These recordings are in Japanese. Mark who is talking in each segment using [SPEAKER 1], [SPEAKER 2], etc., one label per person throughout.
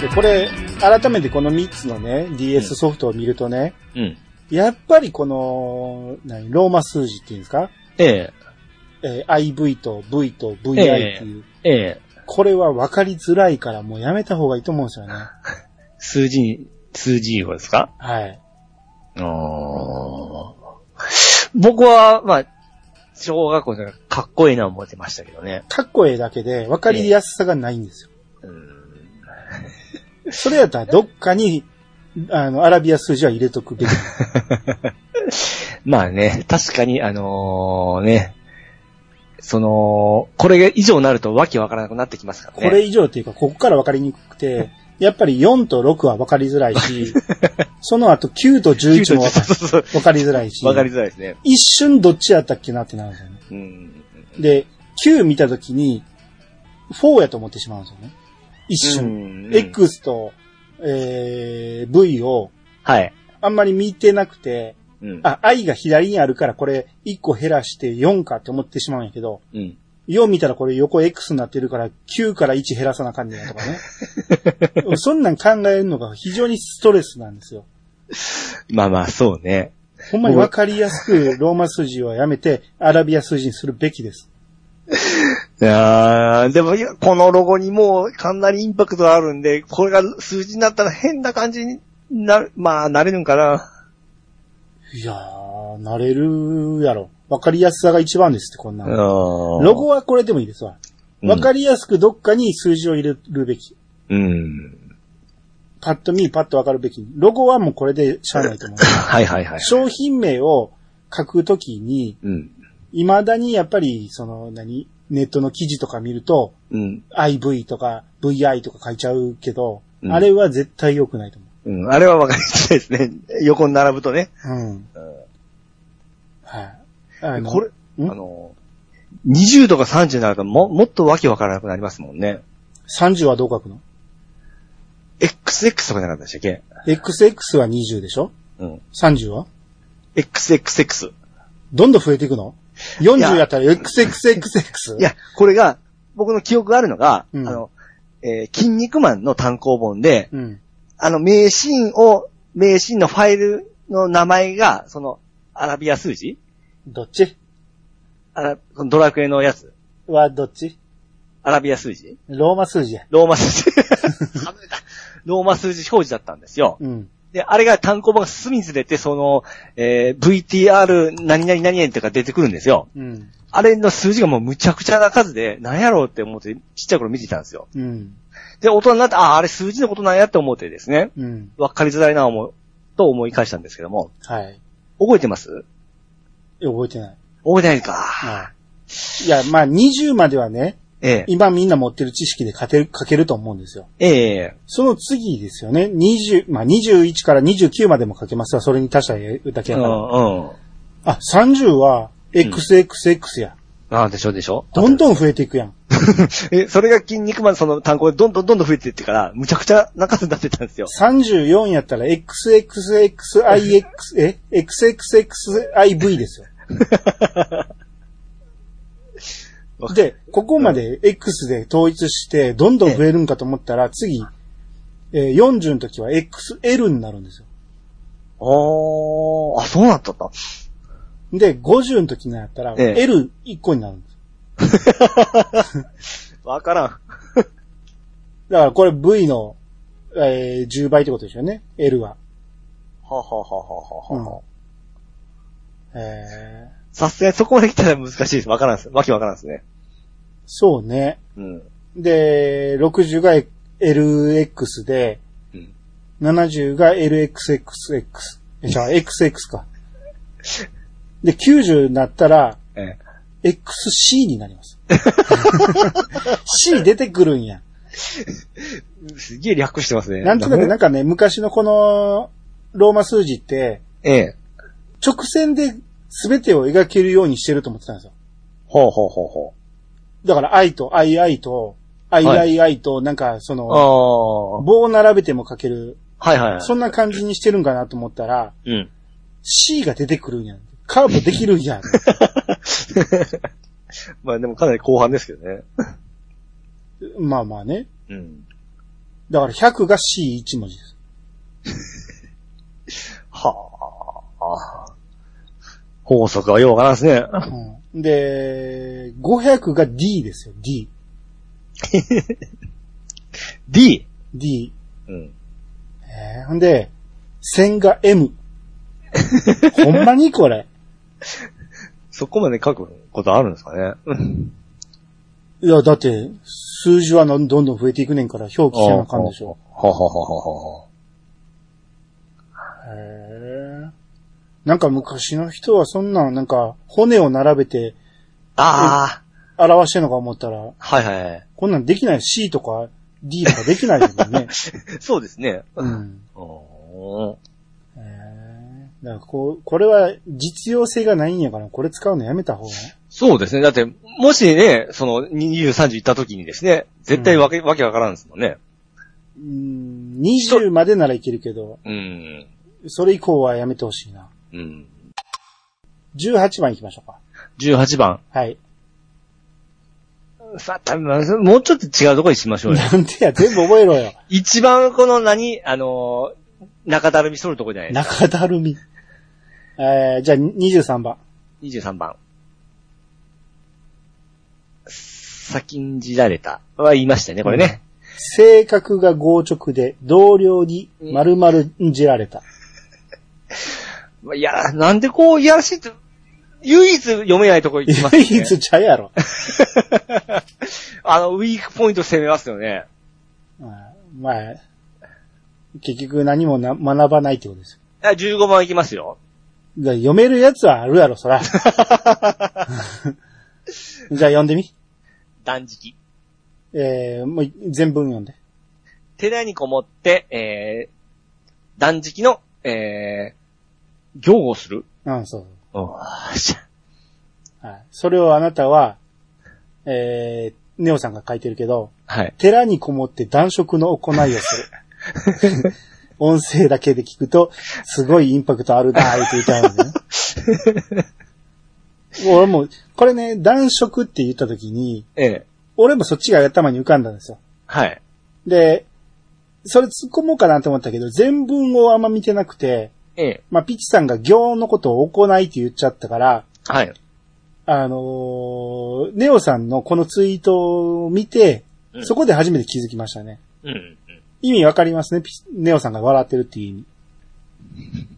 [SPEAKER 1] で、これ、改めてこの3つのね、DS ソフトを見るとね、
[SPEAKER 2] うん。
[SPEAKER 1] やっぱりこの、何、ローマ数字っていうんですか
[SPEAKER 2] ええ、
[SPEAKER 1] えー IV と V と VI って
[SPEAKER 2] ええ
[SPEAKER 1] いう、
[SPEAKER 2] ええ、
[SPEAKER 1] これは分かりづらいからもうやめた方がいいと思うんですよね。
[SPEAKER 2] 数字に、数字をですか
[SPEAKER 1] はい。
[SPEAKER 2] あー 僕は、まあ、小学校でかっこいいな思ってましたけどね。
[SPEAKER 1] かっこええだけで分かりやすさがないんですよ。
[SPEAKER 2] うん
[SPEAKER 1] それやったらどっかに、あの、アラビア数字は入れとくべき。
[SPEAKER 2] まあね、確かに、あのーね、その、これ以上になるとわけわからなくなってきますから
[SPEAKER 1] こ
[SPEAKER 2] ね。
[SPEAKER 1] れ以上っていうか、ここから分かりにくくて、やっぱり4と6は分かりづらいし、その後9と11も分
[SPEAKER 2] そ
[SPEAKER 1] か
[SPEAKER 2] うそうそう。
[SPEAKER 1] 分かりづらいし、
[SPEAKER 2] わかりづらいですね。
[SPEAKER 1] 一瞬どっちやったっけなってなるんですよね。
[SPEAKER 2] うん。
[SPEAKER 1] で、9見たときに、4やと思ってしまうんですよね。一瞬。
[SPEAKER 2] うん、
[SPEAKER 1] X と、えー、V を
[SPEAKER 2] はい。
[SPEAKER 1] あんまり見てなくて、
[SPEAKER 2] うん。
[SPEAKER 1] あ、I が左にあるからこれ1個減らして4かって思ってしまうんやけど、
[SPEAKER 2] うん。
[SPEAKER 1] 4見たらこれ横 X になってるから9から1減らさなあかんねやと かね。そんなん考えるのが非常にストレスなんですよ。
[SPEAKER 2] まあまあ、そうね。
[SPEAKER 1] ほんまにわかりやすくローマ数字はやめてアラビア数字にするべきです。
[SPEAKER 2] いやーでも、いやこのロゴにもうかなりインパクトあるんで、これが数字になったら変な感じになる、まあ、なれるんかな。
[SPEAKER 1] いやー、慣れるやろ。わかりやすさが一番ですって、こんなの。ロ
[SPEAKER 2] ロ
[SPEAKER 1] ゴはこれでもいいですわ。
[SPEAKER 2] うん
[SPEAKER 1] わかりやすくどっかに数字を入れるべき。
[SPEAKER 2] うん。
[SPEAKER 1] パッと見、パッとわかるべき。ロゴはもうこれでしゃあないと思う。
[SPEAKER 2] はいはいはい。
[SPEAKER 1] 商品名を書くときに、
[SPEAKER 2] うん。
[SPEAKER 1] 未だにやっぱり、その、何ネットの記事とか見ると、
[SPEAKER 2] うん。
[SPEAKER 1] IV とか VI とか書いちゃうけど、
[SPEAKER 2] うん
[SPEAKER 1] あれは絶対良くないと思
[SPEAKER 2] うん。あれはわかりづらいですね。横に並ぶとね。
[SPEAKER 1] う。うん。はい。あの
[SPEAKER 2] これ、
[SPEAKER 1] ん
[SPEAKER 2] あの、20とか30になるとも、もっとわけわからなくなりますもんね。
[SPEAKER 1] 30はどう書くの
[SPEAKER 2] XX とかじゃなかったでしたっけ
[SPEAKER 1] ?XX は20でしょ
[SPEAKER 2] うん。
[SPEAKER 1] ?30 は
[SPEAKER 2] XXX。
[SPEAKER 1] どんどん増えていくの ?40 やったら XXXX?
[SPEAKER 2] いや、これが、僕の記憶があるのが、
[SPEAKER 1] うん
[SPEAKER 2] あの、えー筋肉マンの単行本で、
[SPEAKER 1] うん。
[SPEAKER 2] あの、名シーンを、名シーンのファイルの名前が、その、アラビア数字
[SPEAKER 1] どっち
[SPEAKER 2] あらそのドラクエのやつ
[SPEAKER 1] はどっち
[SPEAKER 2] アラビア数字
[SPEAKER 1] ローマ数字や。
[SPEAKER 2] ローマ数字。外れたローマ数字表示だったんですよ。
[SPEAKER 1] うん。
[SPEAKER 2] で、あれが単行本が進みにつれて、その、えー VTR 何々何々とか出てくるんですよ。
[SPEAKER 1] うん。
[SPEAKER 2] あれの数字がもうむちゃくちゃな数で、何やろうって思って、ちっちゃい頃見てたんですよ。
[SPEAKER 1] うん。
[SPEAKER 2] で、大人になって、ああ、あれ数字のことなんやって思ってですね、
[SPEAKER 1] うん。
[SPEAKER 2] わかりづらいな思う、と思い返したんですけども、
[SPEAKER 1] はい。
[SPEAKER 2] 覚えてます
[SPEAKER 1] え覚えてない。
[SPEAKER 2] 覚えてないですか。
[SPEAKER 1] い。いや、まあ、20まではね、
[SPEAKER 2] ええ、
[SPEAKER 1] 今みんな持ってる知識で書ける、書けると思うんですよ。
[SPEAKER 2] ええ、
[SPEAKER 1] その次ですよね。20、まあ、21から29までも書けますわ。それに足したらだけや
[SPEAKER 2] うん、
[SPEAKER 1] から。
[SPEAKER 2] うん。
[SPEAKER 1] あ、30は XXX や。
[SPEAKER 2] ああ、でしょでしょ
[SPEAKER 1] どんどん増えていくやん。
[SPEAKER 2] え、それが筋肉マンその単行でどんどんどんどん増えていってから、むちゃくちゃな数になってたんですよ。
[SPEAKER 1] 34やったら XXXIX、え ?XXXIV ですよ。 で、ここまで X で統一して、どんどん増えるんかと思ったら、次、えー40の時は XL になるんですよ。
[SPEAKER 2] おー、あ、そうなっちゃった。
[SPEAKER 1] で、50の時になったら、
[SPEAKER 2] ええ
[SPEAKER 1] L1 個になるんです。
[SPEAKER 2] わからん。
[SPEAKER 1] だからこれ V の、えー10倍ってことですよね、L は。
[SPEAKER 2] ははははははは。
[SPEAKER 1] えー
[SPEAKER 2] さすがにそこまで来たら難しいです。わからんです。わけわからんですね。
[SPEAKER 1] そうね。
[SPEAKER 2] うん。
[SPEAKER 1] で、60が LX で、
[SPEAKER 2] うん
[SPEAKER 1] 70が LXXX。えじゃあ、XX か。で、90になったら、
[SPEAKER 2] ええ。
[SPEAKER 1] XC になり ます。C 出てくるんや。
[SPEAKER 2] すげえ略してますね。
[SPEAKER 1] なんとなくなん
[SPEAKER 2] く。
[SPEAKER 1] かね、昔のこの、ローマ数字って、
[SPEAKER 2] ええ。
[SPEAKER 1] 直線で全てを描けるようにしてると思ってたんですよ。
[SPEAKER 2] ほうほうほうほ。
[SPEAKER 1] だから、I と II と、III と、なんか、そうの、
[SPEAKER 2] あ
[SPEAKER 1] 棒を並べても描ける、
[SPEAKER 2] あ。はいはいはい。
[SPEAKER 1] そんな感じにしてるんかなと思ったら、
[SPEAKER 2] うん。
[SPEAKER 1] C が出てくるんやん。カーブできるんやん。
[SPEAKER 2] まあでもかなり後半ですけどね。
[SPEAKER 1] まあまあね。
[SPEAKER 2] うん。
[SPEAKER 1] だから100が C1 文字です。
[SPEAKER 2] はあ。法則はようわからんですね。
[SPEAKER 1] うん、で、500が D ですよ、D。
[SPEAKER 2] D。
[SPEAKER 1] D。
[SPEAKER 2] うん。
[SPEAKER 1] えー、ほんで、1000が M。ほんまにこれ。
[SPEAKER 2] そこまで書くことあるんですかね。うん。
[SPEAKER 1] いや、だって、数字はどんどん増えていくねんから表記せなあかんでしょ。
[SPEAKER 2] ははははは。
[SPEAKER 1] へえ。なんか昔の人はそんな、なんか、骨を並べて
[SPEAKER 2] あ
[SPEAKER 1] 表してんのか思ったら、
[SPEAKER 2] あ、はいはいはい。
[SPEAKER 1] こんなんできない C とか D とかできないよ ね。
[SPEAKER 2] そうですね。
[SPEAKER 1] うん。
[SPEAKER 2] うん
[SPEAKER 1] へえ。だからこう、これは実用性がないんやから、これ使うのやめた方が
[SPEAKER 2] そうですね。だって、もしね、その20、30行った時にですね、絶対わけ、わけわからんですもんね。
[SPEAKER 1] うん、20までならいけるけど、
[SPEAKER 2] うん。
[SPEAKER 1] それ以降はやめてほしいな。
[SPEAKER 2] うん。
[SPEAKER 1] 18番行きましょうか。
[SPEAKER 2] 18番。
[SPEAKER 1] はい。
[SPEAKER 2] さあ、多分もうちょっと違うところにしましょうよ。
[SPEAKER 1] なんでや、全部覚えろ よ。
[SPEAKER 2] 一番この何、あのー中だるみするとこじゃないですか。
[SPEAKER 1] 中だるみ。えー、じゃあ23番。
[SPEAKER 2] 23番。先んじられた。は言いましたね、これね。
[SPEAKER 1] 性格が強直で、同僚に丸々んじられた。
[SPEAKER 2] いや、なんでこう、いやらしいって、唯一読めないとこ行きますね。
[SPEAKER 1] 唯一ちゃうやろ。
[SPEAKER 2] あの、ウィークポイント攻めますよね。
[SPEAKER 1] うんまあ、結局何もな学ばないってことですよ。
[SPEAKER 2] あ15番いきますよ。
[SPEAKER 1] だから読めるやつはあるやろ、そら。じ ゃあ読んでみ。
[SPEAKER 2] 断食。
[SPEAKER 1] えー、もう全文読んで。
[SPEAKER 2] 寺にこもって、えー、断食の、えー、行をする。
[SPEAKER 1] うん、そう。
[SPEAKER 2] おーしゃ
[SPEAKER 1] はい。それをあなたは、えー、ネオさんが書いてるけど、
[SPEAKER 2] はい。
[SPEAKER 1] 寺にこもって暖色の行いをする。 音声だけで聞くと、すごいインパクトあるなーって言ったのね。俺も、これね、暖色って言った時に、
[SPEAKER 2] ええ。
[SPEAKER 1] 俺もそっちが頭に浮かんだんですよ。
[SPEAKER 2] はい。
[SPEAKER 1] で、それ突っ込もうかなと思ったけど、全文をあんま見てなくて、
[SPEAKER 2] ええ。
[SPEAKER 1] まあ、ピチさんが行のことを行いって言っちゃったから、
[SPEAKER 2] はい。
[SPEAKER 1] あのーネオさんのこのツイートを見て、
[SPEAKER 2] うん
[SPEAKER 1] そこで初めて気づきましたね。
[SPEAKER 2] うん。
[SPEAKER 1] 意味わかりますね。ピネオさんが笑ってるっていう意味。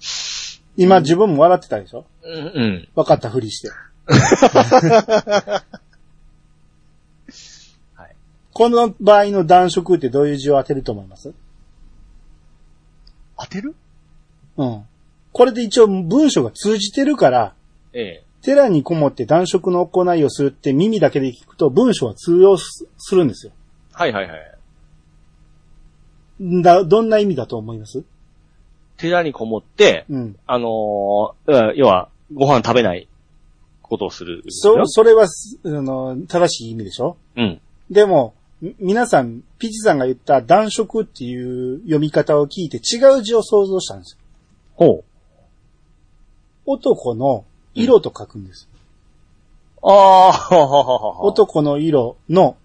[SPEAKER 1] 今自分も笑ってたでしょ
[SPEAKER 2] うん。うん。
[SPEAKER 1] 分かったふりして。
[SPEAKER 2] い
[SPEAKER 1] この場合の暖色ってどういう字を当てると思います
[SPEAKER 2] 当てる
[SPEAKER 1] うん。これで一応文章が通じてるから、
[SPEAKER 2] ええ。
[SPEAKER 1] 寺にこもって暖色の行いをするって耳だけで聞くと文章は通用すするんですよ。
[SPEAKER 2] はいはいはい。
[SPEAKER 1] だ、どんな意味だと思います
[SPEAKER 2] 寺にこもって、
[SPEAKER 1] うん。
[SPEAKER 2] あのーうん要は、ご飯食べないことをする。
[SPEAKER 1] そ、それはす、あの、正しい意味でしょ
[SPEAKER 2] うん。
[SPEAKER 1] でも、み皆さん、ピチさんが言った暖色っていう読み方を聞いて違う字を想像したんですよ。
[SPEAKER 2] ほう。
[SPEAKER 1] 男の色と書くんです。
[SPEAKER 2] ああ、ははははは。
[SPEAKER 1] 男の色の、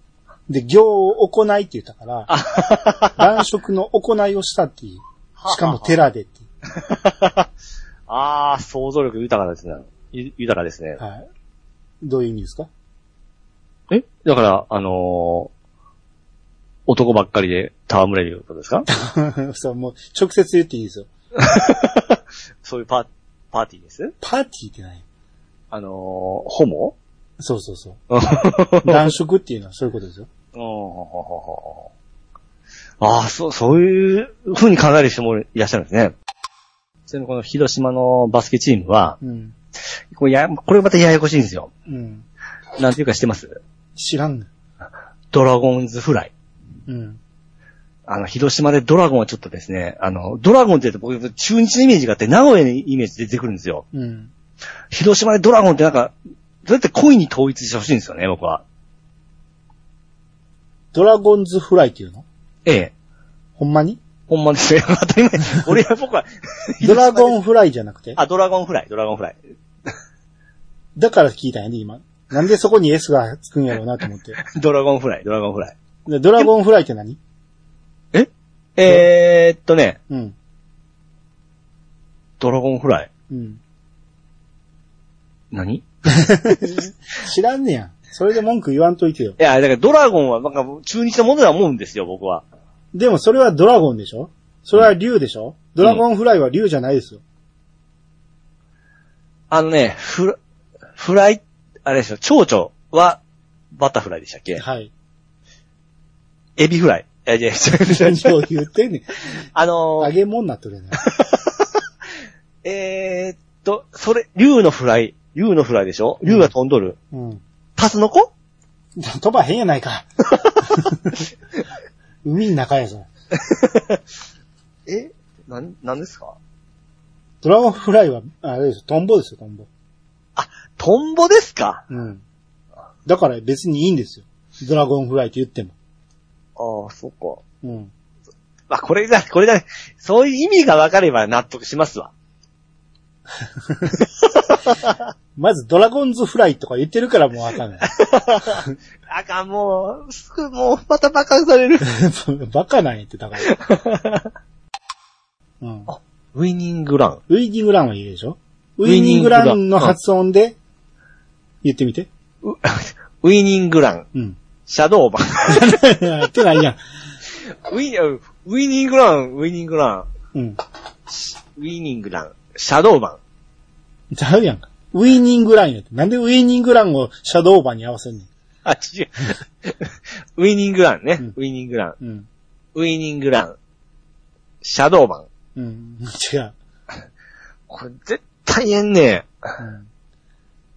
[SPEAKER 1] で、行を行いって言ったから、暖色の行いをしたっていう。しかも寺でっていう。
[SPEAKER 2] ああ、想像力豊かですね。ゆ豊かですね。
[SPEAKER 1] はい。どういう意味ですか
[SPEAKER 2] えだから、あのー男ばっかりで戯れることです か
[SPEAKER 1] そう、もう直接言っていいですよ。
[SPEAKER 2] そういうパー、パーティーです
[SPEAKER 1] パーティーって何
[SPEAKER 2] あのーホモ
[SPEAKER 1] そうそうそう。
[SPEAKER 2] うん
[SPEAKER 1] 暖色っていうのはそういうことですよ。
[SPEAKER 2] ああ、そう、そういう風に考える人もいらっしゃるんですね。ちなみにこの広島のバスケチームは、
[SPEAKER 1] うん。
[SPEAKER 2] これや、これまたややこしいんですよ。
[SPEAKER 1] うん。
[SPEAKER 2] なんていうか知ってます
[SPEAKER 1] 知らんね。
[SPEAKER 2] ドラゴンズフライ。
[SPEAKER 1] うん。
[SPEAKER 2] あの、広島でドラゴンはちょっとですね、あの、ドラゴンって言うと僕、中日のイメージがあって、名古屋のイメージ出てくるんですよ。
[SPEAKER 1] うん。
[SPEAKER 2] 広島でドラゴンってなんか、そうやって恋に統一してほしいんですよね、僕は。
[SPEAKER 1] ドラゴンズフライっていうの
[SPEAKER 2] ええ。
[SPEAKER 1] ほんまに。
[SPEAKER 2] ほんまです ね。当たり前です。俺は僕は
[SPEAKER 1] ドラ
[SPEAKER 2] ン。
[SPEAKER 1] ゴンフライじゃなくて
[SPEAKER 2] あ、ドラゴンフライ、ドラゴンフライ。
[SPEAKER 1] だから聞いたんやね、今。なんでそこに S がつくんやろうなと思って。
[SPEAKER 2] ドラゴンフライ、ドラゴンフライ。
[SPEAKER 1] でドラゴンフライって何
[SPEAKER 2] えーっとね、
[SPEAKER 1] うん。
[SPEAKER 2] ドラゴンフライ。
[SPEAKER 1] うん。
[SPEAKER 2] 何い
[SPEAKER 1] 知らんねやん。それで文句言わんといてよ。
[SPEAKER 2] や、だからドラゴンはなんか中日のものだと思うんですよ、僕は。
[SPEAKER 1] でもそれはドラゴンでしょそれは竜でしょ、ドラゴンフライは竜じゃないですよ。
[SPEAKER 2] あのね、フラ、フライ、あれですよ、蝶々はバタフライでしたっけ
[SPEAKER 1] はい。
[SPEAKER 2] エビフライ。いやいや、違う 違う違う
[SPEAKER 1] 何を言ってんねん。
[SPEAKER 2] あの
[SPEAKER 1] 揚
[SPEAKER 2] ー、
[SPEAKER 1] げ物になっとるやない。
[SPEAKER 2] えーっと、それ、竜のフライ。竜のフライでしょ竜が飛んどる。
[SPEAKER 1] うん。
[SPEAKER 2] タツノコ
[SPEAKER 1] 飛ばへんやないか。海の中やぞ。
[SPEAKER 2] えなん、なんですか
[SPEAKER 1] ドラゴンフライは、あれですよ、トンボですよ、トンボ。
[SPEAKER 2] トンボですか
[SPEAKER 1] うん。だから別にいいんですよ。ドラゴンフライって言っても。
[SPEAKER 2] ああ、そっか。
[SPEAKER 1] うん。
[SPEAKER 2] まあ、これだ、これだ、そういう意味が分かれば納得しますわ。
[SPEAKER 1] まずドラゴンズフライとか言ってるからもうわかんない。
[SPEAKER 2] あかん、もう、すぐ、もう、また爆発される。
[SPEAKER 1] バカなんやって、だから。 うん。
[SPEAKER 2] ウィニングラン。
[SPEAKER 1] ウィニングランはいいでしょウ
[SPEAKER 2] ウ
[SPEAKER 1] ィニ
[SPEAKER 2] ィニ
[SPEAKER 1] ン
[SPEAKER 2] ン
[SPEAKER 1] グ
[SPEAKER 2] グラン
[SPEAKER 1] ランの発音で、言ってみて。
[SPEAKER 2] ウウィニングラン。
[SPEAKER 1] うん。
[SPEAKER 2] シャドーバン。
[SPEAKER 1] やってないやん。
[SPEAKER 2] ウィウィニングラン、ウィニングラン、
[SPEAKER 1] うん。
[SPEAKER 2] ウィニングラン、シャドーバ
[SPEAKER 1] ちゃうやんか。ウィニングランやって。なんでウィニングランをシャドーバーに合わせんね
[SPEAKER 2] ン。あ、違う。ウィニングランね。
[SPEAKER 1] うん
[SPEAKER 2] ウィニングラン。
[SPEAKER 1] ん。うん。
[SPEAKER 2] ウィニングラン、シャドーバン。
[SPEAKER 1] うん。違う。
[SPEAKER 2] これ絶対言えんねえ。
[SPEAKER 1] うん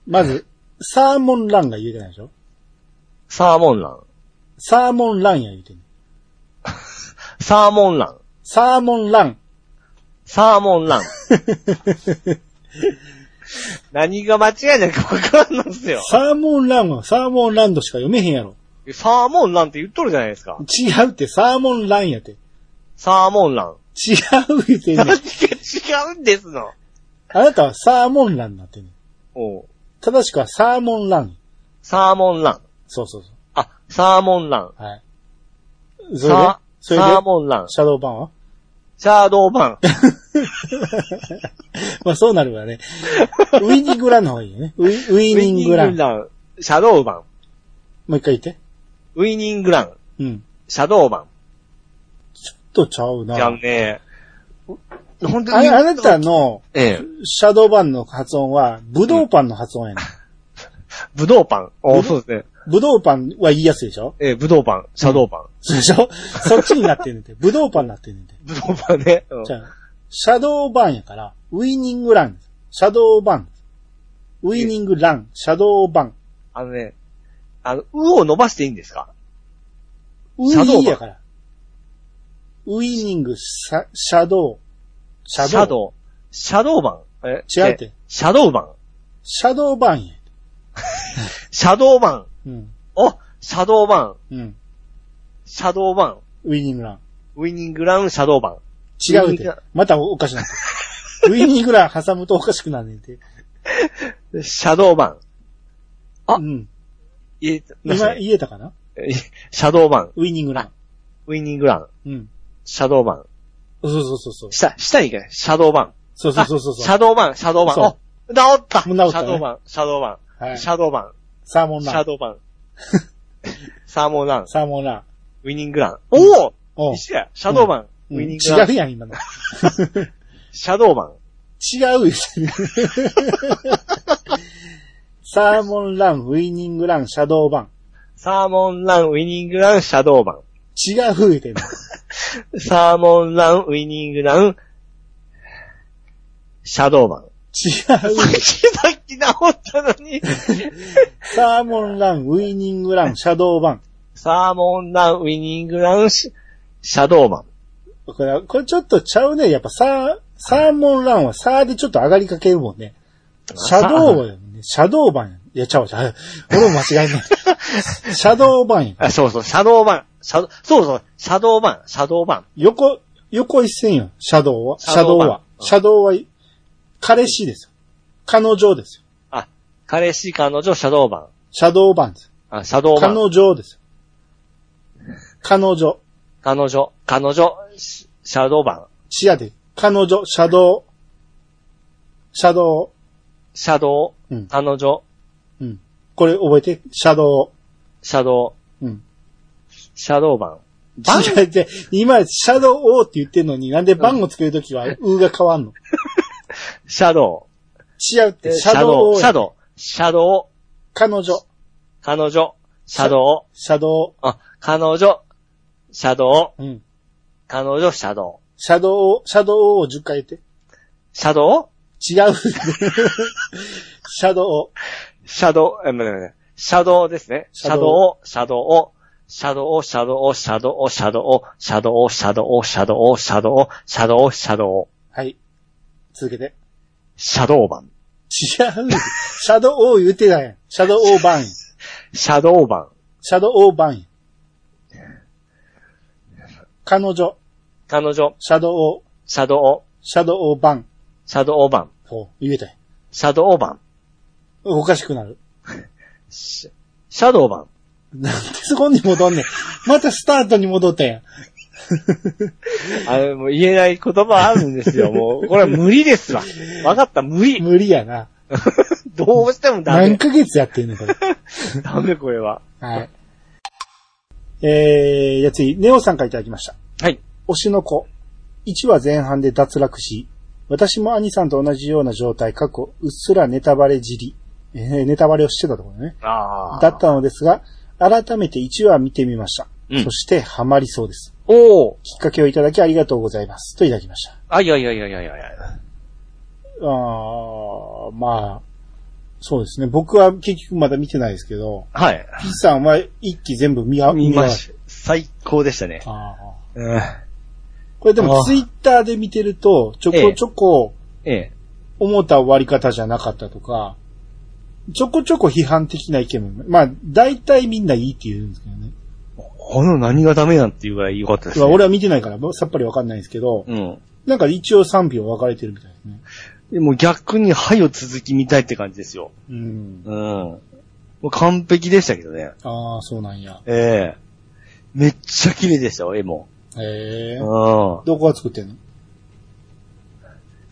[SPEAKER 1] まず、サーモンランが言うてないでしょ
[SPEAKER 2] サーモンラン。
[SPEAKER 1] サーモンランや言うてんの
[SPEAKER 2] サーモンラン。
[SPEAKER 1] サーモン ラン。
[SPEAKER 2] サーモンラン。何が間違いなのか分からんのっすよ。
[SPEAKER 1] サーモンランはサーモンランドしか読めへんやろ。
[SPEAKER 2] サーモンランって言っとるじゃないですか。
[SPEAKER 1] 違うって、サーモンランやて。
[SPEAKER 2] サーモンラン。
[SPEAKER 1] 違う言うてんねん
[SPEAKER 2] 何が違うんですの。
[SPEAKER 1] あなたはサーモンランになってんねん
[SPEAKER 2] おう
[SPEAKER 1] 正しくはサーモンラン。
[SPEAKER 2] サーモンラン。
[SPEAKER 1] そうそうそ
[SPEAKER 2] あ、サーモンラン。
[SPEAKER 1] う。はい。それで
[SPEAKER 2] サ、
[SPEAKER 1] それで
[SPEAKER 2] サー、モンラン。
[SPEAKER 1] シャドーバンは
[SPEAKER 2] シャードーバン。
[SPEAKER 1] まあそうなるわね。ウィニングランの方がいいよね。ウィウ
[SPEAKER 2] ウ
[SPEAKER 1] ィニングラン。
[SPEAKER 2] ン。シャドーバン。
[SPEAKER 1] もう一回言って。
[SPEAKER 2] ウィニングラン。
[SPEAKER 1] うん。
[SPEAKER 2] シャドーバ
[SPEAKER 1] とちゃう
[SPEAKER 2] ン。じゃあ
[SPEAKER 1] な。
[SPEAKER 2] ねえ。ほん
[SPEAKER 1] ああなたの
[SPEAKER 2] ええ。
[SPEAKER 1] シャドーバンの発音は、ブドウパンの発音やねん。
[SPEAKER 2] ブドウパン。おそうですね。
[SPEAKER 1] ブドウパンは言いやすいでしょ
[SPEAKER 2] ええ、ブドウパン。シャドーパン。
[SPEAKER 1] そうでしょそっちになってんねんて。ブドウパンになってんねんて。
[SPEAKER 2] ブドウパンね。うん
[SPEAKER 1] じゃあ、シャドーバンやから、ウィニングラン。シャドーバン。ウィニングラン。シャドーバン。
[SPEAKER 2] あのね、あの、うを伸ばしていいんですか
[SPEAKER 1] ウ
[SPEAKER 2] シャドーバ
[SPEAKER 1] ィ
[SPEAKER 2] ン
[SPEAKER 1] ーやから。ウィニング、シャ、シャドウ。シ
[SPEAKER 2] シャドウ。シャドーバン。え
[SPEAKER 1] 違うって。
[SPEAKER 2] シャドーバン。
[SPEAKER 1] シャドーバンや。
[SPEAKER 2] シャドーバン。
[SPEAKER 1] うん。
[SPEAKER 2] おシャドーバ
[SPEAKER 1] う
[SPEAKER 2] ン。
[SPEAKER 1] ん。
[SPEAKER 2] シャドーバン。
[SPEAKER 1] ウィニングラン。
[SPEAKER 2] ウィニングラウン、シャドーバン。
[SPEAKER 1] 違
[SPEAKER 2] ウィ
[SPEAKER 1] う
[SPEAKER 2] ニン
[SPEAKER 1] って
[SPEAKER 2] グラ。
[SPEAKER 1] またおかしなって る。ウィニングラン挟むとおかしくなんねんて。
[SPEAKER 2] シャドーバン。あ
[SPEAKER 1] うん。
[SPEAKER 2] 言えました
[SPEAKER 1] 今
[SPEAKER 2] ね
[SPEAKER 1] 言えたかな
[SPEAKER 2] シャドーバン。
[SPEAKER 1] ウィニングラ
[SPEAKER 2] ウィニングラン。
[SPEAKER 1] ン。うん。
[SPEAKER 2] シャドーバン。
[SPEAKER 1] そうそうそうそう。
[SPEAKER 2] 下、下に行け。シャドーバン。
[SPEAKER 1] そうそうそうそう
[SPEAKER 2] シャドーバン、シャドーバン。
[SPEAKER 1] そ
[SPEAKER 2] お治った
[SPEAKER 1] もう治ったね
[SPEAKER 2] シャドーバン、シャドーバ
[SPEAKER 1] は
[SPEAKER 2] ン。
[SPEAKER 1] い。
[SPEAKER 2] シャドーバ
[SPEAKER 1] サーモ
[SPEAKER 2] ン、
[SPEAKER 1] ン
[SPEAKER 2] シ
[SPEAKER 1] ラ
[SPEAKER 2] ャ
[SPEAKER 1] ン。
[SPEAKER 2] ドー バン。サーモンラン、
[SPEAKER 1] サーモンラン。
[SPEAKER 2] ウィニングラン。お
[SPEAKER 1] お
[SPEAKER 2] お
[SPEAKER 1] う
[SPEAKER 2] 一緒や。シャドーバン、
[SPEAKER 1] う
[SPEAKER 2] ウィ
[SPEAKER 1] ん
[SPEAKER 2] ニ
[SPEAKER 1] 違
[SPEAKER 2] ングラン。
[SPEAKER 1] うやん、今の。
[SPEAKER 2] シャドーバン。
[SPEAKER 1] 違うよ。サーモンラン、ウィニングラン、シャドーバン。
[SPEAKER 2] サーモンラン、ウィニングラン、シャドーバ
[SPEAKER 1] 違う言うてんの。
[SPEAKER 2] ン。サーモンラン、ウィニングラン、シャド ーバン。
[SPEAKER 1] 違う。
[SPEAKER 2] さっきさっき治ったのに。
[SPEAKER 1] サーモンラン、ウィニングラン、シャドーバン。
[SPEAKER 2] サーモンラン、ウィニングラン、シシャドーマン。
[SPEAKER 1] これ、これちょっとちゃうね。やっぱサー、サーモンランはサーでちょっと上がりかけるもんね。シャドーやもんね。シャドーバンや。いや、ちゃうちゃう。俺も間違え ない。シャドーバンや。
[SPEAKER 2] あ、そうそう、シャドーマン。シャド、そうそう、シャドーマン、シャドーマン。
[SPEAKER 1] 横、横一線よ。シャドウは。シャドウは。シ
[SPEAKER 2] シ
[SPEAKER 1] ャドウは、彼氏ですよ。彼女ですよ。
[SPEAKER 2] あ、彼氏、彼女、シャドーマン。
[SPEAKER 1] シャドウバンです。
[SPEAKER 2] あ、シャドーマ
[SPEAKER 1] 彼
[SPEAKER 2] ン。
[SPEAKER 1] 女ですよ。彼女。
[SPEAKER 2] 彼女、彼女、シシャドー版、
[SPEAKER 1] 視野で、彼女、シャドウ、シャド
[SPEAKER 2] シャドウ、
[SPEAKER 1] うん
[SPEAKER 2] 彼女、
[SPEAKER 1] ウ、うん。これ覚えて、シャド
[SPEAKER 2] シャド
[SPEAKER 1] ウ、うん。
[SPEAKER 2] ウ、シャドー版。バン
[SPEAKER 1] 違う違う今、シャドウオーって言ってんのに、なんで番をつけるときは、うが変わんの
[SPEAKER 2] シャド
[SPEAKER 1] 違うっ
[SPEAKER 2] ウ
[SPEAKER 1] て、、シャドウオ
[SPEAKER 2] シャ
[SPEAKER 1] ー、
[SPEAKER 2] ドウ、シャドウ、
[SPEAKER 1] 彼女、
[SPEAKER 2] 彼女、シャドウ、
[SPEAKER 1] シャド
[SPEAKER 2] あ、彼女、シャドウ、
[SPEAKER 1] ウ、うん。
[SPEAKER 2] 彼女、シャドウ、
[SPEAKER 1] シャドウ、シャドウを10回言って。
[SPEAKER 2] シャドウ、
[SPEAKER 1] 違う。 シャドウ、
[SPEAKER 2] シャドウ、え、待って待ってシャドウですね。シ
[SPEAKER 1] シ
[SPEAKER 2] ャ
[SPEAKER 1] ャ
[SPEAKER 2] ド
[SPEAKER 1] ド
[SPEAKER 2] ウ、シャドウ、シャドウ、シャドウ、シャドウ、シャドウ、シャドウ、シャドウ、シャドウ、シャドウ、シャドウ、シャドウ、
[SPEAKER 1] はい。続けて。
[SPEAKER 2] シャドウ
[SPEAKER 1] 違
[SPEAKER 2] 版。
[SPEAKER 1] う。シャドウオー言ってないやん。シャドウオーバンやん。シ
[SPEAKER 2] シャドウ版。
[SPEAKER 1] ャドウオーバンやん。彼女、
[SPEAKER 2] 彼女、
[SPEAKER 1] シャドウオー、
[SPEAKER 2] シャドウ、
[SPEAKER 1] シャドウオーバン。
[SPEAKER 2] シャドウ版。
[SPEAKER 1] ほう、言えたやん。
[SPEAKER 2] シャドウ版。
[SPEAKER 1] おかしくなる。
[SPEAKER 2] シシャドウ版。
[SPEAKER 1] なんでそこに戻ん ねん。またスタートに戻ったやん。
[SPEAKER 2] あれ、もう言えない言葉あるんです よ。もう、これは無理ですわ。わかった、無理。
[SPEAKER 1] 無理やな。
[SPEAKER 2] どうしてもダ
[SPEAKER 1] 何
[SPEAKER 2] メ。
[SPEAKER 1] ヶ月やってんの これ。
[SPEAKER 2] ダメ、これは。
[SPEAKER 1] はい。えー、じゃあ次、ネオさんからいただきました。
[SPEAKER 2] はい。
[SPEAKER 1] 推しの子。1話前半で脱落し、私も兄さんと同じような状態、過去、うっすらネタバレじり、えーネタバレをしてたところね。
[SPEAKER 2] あ
[SPEAKER 1] だったのですが、改めて1話見てみました。
[SPEAKER 2] うん
[SPEAKER 1] そして、ハマりそうです。
[SPEAKER 2] おー。
[SPEAKER 1] きっかけをいただきありがとうございます。といただきました。
[SPEAKER 2] あ、いやいやいやいやいや。
[SPEAKER 1] あー、まあ、そうですね。僕は結局まだ見てないですけど、
[SPEAKER 2] はい。
[SPEAKER 1] ピッさんは一期全部見あ
[SPEAKER 2] 見ま
[SPEAKER 1] 見
[SPEAKER 2] した。最高でしたね。
[SPEAKER 1] 終わったあー
[SPEAKER 2] うん。
[SPEAKER 1] これで
[SPEAKER 2] あ
[SPEAKER 1] も
[SPEAKER 2] ー
[SPEAKER 1] ツイッターで見てると、ちょこちょこ、
[SPEAKER 2] ええ。
[SPEAKER 1] 思った終わり方じゃなかったとか、ちょこちょこ批判的な意見も、まあ、大体みんないいって言うんですけど ね。
[SPEAKER 2] この何がダメなんていうぐらい良かったですね。
[SPEAKER 1] 俺は見てないから、もうさっぱりわかんないんですけど、
[SPEAKER 2] うん。
[SPEAKER 1] なんか一応賛否は分かれてるみたいですね。
[SPEAKER 2] でも逆に、はいを続き見たいって感じですよ。
[SPEAKER 1] うん。
[SPEAKER 2] うん。もう完璧でしたけどね。
[SPEAKER 1] ああ、そうなんや。
[SPEAKER 2] ええめっちゃ綺麗でしたよ、絵も。
[SPEAKER 1] へえ
[SPEAKER 2] う。ん。
[SPEAKER 1] どこが作ってんの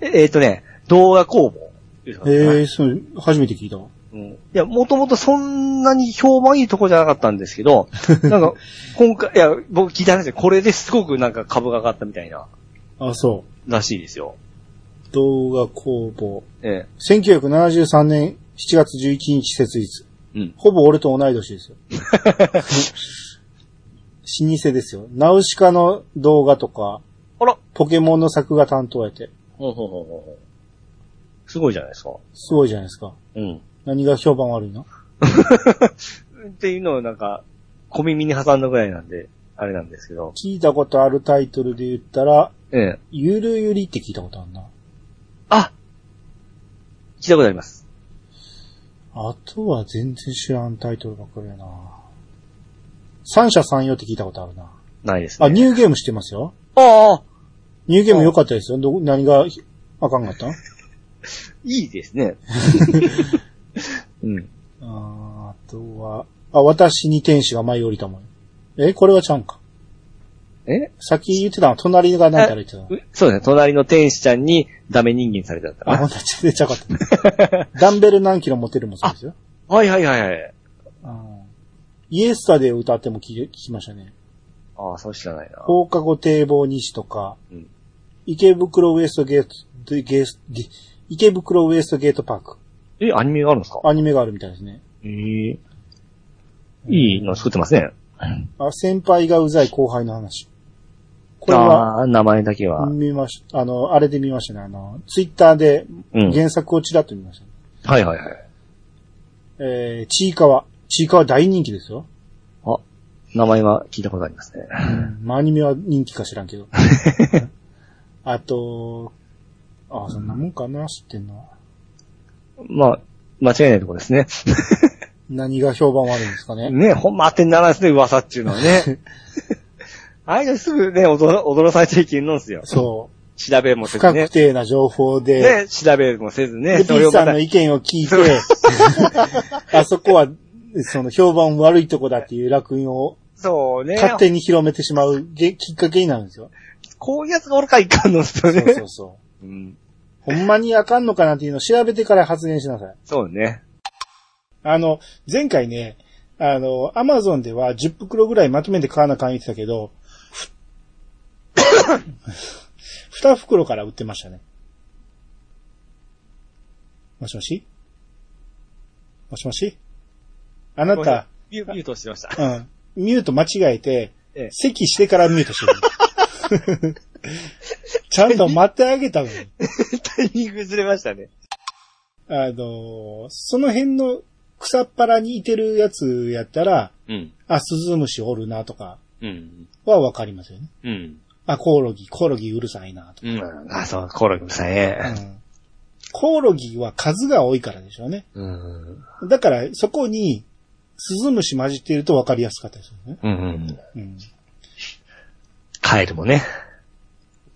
[SPEAKER 2] ええっとね、動画工房。
[SPEAKER 1] へえ、そう、初めて聞いたわ。
[SPEAKER 2] うんいや、もともとそんなに評判いいとこじゃなかったんですけど、 なんか、今回、いや、僕聞いた話で、これですごくなんか株が上がったみたいな、
[SPEAKER 1] あそ
[SPEAKER 2] らしいですよ。
[SPEAKER 1] う。動画工房。
[SPEAKER 2] え
[SPEAKER 1] 1973年7月11日設立。
[SPEAKER 2] えうん。
[SPEAKER 1] ほぼ俺と同い年ですよ。老舗ですよ。ナウシカの動画とか、
[SPEAKER 2] あら、
[SPEAKER 1] ポケモンの作画担当やって。
[SPEAKER 2] ほうほうほうほうほう。すごいじゃないですか。
[SPEAKER 1] すごいじゃないですか。
[SPEAKER 2] うん。
[SPEAKER 1] 何が評判悪いの
[SPEAKER 2] っていうのをなんか、小耳に挟んだぐらいなんで、あれなんですけど。
[SPEAKER 1] 聞いたことあるタイトルで言ったら、
[SPEAKER 2] ええ。
[SPEAKER 1] ゆるゆりって聞いたことあるな。
[SPEAKER 2] あ聞いたことあります。
[SPEAKER 1] あとは全然知らんタイトルばっかりやな。三者三様って聞いたことあるな。
[SPEAKER 2] ないですね。
[SPEAKER 1] あ、ニューゲームしてますよ。
[SPEAKER 2] ああ
[SPEAKER 1] ニューゲーム良かったですよ。ど、何があかんかったん
[SPEAKER 2] いいですね。うん。
[SPEAKER 1] あーあとは、あ、私に天使が舞い降りたもん。え、これはちゃうんか。
[SPEAKER 2] え
[SPEAKER 1] さっき言ってたの、隣が何だろう言ってたの。
[SPEAKER 2] うそうですね。隣の天使ちゃんにダメ人間されたんだ
[SPEAKER 1] あ、ほんと全然ちゃうかった。ダンベル何キロ持てるもそうですよ。
[SPEAKER 2] はいはいはいはい。
[SPEAKER 1] うんイエスタで歌っても聞き聞きましたね。
[SPEAKER 2] ああ、そう知らないな。
[SPEAKER 1] 放課後堤防西とか、
[SPEAKER 2] うん
[SPEAKER 1] 池袋ウエストゲート、でゲースゲ池袋ウエストゲートパーク。
[SPEAKER 2] え、アニメがあるんですか
[SPEAKER 1] アニメがあるみたいですね。
[SPEAKER 2] ええいいの作ってますね。
[SPEAKER 1] あ、先輩がうざい後輩の話。これは、
[SPEAKER 2] ああ、名前だけは。
[SPEAKER 1] 見ました。あの、あれで見ましたね。あの、ツイッターで
[SPEAKER 2] うん。
[SPEAKER 1] 原作をちらっと見ました、
[SPEAKER 2] はいはいはい。
[SPEAKER 1] えー、ちいかわ。ちいかわ大人気ですよ。
[SPEAKER 2] あ、名前は聞いたことありますね。
[SPEAKER 1] まあ、アニメは人気か知らんけど。 あと、あ、そんなもんかな、知ってんのは。
[SPEAKER 2] まあ、間違いないとこです ね。
[SPEAKER 1] 何が評判悪いんですかね。
[SPEAKER 2] ね、ほんま当てにならないですね、噂っていうのは ね。ああいうのすぐね、驚驚されちゃいけんのんすよ。
[SPEAKER 1] そ
[SPEAKER 2] 調べも
[SPEAKER 1] う。
[SPEAKER 2] せ
[SPEAKER 1] 不
[SPEAKER 2] ずね
[SPEAKER 1] 確。定な情報で、
[SPEAKER 2] ね、調べもせずね。
[SPEAKER 1] で、
[SPEAKER 2] そ
[SPEAKER 1] ピ
[SPEAKER 2] れ
[SPEAKER 1] ッ
[SPEAKER 2] をま
[SPEAKER 1] さん
[SPEAKER 2] た
[SPEAKER 1] の意見を聞いて、あそこは、その評判悪いとこだっていう楽印を
[SPEAKER 2] そうね。
[SPEAKER 1] 勝手に広めてしまうげきっかけになるん ですよ。
[SPEAKER 2] こういうやつがおるからいかんのっすよ
[SPEAKER 1] そ
[SPEAKER 2] ね。
[SPEAKER 1] うそうそう。
[SPEAKER 2] うん。
[SPEAKER 1] ほんまにあかんのかなっていうのを調べてから発言しなさい。
[SPEAKER 2] そうね。
[SPEAKER 1] あの、前回ね、あの、アマゾンでは10袋ぐらいまとめて買わなあかん言ってたけど、ふ2袋から売ってましたね。もしもしもしもしあなた、
[SPEAKER 2] ミュミュートしてました。
[SPEAKER 1] うん、ミュート間違えて、
[SPEAKER 2] ええ
[SPEAKER 1] 咳してからミュートしてる。 ちゃんと待ってあげたのに。
[SPEAKER 2] タイミングずれましたね。
[SPEAKER 1] あの、その辺の草っ腹にいてるやつやったら、
[SPEAKER 2] うん。
[SPEAKER 1] あ、スズムシおるなとか
[SPEAKER 2] うん。
[SPEAKER 1] はわかりますよね。
[SPEAKER 2] うん。
[SPEAKER 1] あ、コオロギ、コオロギうるさいなと
[SPEAKER 2] うん。あ、そう、コオロギもさ
[SPEAKER 1] か、う
[SPEAKER 2] え。
[SPEAKER 1] んコオロギは数が多いからでしょうね。
[SPEAKER 2] うん。
[SPEAKER 1] だからそこにスズムシ混じっているとわかりやすかったですよね。
[SPEAKER 2] うん。
[SPEAKER 1] うん、
[SPEAKER 2] カエルもね。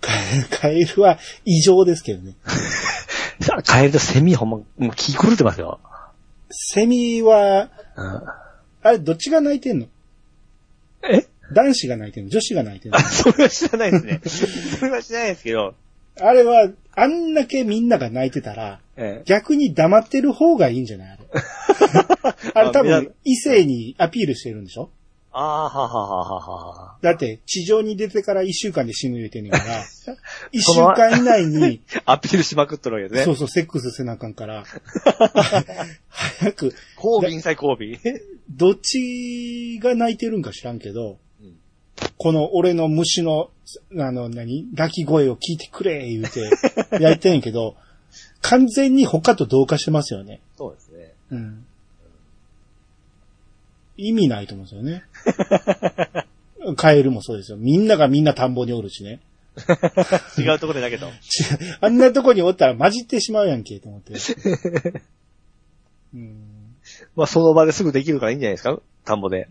[SPEAKER 1] カカエルは異常ですけどね。
[SPEAKER 2] カエルとセミほんま、もう気狂ってますよ。
[SPEAKER 1] セミは、
[SPEAKER 2] うん。
[SPEAKER 1] あれ、どっちが泣いてんの
[SPEAKER 2] え
[SPEAKER 1] 男子が泣いてんの女子が泣いてんの
[SPEAKER 2] あ、それは知らない ですね。それは知らないですけど。
[SPEAKER 1] あれは、あんだけみんなが泣いてたら、
[SPEAKER 2] え
[SPEAKER 1] 逆に黙ってる方がいいんじゃないあれ。 あれ多
[SPEAKER 2] あみんな
[SPEAKER 1] 分、異性にアピールしてるんでしょ
[SPEAKER 2] ああーはははははは。
[SPEAKER 1] だって、地上に出てから一週間で死ぬ言うてんねんか ら、一週間以内に、
[SPEAKER 2] アピールしまくっとるわけです
[SPEAKER 1] そ
[SPEAKER 2] ね。
[SPEAKER 1] うそう、セックスせなあかんから、早く、
[SPEAKER 2] 交尾、再交尾。
[SPEAKER 1] どっちが泣いてるんか知らんけど
[SPEAKER 2] うん、
[SPEAKER 1] この俺の虫の、あの、何泣き声を聞いてくれ言うて、やってんやけど、完全に他と同化してますよね。
[SPEAKER 2] そうですね。
[SPEAKER 1] うん。意味ないと思うんですよね。カエルもそうですよ。みんながみんな田んぼにおるしね。
[SPEAKER 2] 違うところでだけど。
[SPEAKER 1] ちあんなとこにおったら混じってしまうやんけ、と思って。うん、
[SPEAKER 2] まあ、その場ですぐできるからいいんじゃないですか田んぼで。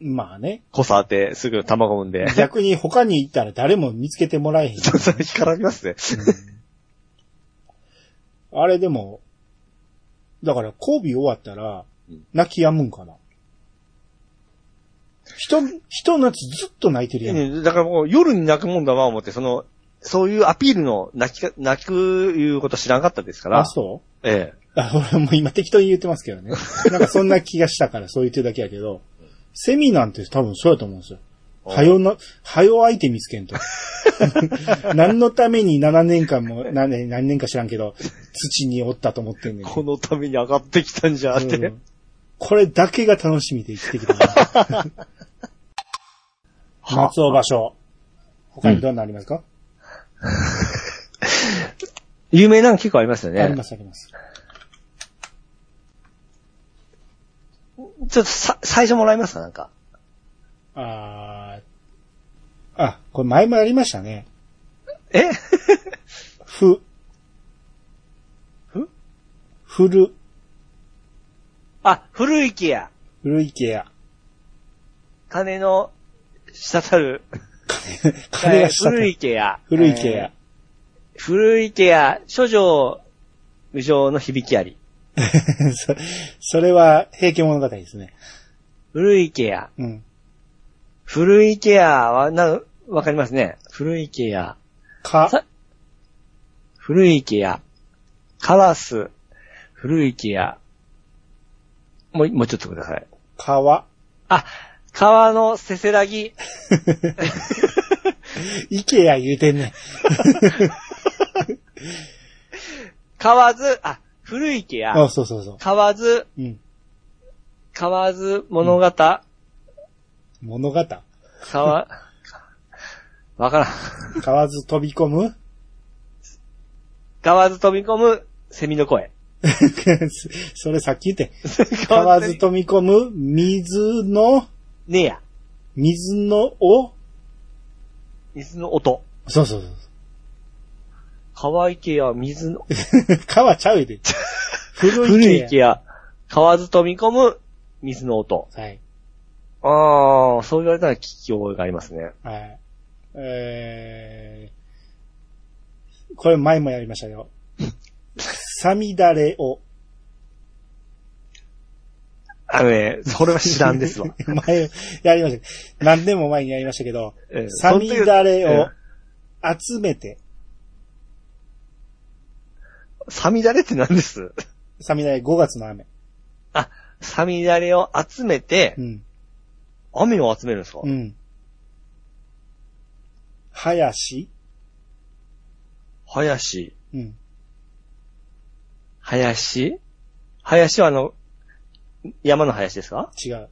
[SPEAKER 1] まあね。
[SPEAKER 2] こさあて、すぐ卵産 んで。
[SPEAKER 1] 逆に他に行ったら誰も見つけてもらえへん。
[SPEAKER 2] そうそう、干からびますね。
[SPEAKER 1] うんあれでも、だから交尾終わったら
[SPEAKER 2] うん、
[SPEAKER 1] 泣き止むんかな。人、人のやつずっと泣いてるやん。
[SPEAKER 2] だからもう夜に泣くもんだな思って、その、そういうアピールの泣きか、泣くいうこと知らなかったですから。
[SPEAKER 1] あ、そう
[SPEAKER 2] ええ。
[SPEAKER 1] あ、俺も今適当に言ってますけどね。 なんかそんな気がしたからそう言ってるだけやけど、セミなんて多分そうやと思うんですよ。はよな、はよ相手見つけん と。何のために7年間も、何年、何年か知らんけど、土におったと思ってんねんけど。
[SPEAKER 2] このために上がってきたんじゃっ
[SPEAKER 1] う
[SPEAKER 2] て
[SPEAKER 1] ん。これだけが楽しみで生きてきた な。松尾場所。他にどんなのありますか、
[SPEAKER 2] 有名なの結構ありますよね。
[SPEAKER 1] ありますあります。
[SPEAKER 2] ちょっとさ、最初もらえますかなんか。
[SPEAKER 1] あーあ、これ前もやりましたね。
[SPEAKER 2] え
[SPEAKER 1] ふ。
[SPEAKER 2] ふ
[SPEAKER 1] ふる、
[SPEAKER 2] あ、古池や。
[SPEAKER 1] 古池 や。
[SPEAKER 2] 金の、滴る。
[SPEAKER 1] 金がした
[SPEAKER 2] えー古
[SPEAKER 1] い。
[SPEAKER 2] 池や。
[SPEAKER 1] 古池や。
[SPEAKER 2] えー。古池や、諸女、無情の響きあり。
[SPEAKER 1] そそれは、平家物語ですね。
[SPEAKER 2] 古池や。
[SPEAKER 1] うん。
[SPEAKER 2] 古池やは、な、わかりますね。古池や。
[SPEAKER 1] か、
[SPEAKER 2] さ古池や。カラス。古池や。もう、もうちょっとください。
[SPEAKER 1] 川。
[SPEAKER 2] あ、川のせせらぎ。
[SPEAKER 1] 池や言うてん ね。
[SPEAKER 2] 川津、あ、古池や。
[SPEAKER 1] あ、そうそうそ
[SPEAKER 2] 河津、
[SPEAKER 1] う。うん。
[SPEAKER 2] 河津物語、川、
[SPEAKER 1] 物語。
[SPEAKER 2] わからん。
[SPEAKER 1] 川津飛び込む
[SPEAKER 2] 河津飛び込む、セミの声。
[SPEAKER 1] それさっき言って。川津飛び込む水の、
[SPEAKER 2] ねえや。
[SPEAKER 1] 水のを、
[SPEAKER 2] 水の音。
[SPEAKER 1] そうそうそう。
[SPEAKER 2] 川池や、水の、
[SPEAKER 1] 川ちゃうで。 古
[SPEAKER 2] 古
[SPEAKER 1] 池や。
[SPEAKER 2] 池や、河津飛び込む、水の音。
[SPEAKER 1] はい。
[SPEAKER 2] ああ、そう言われたら聞き覚えがありますね。
[SPEAKER 1] はい。えー、これ前もやりましたよ。サミダレを。
[SPEAKER 2] あのね、それは知らんですわ。
[SPEAKER 1] 前、やりました。何年も前にやりましたけど、
[SPEAKER 2] えー
[SPEAKER 1] サミダレ。
[SPEAKER 2] その時
[SPEAKER 1] を
[SPEAKER 2] はえ
[SPEAKER 1] 集めて、
[SPEAKER 2] ーサミダレって何です
[SPEAKER 1] サミダレ5月の雨。
[SPEAKER 2] あ、サミダレを集めて
[SPEAKER 1] う、ん。
[SPEAKER 2] 雨を集めるんですか、
[SPEAKER 1] うん。林
[SPEAKER 2] 林。
[SPEAKER 1] うん。
[SPEAKER 2] 林林はあの、山の林ですか
[SPEAKER 1] 違う。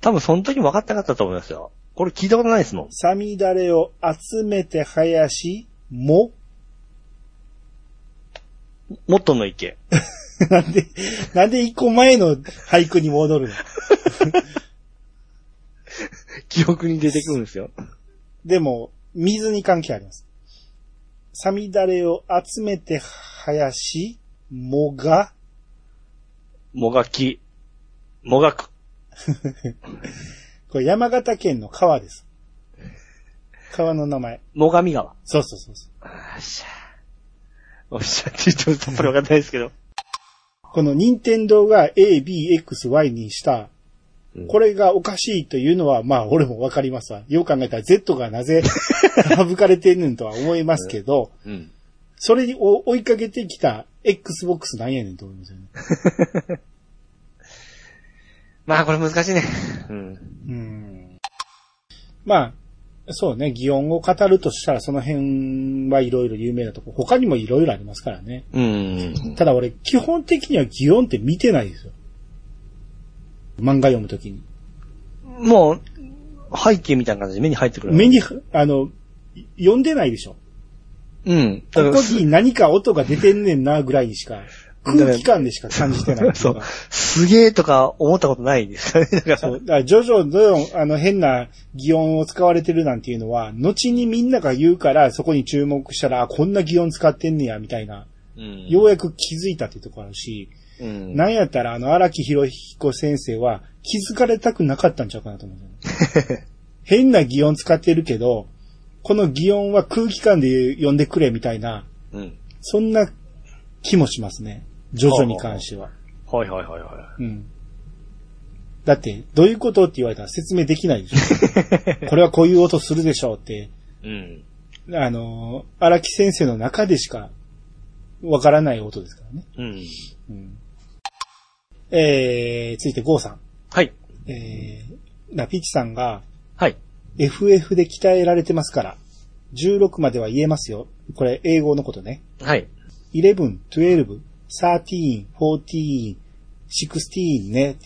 [SPEAKER 2] 多分その時も分かってなかったと思いますよ。これ聞いたことないですもん。
[SPEAKER 1] サミダレを集めて林も
[SPEAKER 2] 元の池。
[SPEAKER 1] なんで、なんで一個前の俳句に戻るの
[SPEAKER 2] 記憶に出てくるんですよ。
[SPEAKER 1] でも、水に関係あります。サミダレを集めて林もが
[SPEAKER 2] もがき。もがく。
[SPEAKER 1] これ山形県の川 です。川の名前。
[SPEAKER 2] もがみ川。
[SPEAKER 1] そうそうそうそう。
[SPEAKER 2] おっしゃ。おっしゃって言ってもさっぱり分かんないですけど。
[SPEAKER 1] この任天堂が A, B, X, Y にした
[SPEAKER 2] うん、
[SPEAKER 1] これがおかしいというのは、まあ俺もわかりますわ。よう考えたら Z がな ぜ省かれてんねんとは思いますけど、
[SPEAKER 2] うん。
[SPEAKER 1] それを追いかけてきた Xbox なんやねんと思いますよね。
[SPEAKER 2] まあこれ難しいね。うん。
[SPEAKER 1] うん。まあ、そうね、擬音を語るとしたらその辺はいろいろ有名なとこ。他にもいろいろありますからね。
[SPEAKER 2] うん。
[SPEAKER 1] ただ俺、基本的には擬音って見てないですよ。漫画読むときに。
[SPEAKER 2] もう、背景みたいな感じで目に入ってくる。
[SPEAKER 1] 目に、あの、読んでないでしょ。
[SPEAKER 2] うん。
[SPEAKER 1] こ
[SPEAKER 2] だ
[SPEAKER 1] の
[SPEAKER 2] から
[SPEAKER 1] 時に何か音が出てんねんなぐらいにしか、空気感でしか感じてないってい
[SPEAKER 2] そうう
[SPEAKER 1] か。。
[SPEAKER 2] すげえとか思ったことないですかね。だか
[SPEAKER 1] そ
[SPEAKER 2] ら
[SPEAKER 1] う。だから、ジョジョの、あの、変な擬音を使われてるなんていうのは、後にみんなが言うから、そこに注目したら、あこんな擬音使ってんねや、みたいな。
[SPEAKER 2] うん
[SPEAKER 1] ようやく気づいたっていうところあるし、
[SPEAKER 2] うん。
[SPEAKER 1] なんやったら、あの、荒木博彦先生は気づかれたくなかったんちゃうかなと思うんだよね。変な擬音使ってるけど、この擬音は空気感で読んでくれみたいな、
[SPEAKER 2] うん。
[SPEAKER 1] そんな気もしますね。ジョジョに関しては。
[SPEAKER 2] はいはいはいは
[SPEAKER 1] うん。だって、どういうことって言われたら説明できないでしょ。これはこういう音するでしょうって、
[SPEAKER 2] い。うん。
[SPEAKER 1] あの、荒木先生の中でしかわからない音ですからね。
[SPEAKER 2] うん。
[SPEAKER 1] うん。えー、続いてゴーさん。
[SPEAKER 2] はい。
[SPEAKER 1] えー、な、ピッチさんが
[SPEAKER 2] はい。
[SPEAKER 1] FF で鍛えられてますから、16までは言えますよ。これ、英語のことね。
[SPEAKER 2] はい。
[SPEAKER 1] 11、12、13、14、16ね。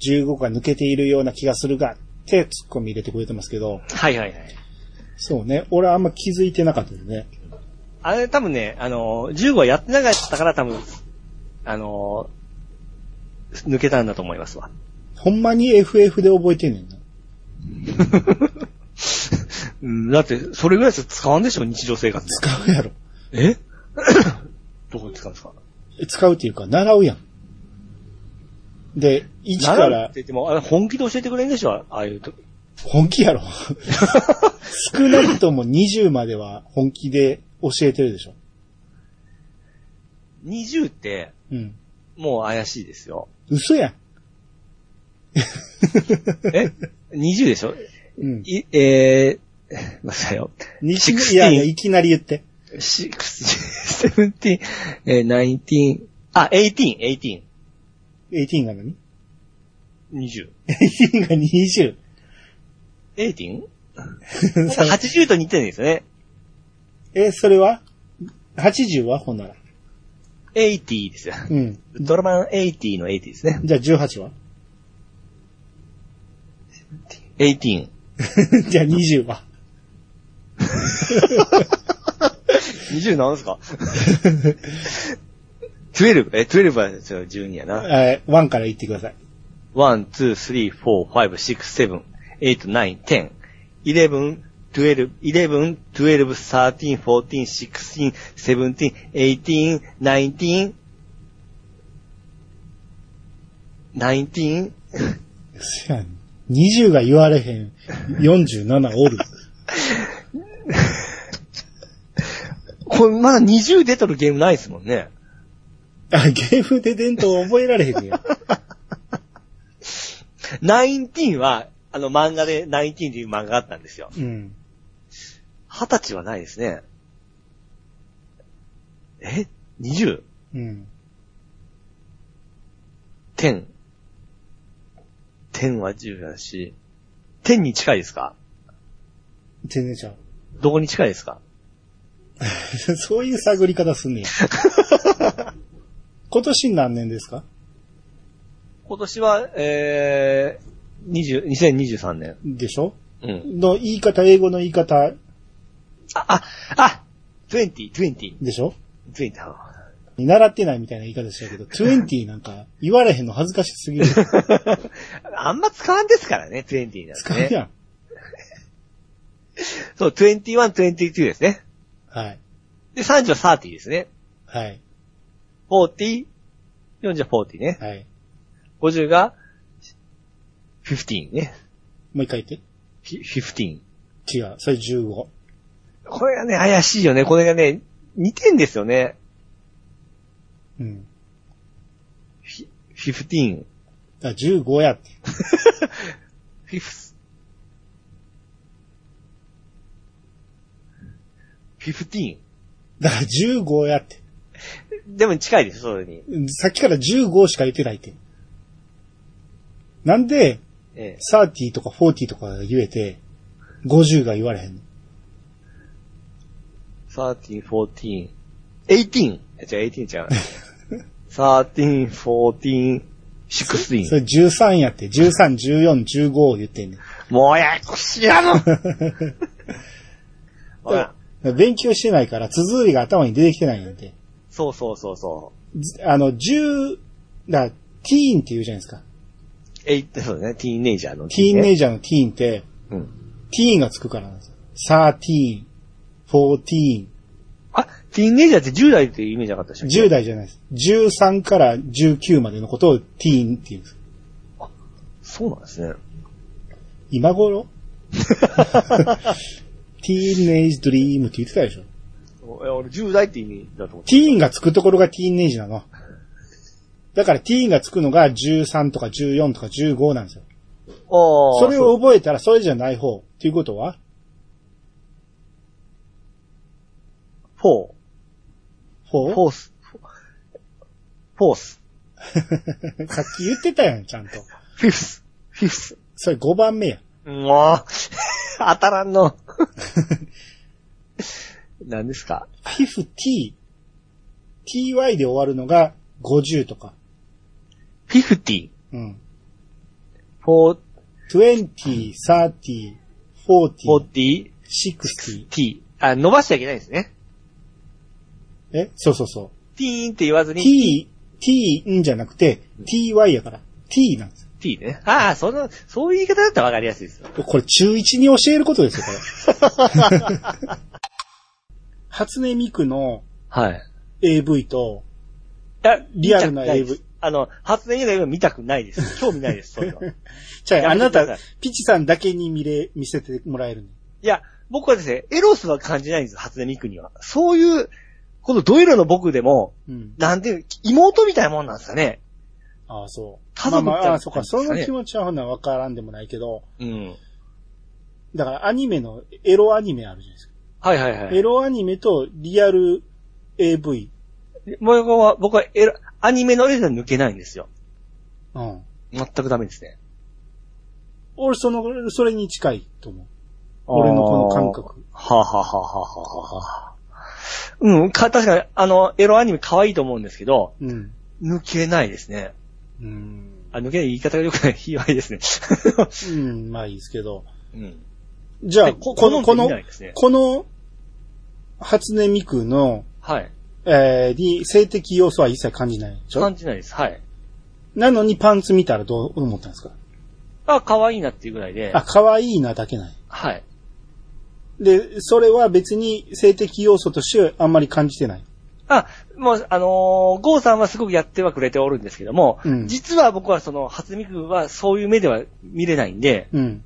[SPEAKER 1] 15が抜けているような気がするが、って突っ込み入れてくれてますけど、
[SPEAKER 2] はいはいはい。
[SPEAKER 1] そうね。俺はあんま気づいてなかったですね。
[SPEAKER 2] あれ多分ね、あのー、15はやってなかったから多分、あのー、抜けたんだと思いますわ。
[SPEAKER 1] ほんまに FF で覚えてんねんな。
[SPEAKER 2] うん だって、それぐらいしか使わんでしょ、日常生活で。
[SPEAKER 1] 使うやろ。
[SPEAKER 2] え どこで使うんですか
[SPEAKER 1] 使うっていうか、習うやん。で、1か
[SPEAKER 2] 習うっ
[SPEAKER 1] ら
[SPEAKER 2] て、言っても、あれ本気で教えてくれるんでしょああいうと。
[SPEAKER 1] 本気や ろ。少なくとも20までは本気で教えてるでしょ。
[SPEAKER 2] 20って、
[SPEAKER 1] うん。
[SPEAKER 2] もう怪しいですよ。
[SPEAKER 1] 嘘 やん。
[SPEAKER 2] え ?20 でしょ
[SPEAKER 1] うん。
[SPEAKER 2] い、えー、 まさよ。
[SPEAKER 1] いやいや、いきなり言って。
[SPEAKER 2] 16、17、え ー、19、あ、18、18、
[SPEAKER 1] 18が何
[SPEAKER 2] 20。
[SPEAKER 1] ?18 が20。
[SPEAKER 2] 18? 80と似てるんですよね。
[SPEAKER 1] え、それは ?80 はほんなら。
[SPEAKER 2] 80ですよ。
[SPEAKER 1] うん。
[SPEAKER 2] ドラマの80の80ですね。
[SPEAKER 1] じゃあ18は
[SPEAKER 2] 18。
[SPEAKER 1] じゃあ20は。
[SPEAKER 2] 20なんですか ?12? え、12はですよ12やな。
[SPEAKER 1] えー、1から言ってください。
[SPEAKER 2] 1、2、3、4、5、6、7、8、9、10。11、12、11、12、13、14、16、17、18、19、19?
[SPEAKER 1] そやん20が言われへん。47おる。
[SPEAKER 2] これまだ20出とるゲームないですもんね。
[SPEAKER 1] あ、ゲームで伝統覚えられへんねや。
[SPEAKER 2] ナインティーンは、あの漫画でナインティーンっていう漫画があったんですよ。
[SPEAKER 1] うん。
[SPEAKER 2] 二十歳はないですね。え ?20?
[SPEAKER 1] うん。
[SPEAKER 2] 10。10は10だし、10に近いですか
[SPEAKER 1] 全然ちゃう。
[SPEAKER 2] どこに近いですか
[SPEAKER 1] そういう探り方すんね や。今年何年ですか
[SPEAKER 2] 今年は、えー、20、2023年。
[SPEAKER 1] でしょ
[SPEAKER 2] うん。
[SPEAKER 1] の言い方、英語の言い方
[SPEAKER 2] あ、あ、あ !20、20、
[SPEAKER 1] でしょ
[SPEAKER 2] 20。
[SPEAKER 1] に習ってないみたいな言い方で したけど、20なんか言われへんの恥ずかしすぎる。
[SPEAKER 2] あんま使わんですからね、20なん
[SPEAKER 1] 使
[SPEAKER 2] て
[SPEAKER 1] う
[SPEAKER 2] ね。
[SPEAKER 1] やん。
[SPEAKER 2] そう、21、22ですね。
[SPEAKER 1] はい。
[SPEAKER 2] で、30は30ですね。
[SPEAKER 1] はい。
[SPEAKER 2] 40、40は40ね。
[SPEAKER 1] はい。
[SPEAKER 2] 50が、15ね。
[SPEAKER 1] もう一回言っ
[SPEAKER 2] フィ15。
[SPEAKER 1] て。違う。それ15。
[SPEAKER 2] これがね、怪しいよね。これがね、似てんですよね。
[SPEAKER 1] うん。
[SPEAKER 2] フィ15。
[SPEAKER 1] あ、15やって。
[SPEAKER 2] フィフ、フィフティーン。
[SPEAKER 1] だから15やって。
[SPEAKER 2] でも近いです、それに。
[SPEAKER 1] さっきから15しか言ってないって。なんで、
[SPEAKER 2] ええ。
[SPEAKER 1] 30とか40とか言えて、50が言われへんの
[SPEAKER 2] 13、14、18! じゃあ18ちゃう。13、14、
[SPEAKER 1] そ
[SPEAKER 2] 16。
[SPEAKER 1] れ13やって、13、14、15を言ってんねん。
[SPEAKER 2] もうややこしいやろほら、
[SPEAKER 1] 勉強してないから、綴りが頭に出てきてないんやんて。
[SPEAKER 2] そうそうそうそ
[SPEAKER 1] ずあの、10、だ、ティーンって言うじゃないですか。
[SPEAKER 2] う。えい、そうだね、ティーンネイジャーの、
[SPEAKER 1] ティーンネ
[SPEAKER 2] イ
[SPEAKER 1] イジャーのティーンって、
[SPEAKER 2] ジャー。うん。
[SPEAKER 1] ティーンがつくからなんですよ。サーティーン、フォーティーン、
[SPEAKER 2] あ、ティーンネイジャーって10代っていうイメージなかったでしょ
[SPEAKER 1] 10。代じゃないです。13から19までのことをティーンって言うんです。
[SPEAKER 2] そうなんですね。
[SPEAKER 1] 今頃ティーンネイジドリームって言ってたでしょ。
[SPEAKER 2] おえ俺10代って意味だと思って
[SPEAKER 1] ティーンがつくところがティーンネイジなの。だからティーンがつくのが13とか14とか15なんですよ。
[SPEAKER 2] ああ。
[SPEAKER 1] それを覚えたらそれじゃない方。っていうことは
[SPEAKER 2] そう。フォー。フ
[SPEAKER 1] ?4?
[SPEAKER 2] ォース。フォース。
[SPEAKER 1] さっき言ってたやん、ちゃんと。
[SPEAKER 2] フィフス。フィフス。
[SPEAKER 1] それ5番目や。
[SPEAKER 2] もう、 当たらんの。 何ですか
[SPEAKER 1] 50, ty で終わるのが50とか。
[SPEAKER 2] フィフティ。
[SPEAKER 1] うん。
[SPEAKER 2] フォー、
[SPEAKER 1] 20, 30,
[SPEAKER 2] フォー
[SPEAKER 1] 40,
[SPEAKER 2] ティ、
[SPEAKER 1] 60.
[SPEAKER 2] ティ。あ、伸ばしちゃいけないんですね。
[SPEAKER 1] えそうそうそう。
[SPEAKER 2] ティーンって言わずに。
[SPEAKER 1] t, t んじゃなくて、ty やから。t なんですよ。
[SPEAKER 2] ティーね。ああ、その、そういう言い方だったらわかりやすいですよ。
[SPEAKER 1] これ中1に教えることですよ、これ。 初音ミクの
[SPEAKER 2] はい。
[SPEAKER 1] AV と、リ
[SPEAKER 2] リ
[SPEAKER 1] アルな AV。
[SPEAKER 2] あの、発電以外は見たくな いです。興味ないです、そういうの。い
[SPEAKER 1] じゃあ、あ
[SPEAKER 2] やめ
[SPEAKER 1] な
[SPEAKER 2] てください
[SPEAKER 1] た、ピチさんだけに見れ、見せてもらえるの。
[SPEAKER 2] や、僕はですね、エロスは感じないんです、初音ミクには。そういう、このドイロの僕でも、
[SPEAKER 1] うん。
[SPEAKER 2] なんていう、妹みたいなもんなんですかね。
[SPEAKER 1] ああ、そう。
[SPEAKER 2] 家族
[SPEAKER 1] まあま
[SPEAKER 2] み
[SPEAKER 1] あ、
[SPEAKER 2] たい
[SPEAKER 1] あ
[SPEAKER 2] な
[SPEAKER 1] あそうか、その気持ちはほんならわからんでもないけど、
[SPEAKER 2] うん。
[SPEAKER 1] だからアニメの、エロアニメあるじゃないですか。
[SPEAKER 2] はいはいは
[SPEAKER 1] エ
[SPEAKER 2] い。
[SPEAKER 1] ロアニメとリアル AV。
[SPEAKER 2] 僕は、僕はエロ、アニメのレジャー抜けないんですよ。
[SPEAKER 1] うん。
[SPEAKER 2] 全くダメですね。
[SPEAKER 1] 俺、その、それに近いと思う。俺のこの感覚。
[SPEAKER 2] あー。はあ、はあはあはあはあはあうん、か、確かに、あの、エロアニメ可愛いと思うんですけど、
[SPEAKER 1] うん。
[SPEAKER 2] 抜けないですね。
[SPEAKER 1] うん。
[SPEAKER 2] あ、抜けない言い方が良くない。卑猥ですね。
[SPEAKER 1] うん、まあいいですけど。
[SPEAKER 2] うん。
[SPEAKER 1] じゃあ、
[SPEAKER 2] で
[SPEAKER 1] ここの、こ
[SPEAKER 2] 好んで
[SPEAKER 1] の
[SPEAKER 2] 見ない、ですね
[SPEAKER 1] この、初音ミクの、
[SPEAKER 2] はい。
[SPEAKER 1] えー、に性的要素は一切感じないでしょ
[SPEAKER 2] 感じないです。はい。
[SPEAKER 1] なのにパンツ見たらどう思ったんですか
[SPEAKER 2] あ、可愛いなっていうぐらいで。
[SPEAKER 1] あ、可愛いなだけない。
[SPEAKER 2] はい。
[SPEAKER 1] で、それは別に性的要素としてあんまり感じてない。
[SPEAKER 2] あ、もう、あのーゴーさんはすごくやってはくれておるんですけども、
[SPEAKER 1] うん
[SPEAKER 2] 実は僕はその、初見くはそういう目では見れないんで、
[SPEAKER 1] うん。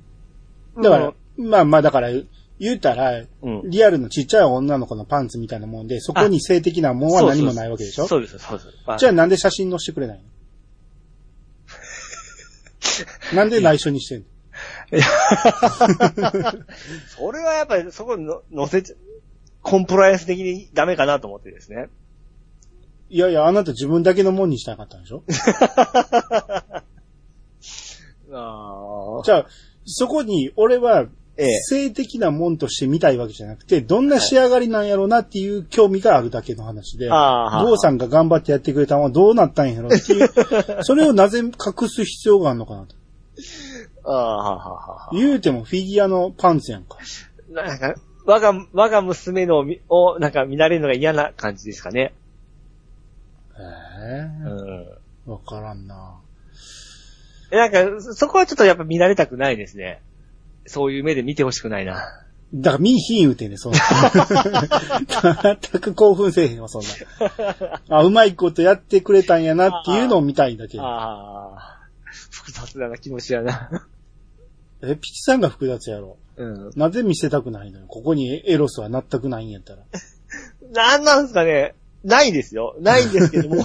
[SPEAKER 1] だから、まあまあだから、い言うたら、
[SPEAKER 2] うん
[SPEAKER 1] リアルのちっちゃい女の子のパンツみたいなもんで、そこに性的なもんは何もないわけでしょ
[SPEAKER 2] そうです、そうです。あ
[SPEAKER 1] じゃあなんで写真載せてくれないのなんで内緒にしてんの
[SPEAKER 2] いや それはやっぱりそこにの載せちゃ、コンプライアンス的にダメかなと思ってですね。
[SPEAKER 1] いやいや、あなた自分だけのもんにしたかったんでしょ
[SPEAKER 2] ああ。
[SPEAKER 1] じゃあ、そこに俺は
[SPEAKER 2] ええ。
[SPEAKER 1] 性的なもんとして見たいわけじゃなくて、どんな仕上がりなんやろうなっていう興味があるだけの話で、
[SPEAKER 2] ああ
[SPEAKER 1] 郷さんが頑張ってやってくれたのはどうなったんやろうっていう、 それをなぜ隠す必要があるのかなと。
[SPEAKER 2] ああ、はあはあはあ。
[SPEAKER 1] 言うてもフィギュアのパンツやんか。
[SPEAKER 2] なんか、我が、我が娘のを見、をなんか見られるのが嫌な感じですかね。
[SPEAKER 1] え
[SPEAKER 2] うん。
[SPEAKER 1] えわからんな
[SPEAKER 2] えなんか、そそこはちょっとやっぱ見られたくないですね。そういう目で見てほしくないな。
[SPEAKER 1] だから、ミーヒーン打てんねん、そんな。全く興奮せえへんわ、そん な。あ、うまいことやってくれたんやなっていうのを見たいだけ。
[SPEAKER 2] ああ。複雑だな気持ちやな。
[SPEAKER 1] え、ピチさんが複雑やろ。
[SPEAKER 2] うん。
[SPEAKER 1] なぜ見せたくないのよ。ここにエロスは全くないんやったら。
[SPEAKER 2] なんなんですかね。ないですよ。ないんですけど も。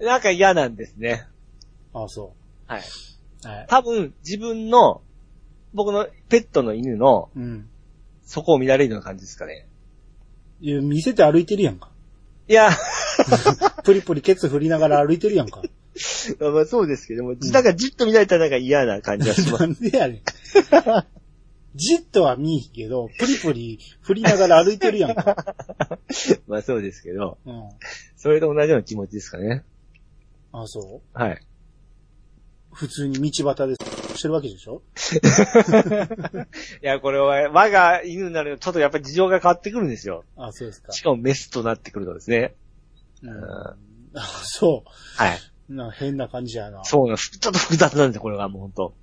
[SPEAKER 2] なんか嫌なんですね。
[SPEAKER 1] あそ
[SPEAKER 2] はい。
[SPEAKER 1] う。はい。
[SPEAKER 2] 多分、自分の、僕のペットの犬の、
[SPEAKER 1] うん。
[SPEAKER 2] そこを見られるような感じですかね。
[SPEAKER 1] いや、見せて歩いてるや んか。
[SPEAKER 2] いや、
[SPEAKER 1] プリプリケツ振りながら歩いてるやん か。
[SPEAKER 2] まあそうですけども、なんかじっと見られたらなんか嫌な感じがしま
[SPEAKER 1] な
[SPEAKER 2] す。
[SPEAKER 1] んでやねん。じっとは見いひんけど、プリプリ振りながら歩いてるやん か。
[SPEAKER 2] まあそうですけど、
[SPEAKER 1] うん。
[SPEAKER 2] それと同じような気持ちですかね。
[SPEAKER 1] あそう。
[SPEAKER 2] はい。
[SPEAKER 1] 普通に道端でしてるわけでしょ
[SPEAKER 2] いや、これは、我が犬になると、ちょっとやっぱり事情が変わってくるんですよ。
[SPEAKER 1] あそうですか。
[SPEAKER 2] しかもメスとなってくるとですね。
[SPEAKER 1] うん
[SPEAKER 2] は
[SPEAKER 1] あそ
[SPEAKER 2] い。
[SPEAKER 1] う。なんか変な感じやな。
[SPEAKER 2] そうなんです。ちょっと複雑なんですよ、これはもう本当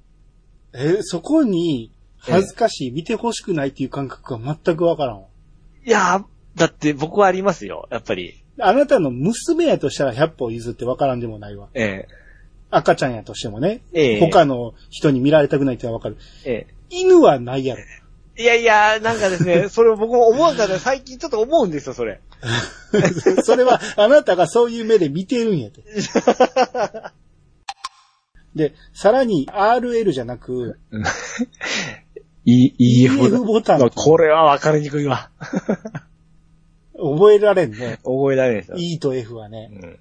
[SPEAKER 1] え、そこに、恥ずかしい、見てほしくないっていう感覚が全くわからんわ。
[SPEAKER 2] いやー、だって僕はありますよ、やっぱり。
[SPEAKER 1] あなたの娘やとしたら100歩譲ってわからんでもないわ。
[SPEAKER 2] え
[SPEAKER 1] 赤ちゃんやとしてもね。
[SPEAKER 2] ええ
[SPEAKER 1] 他の人に見られたくないってのはわかる。
[SPEAKER 2] ええ
[SPEAKER 1] 犬はない やろ。
[SPEAKER 2] えいやいや、なんかです ね、それを僕も思わんから最近ちょっと思うんですよ、それ。
[SPEAKER 1] それは、あなたがそういう目で見てるんやて。で、さらに RL じゃなく、
[SPEAKER 2] E、
[SPEAKER 1] EF ボタン
[SPEAKER 2] これは分かりにくいわ。
[SPEAKER 1] 覚えられんね。
[SPEAKER 2] 覚えられないですよ。
[SPEAKER 1] E と F はね。
[SPEAKER 2] うん
[SPEAKER 1] うん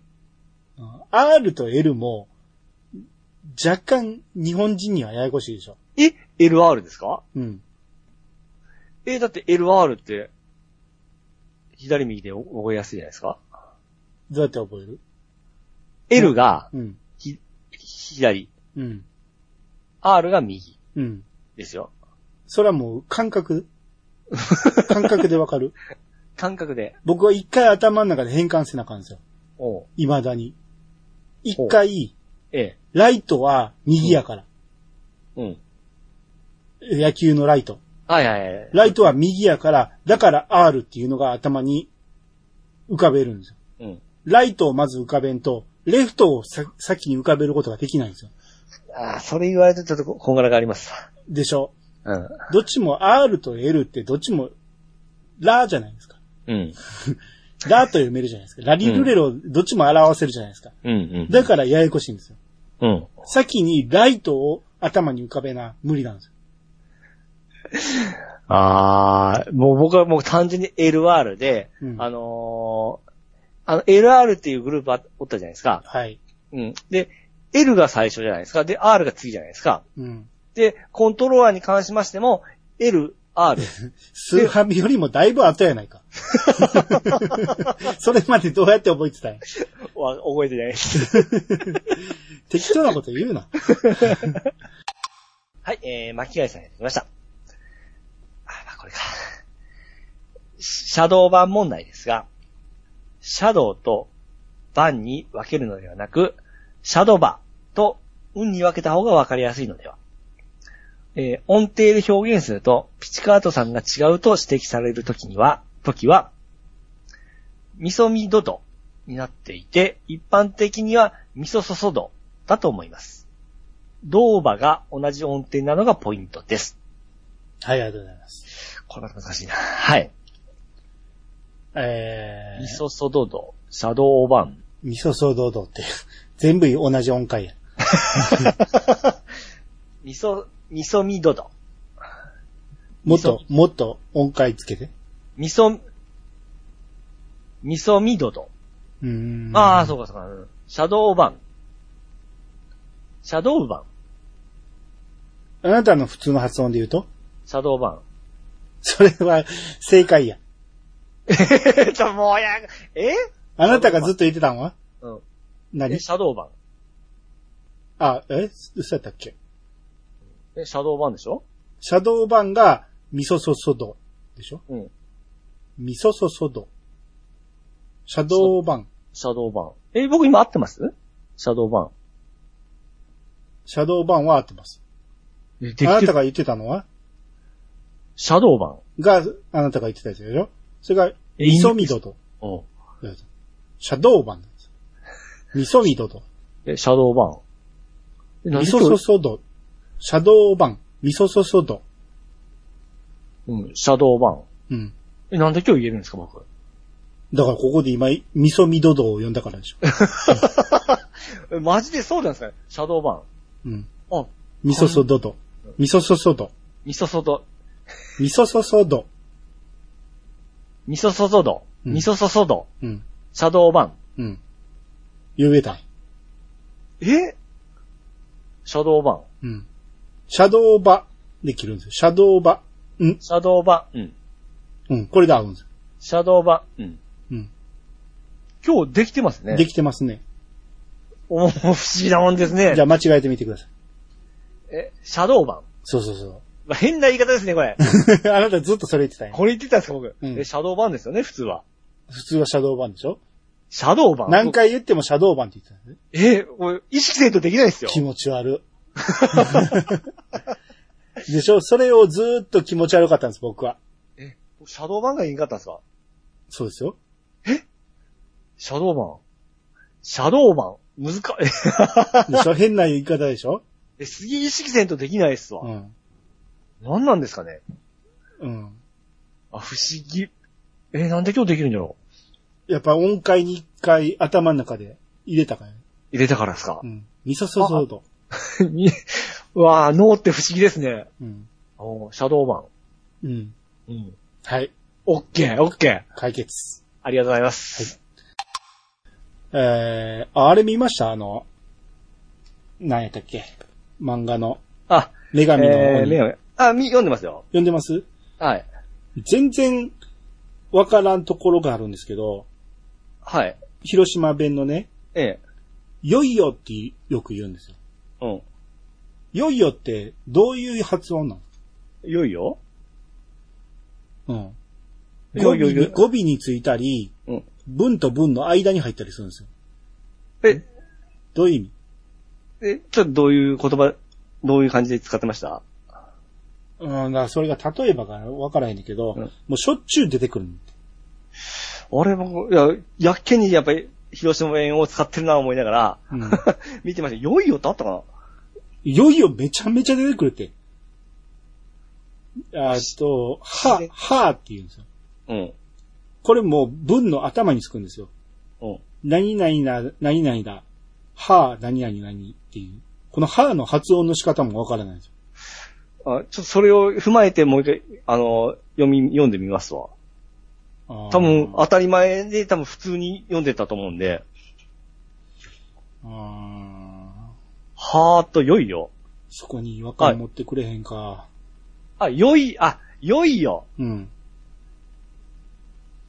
[SPEAKER 1] R と L も、若干日本人にはややこしいでしょ。
[SPEAKER 2] え ?LR ですか
[SPEAKER 1] うん。
[SPEAKER 2] え、だって LR って、左右で覚えやすいじゃないですか
[SPEAKER 1] どうやって覚える
[SPEAKER 2] ?L が
[SPEAKER 1] うん。
[SPEAKER 2] ひ、左、
[SPEAKER 1] うん。
[SPEAKER 2] R が右
[SPEAKER 1] うん。
[SPEAKER 2] ですよ。
[SPEAKER 1] それはもう感覚感覚でわかる
[SPEAKER 2] 感覚で。
[SPEAKER 1] 僕は一回頭の中で変換せなあかんですよ。
[SPEAKER 2] おう
[SPEAKER 1] 未だに。一回、
[SPEAKER 2] ええ。
[SPEAKER 1] ライトは右やから。
[SPEAKER 2] うん。
[SPEAKER 1] 野球のライト。
[SPEAKER 2] はいはいはい。
[SPEAKER 1] ライトは右やから、だから R っていうのが頭に浮かべるんですよ。
[SPEAKER 2] うん。
[SPEAKER 1] ライトをまず浮かべんと、レフトをさ先に浮かべることができないんですよ。
[SPEAKER 2] ああ、それ言われてちょっとここんがらがありますわ。
[SPEAKER 1] でしょ
[SPEAKER 2] うん。
[SPEAKER 1] どっちも R と L ってどっちも、ラじゃないですか。
[SPEAKER 2] うん。
[SPEAKER 1] ラと読めるじゃないですか。ラリルレロ、どっちも表せるじゃないですか。
[SPEAKER 2] うんうん。
[SPEAKER 1] だからややこしいんですよ。
[SPEAKER 2] うん。
[SPEAKER 1] 先にライトを頭に浮かべな、無理なんですよ。
[SPEAKER 2] ああ、もう僕はもう単純に LR で、
[SPEAKER 1] うん
[SPEAKER 2] あのー、あの LR っていうグループあおったじゃないですか。
[SPEAKER 1] はい。
[SPEAKER 2] うん。で、L が最初じゃないですか。で、R が次じゃないですか。
[SPEAKER 1] うん。
[SPEAKER 2] で、コントローラーに関しましても、L、R。
[SPEAKER 1] スーハミよりもだいぶ後やない か。それまでどうやって覚えてたんや。
[SPEAKER 2] は覚えてないです。
[SPEAKER 1] 適当なこと言うな。
[SPEAKER 2] はい、えー、巻貝さんやってきました。あ、まあ、これか。シャドウ版問題ですが、シャドウと版に分けるのではなく、シャドバと運に分けた方が分かりやすいのでは。えー音程で表現すると、ピチカートさんが違うと指摘されるときには、時は、みそみどとになっていて、一般的にはみそそそどだと思います。ドーバが同じ音程なのがポイントです。
[SPEAKER 1] はい、ありがとうございます。
[SPEAKER 2] これは難しいな。はい。
[SPEAKER 1] え
[SPEAKER 2] ミソソドド、シャドーオバン。
[SPEAKER 1] ー、味噌ソードードって、全部同じ音階や。
[SPEAKER 2] ミソ、ミソミドド。
[SPEAKER 1] もっと、もっと音階つけて。
[SPEAKER 2] ミソ、ミソミドド。
[SPEAKER 1] うーん。
[SPEAKER 2] ああ、
[SPEAKER 1] う。
[SPEAKER 2] そうかそうか。うんシャドーバン。シャドーバン。
[SPEAKER 1] あなたの普通の発音で言うと
[SPEAKER 2] シャドーバン。
[SPEAKER 1] それは正解や。
[SPEAKER 2] えへ へちょ、もうや、え
[SPEAKER 1] あなたがずっと言ってたんは
[SPEAKER 2] うん。
[SPEAKER 1] 何
[SPEAKER 2] え、シャドーバン。
[SPEAKER 1] あ、え嘘やったっけ
[SPEAKER 2] え、シャドーバンでしょ
[SPEAKER 1] シャドー版が、ミソソソドでしょ
[SPEAKER 2] うん。
[SPEAKER 1] ミソソソド。シャドー版。
[SPEAKER 2] シャドーバン。え、僕今合ってますシャドーバ
[SPEAKER 1] シャドー版は合ってます。
[SPEAKER 2] ン。え、で
[SPEAKER 1] あなた
[SPEAKER 2] る。
[SPEAKER 1] が言ってたのは
[SPEAKER 2] シャドーバン。
[SPEAKER 1] が、あなたが言ってたやつでしょそれが、
[SPEAKER 2] え
[SPEAKER 1] ミソミドと。
[SPEAKER 2] うん。
[SPEAKER 1] シャドー版なんです。ミソミドと。
[SPEAKER 2] え、シャドーバン。え何
[SPEAKER 1] ミソソソド。シャドー版。ミソソソド。
[SPEAKER 2] うん、シャドーバン。
[SPEAKER 1] うん。
[SPEAKER 2] え、なんで今日言えるんですか、僕。
[SPEAKER 1] だからここで今、ミソミドドを呼んだからでしょ。
[SPEAKER 2] え、 マジでそうなんですかねシャドーバ
[SPEAKER 1] うん。
[SPEAKER 2] ン。あ、
[SPEAKER 1] ミソソドド。ミソソソド。
[SPEAKER 2] ミソソド、
[SPEAKER 1] ミソソソド。
[SPEAKER 2] ミソソソド、
[SPEAKER 1] うん
[SPEAKER 2] ミソソソド、
[SPEAKER 1] うん。
[SPEAKER 2] シャドーバン。
[SPEAKER 1] うん。言えた。
[SPEAKER 2] えシャドーバン。
[SPEAKER 1] うん。シャドーバできるんですよ。シャドーバ。うん。
[SPEAKER 2] シャドーバン。うん。
[SPEAKER 1] うん。これで合うんですよ。
[SPEAKER 2] シャドーバン。うん。
[SPEAKER 1] うん。
[SPEAKER 2] 今日できてますね。
[SPEAKER 1] できてますね。
[SPEAKER 2] おー不思議なもんです ね
[SPEAKER 1] じ。ゃあ間違えてみてください。
[SPEAKER 2] え、シャドーバン
[SPEAKER 1] そうそうそ
[SPEAKER 2] まあ。変な言い方ですね、これ。
[SPEAKER 1] う。 あなたずっとそれ言ってたんや
[SPEAKER 2] これ言ってたんですか、僕。
[SPEAKER 1] うん
[SPEAKER 2] え、シャドーバンですよね、普通は。
[SPEAKER 1] 普通はシャドーバンでしょ
[SPEAKER 2] シャドーバン。
[SPEAKER 1] 何回言ってもシャドーバンって言ってたんですね
[SPEAKER 2] え、これ、意識せんとできないですよ。
[SPEAKER 1] 気持ち悪。 でしょそれをずーっと気持ち悪かったんです、僕は。
[SPEAKER 2] え、シャドーバンが言い方ですか
[SPEAKER 1] そうですよ。
[SPEAKER 2] シャドーバン。シャドーバン。難か、
[SPEAKER 1] で しょ変な言い方でしょ
[SPEAKER 2] え、すげえ意識せんとできないっすわ。
[SPEAKER 1] うん。
[SPEAKER 2] 何なんですかね
[SPEAKER 1] うん。
[SPEAKER 2] あ、不思議。え、なんで今日できるんだろう
[SPEAKER 1] やっぱ音階に一回頭の中で入れたからね。
[SPEAKER 2] 入れたからですか
[SPEAKER 1] うん。味噌ソソド。
[SPEAKER 2] にうわぁ、脳って不思議ですね。
[SPEAKER 1] うん。
[SPEAKER 2] おーシャドーバ
[SPEAKER 1] うん。
[SPEAKER 2] ン。うん。
[SPEAKER 1] はい。
[SPEAKER 2] オッケー、オッケー。
[SPEAKER 1] 解決。
[SPEAKER 2] ありがとうございます。
[SPEAKER 1] えー、ああれ見ましたあの、何やったっけ漫画の、女
[SPEAKER 2] あ、
[SPEAKER 1] 神の鬼、
[SPEAKER 2] えー、目を、あ、み、読んでますよ。
[SPEAKER 1] 読んでます
[SPEAKER 2] はい。
[SPEAKER 1] 全然、わからんところがあるんですけど、
[SPEAKER 2] はい。
[SPEAKER 1] 広島弁のね、
[SPEAKER 2] ええ。
[SPEAKER 1] よいよってよく言うんですよ。
[SPEAKER 2] うん。
[SPEAKER 1] よいよって、どういう発音なの
[SPEAKER 2] いよいよ
[SPEAKER 1] うん。
[SPEAKER 2] よ
[SPEAKER 1] 語尾
[SPEAKER 2] いよい
[SPEAKER 1] に
[SPEAKER 2] よ
[SPEAKER 1] 語尾についたり、
[SPEAKER 2] うん。
[SPEAKER 1] 文と文の間に入ったりするんですよ。
[SPEAKER 2] え、
[SPEAKER 1] どういう意味
[SPEAKER 2] え、ちょっとどういう言葉、どういう感じで使ってました
[SPEAKER 1] うん、だからそれが例えばがわからへんねんけど、
[SPEAKER 2] うん
[SPEAKER 1] もうしょっちゅう出てくるん
[SPEAKER 2] 俺も、いや、やっけにやっぱり、広島弁を使ってるな思いながら、
[SPEAKER 1] うん
[SPEAKER 2] 見てました。よいよってあったかない
[SPEAKER 1] よいよめちゃめちゃ出てくるって。あと、は、はって言うんですよ。
[SPEAKER 2] うん。
[SPEAKER 1] これもう文の頭につくんですよ。
[SPEAKER 2] うん。
[SPEAKER 1] 何々な、何々だ。はあ、何々何っていう。このはあの発音の仕方もわからないんですよ。
[SPEAKER 2] あ、ちょっとそれを踏まえてもう一回、あの、読み、読んでみますわ。
[SPEAKER 1] あー
[SPEAKER 2] 多分、当たり前で多分普通に読んでたと思うんで、
[SPEAKER 1] あー
[SPEAKER 2] はーっと良いよ。
[SPEAKER 1] そこに違和感持ってくれへんか。
[SPEAKER 2] あ、良い、あ、良いよ。
[SPEAKER 1] うん。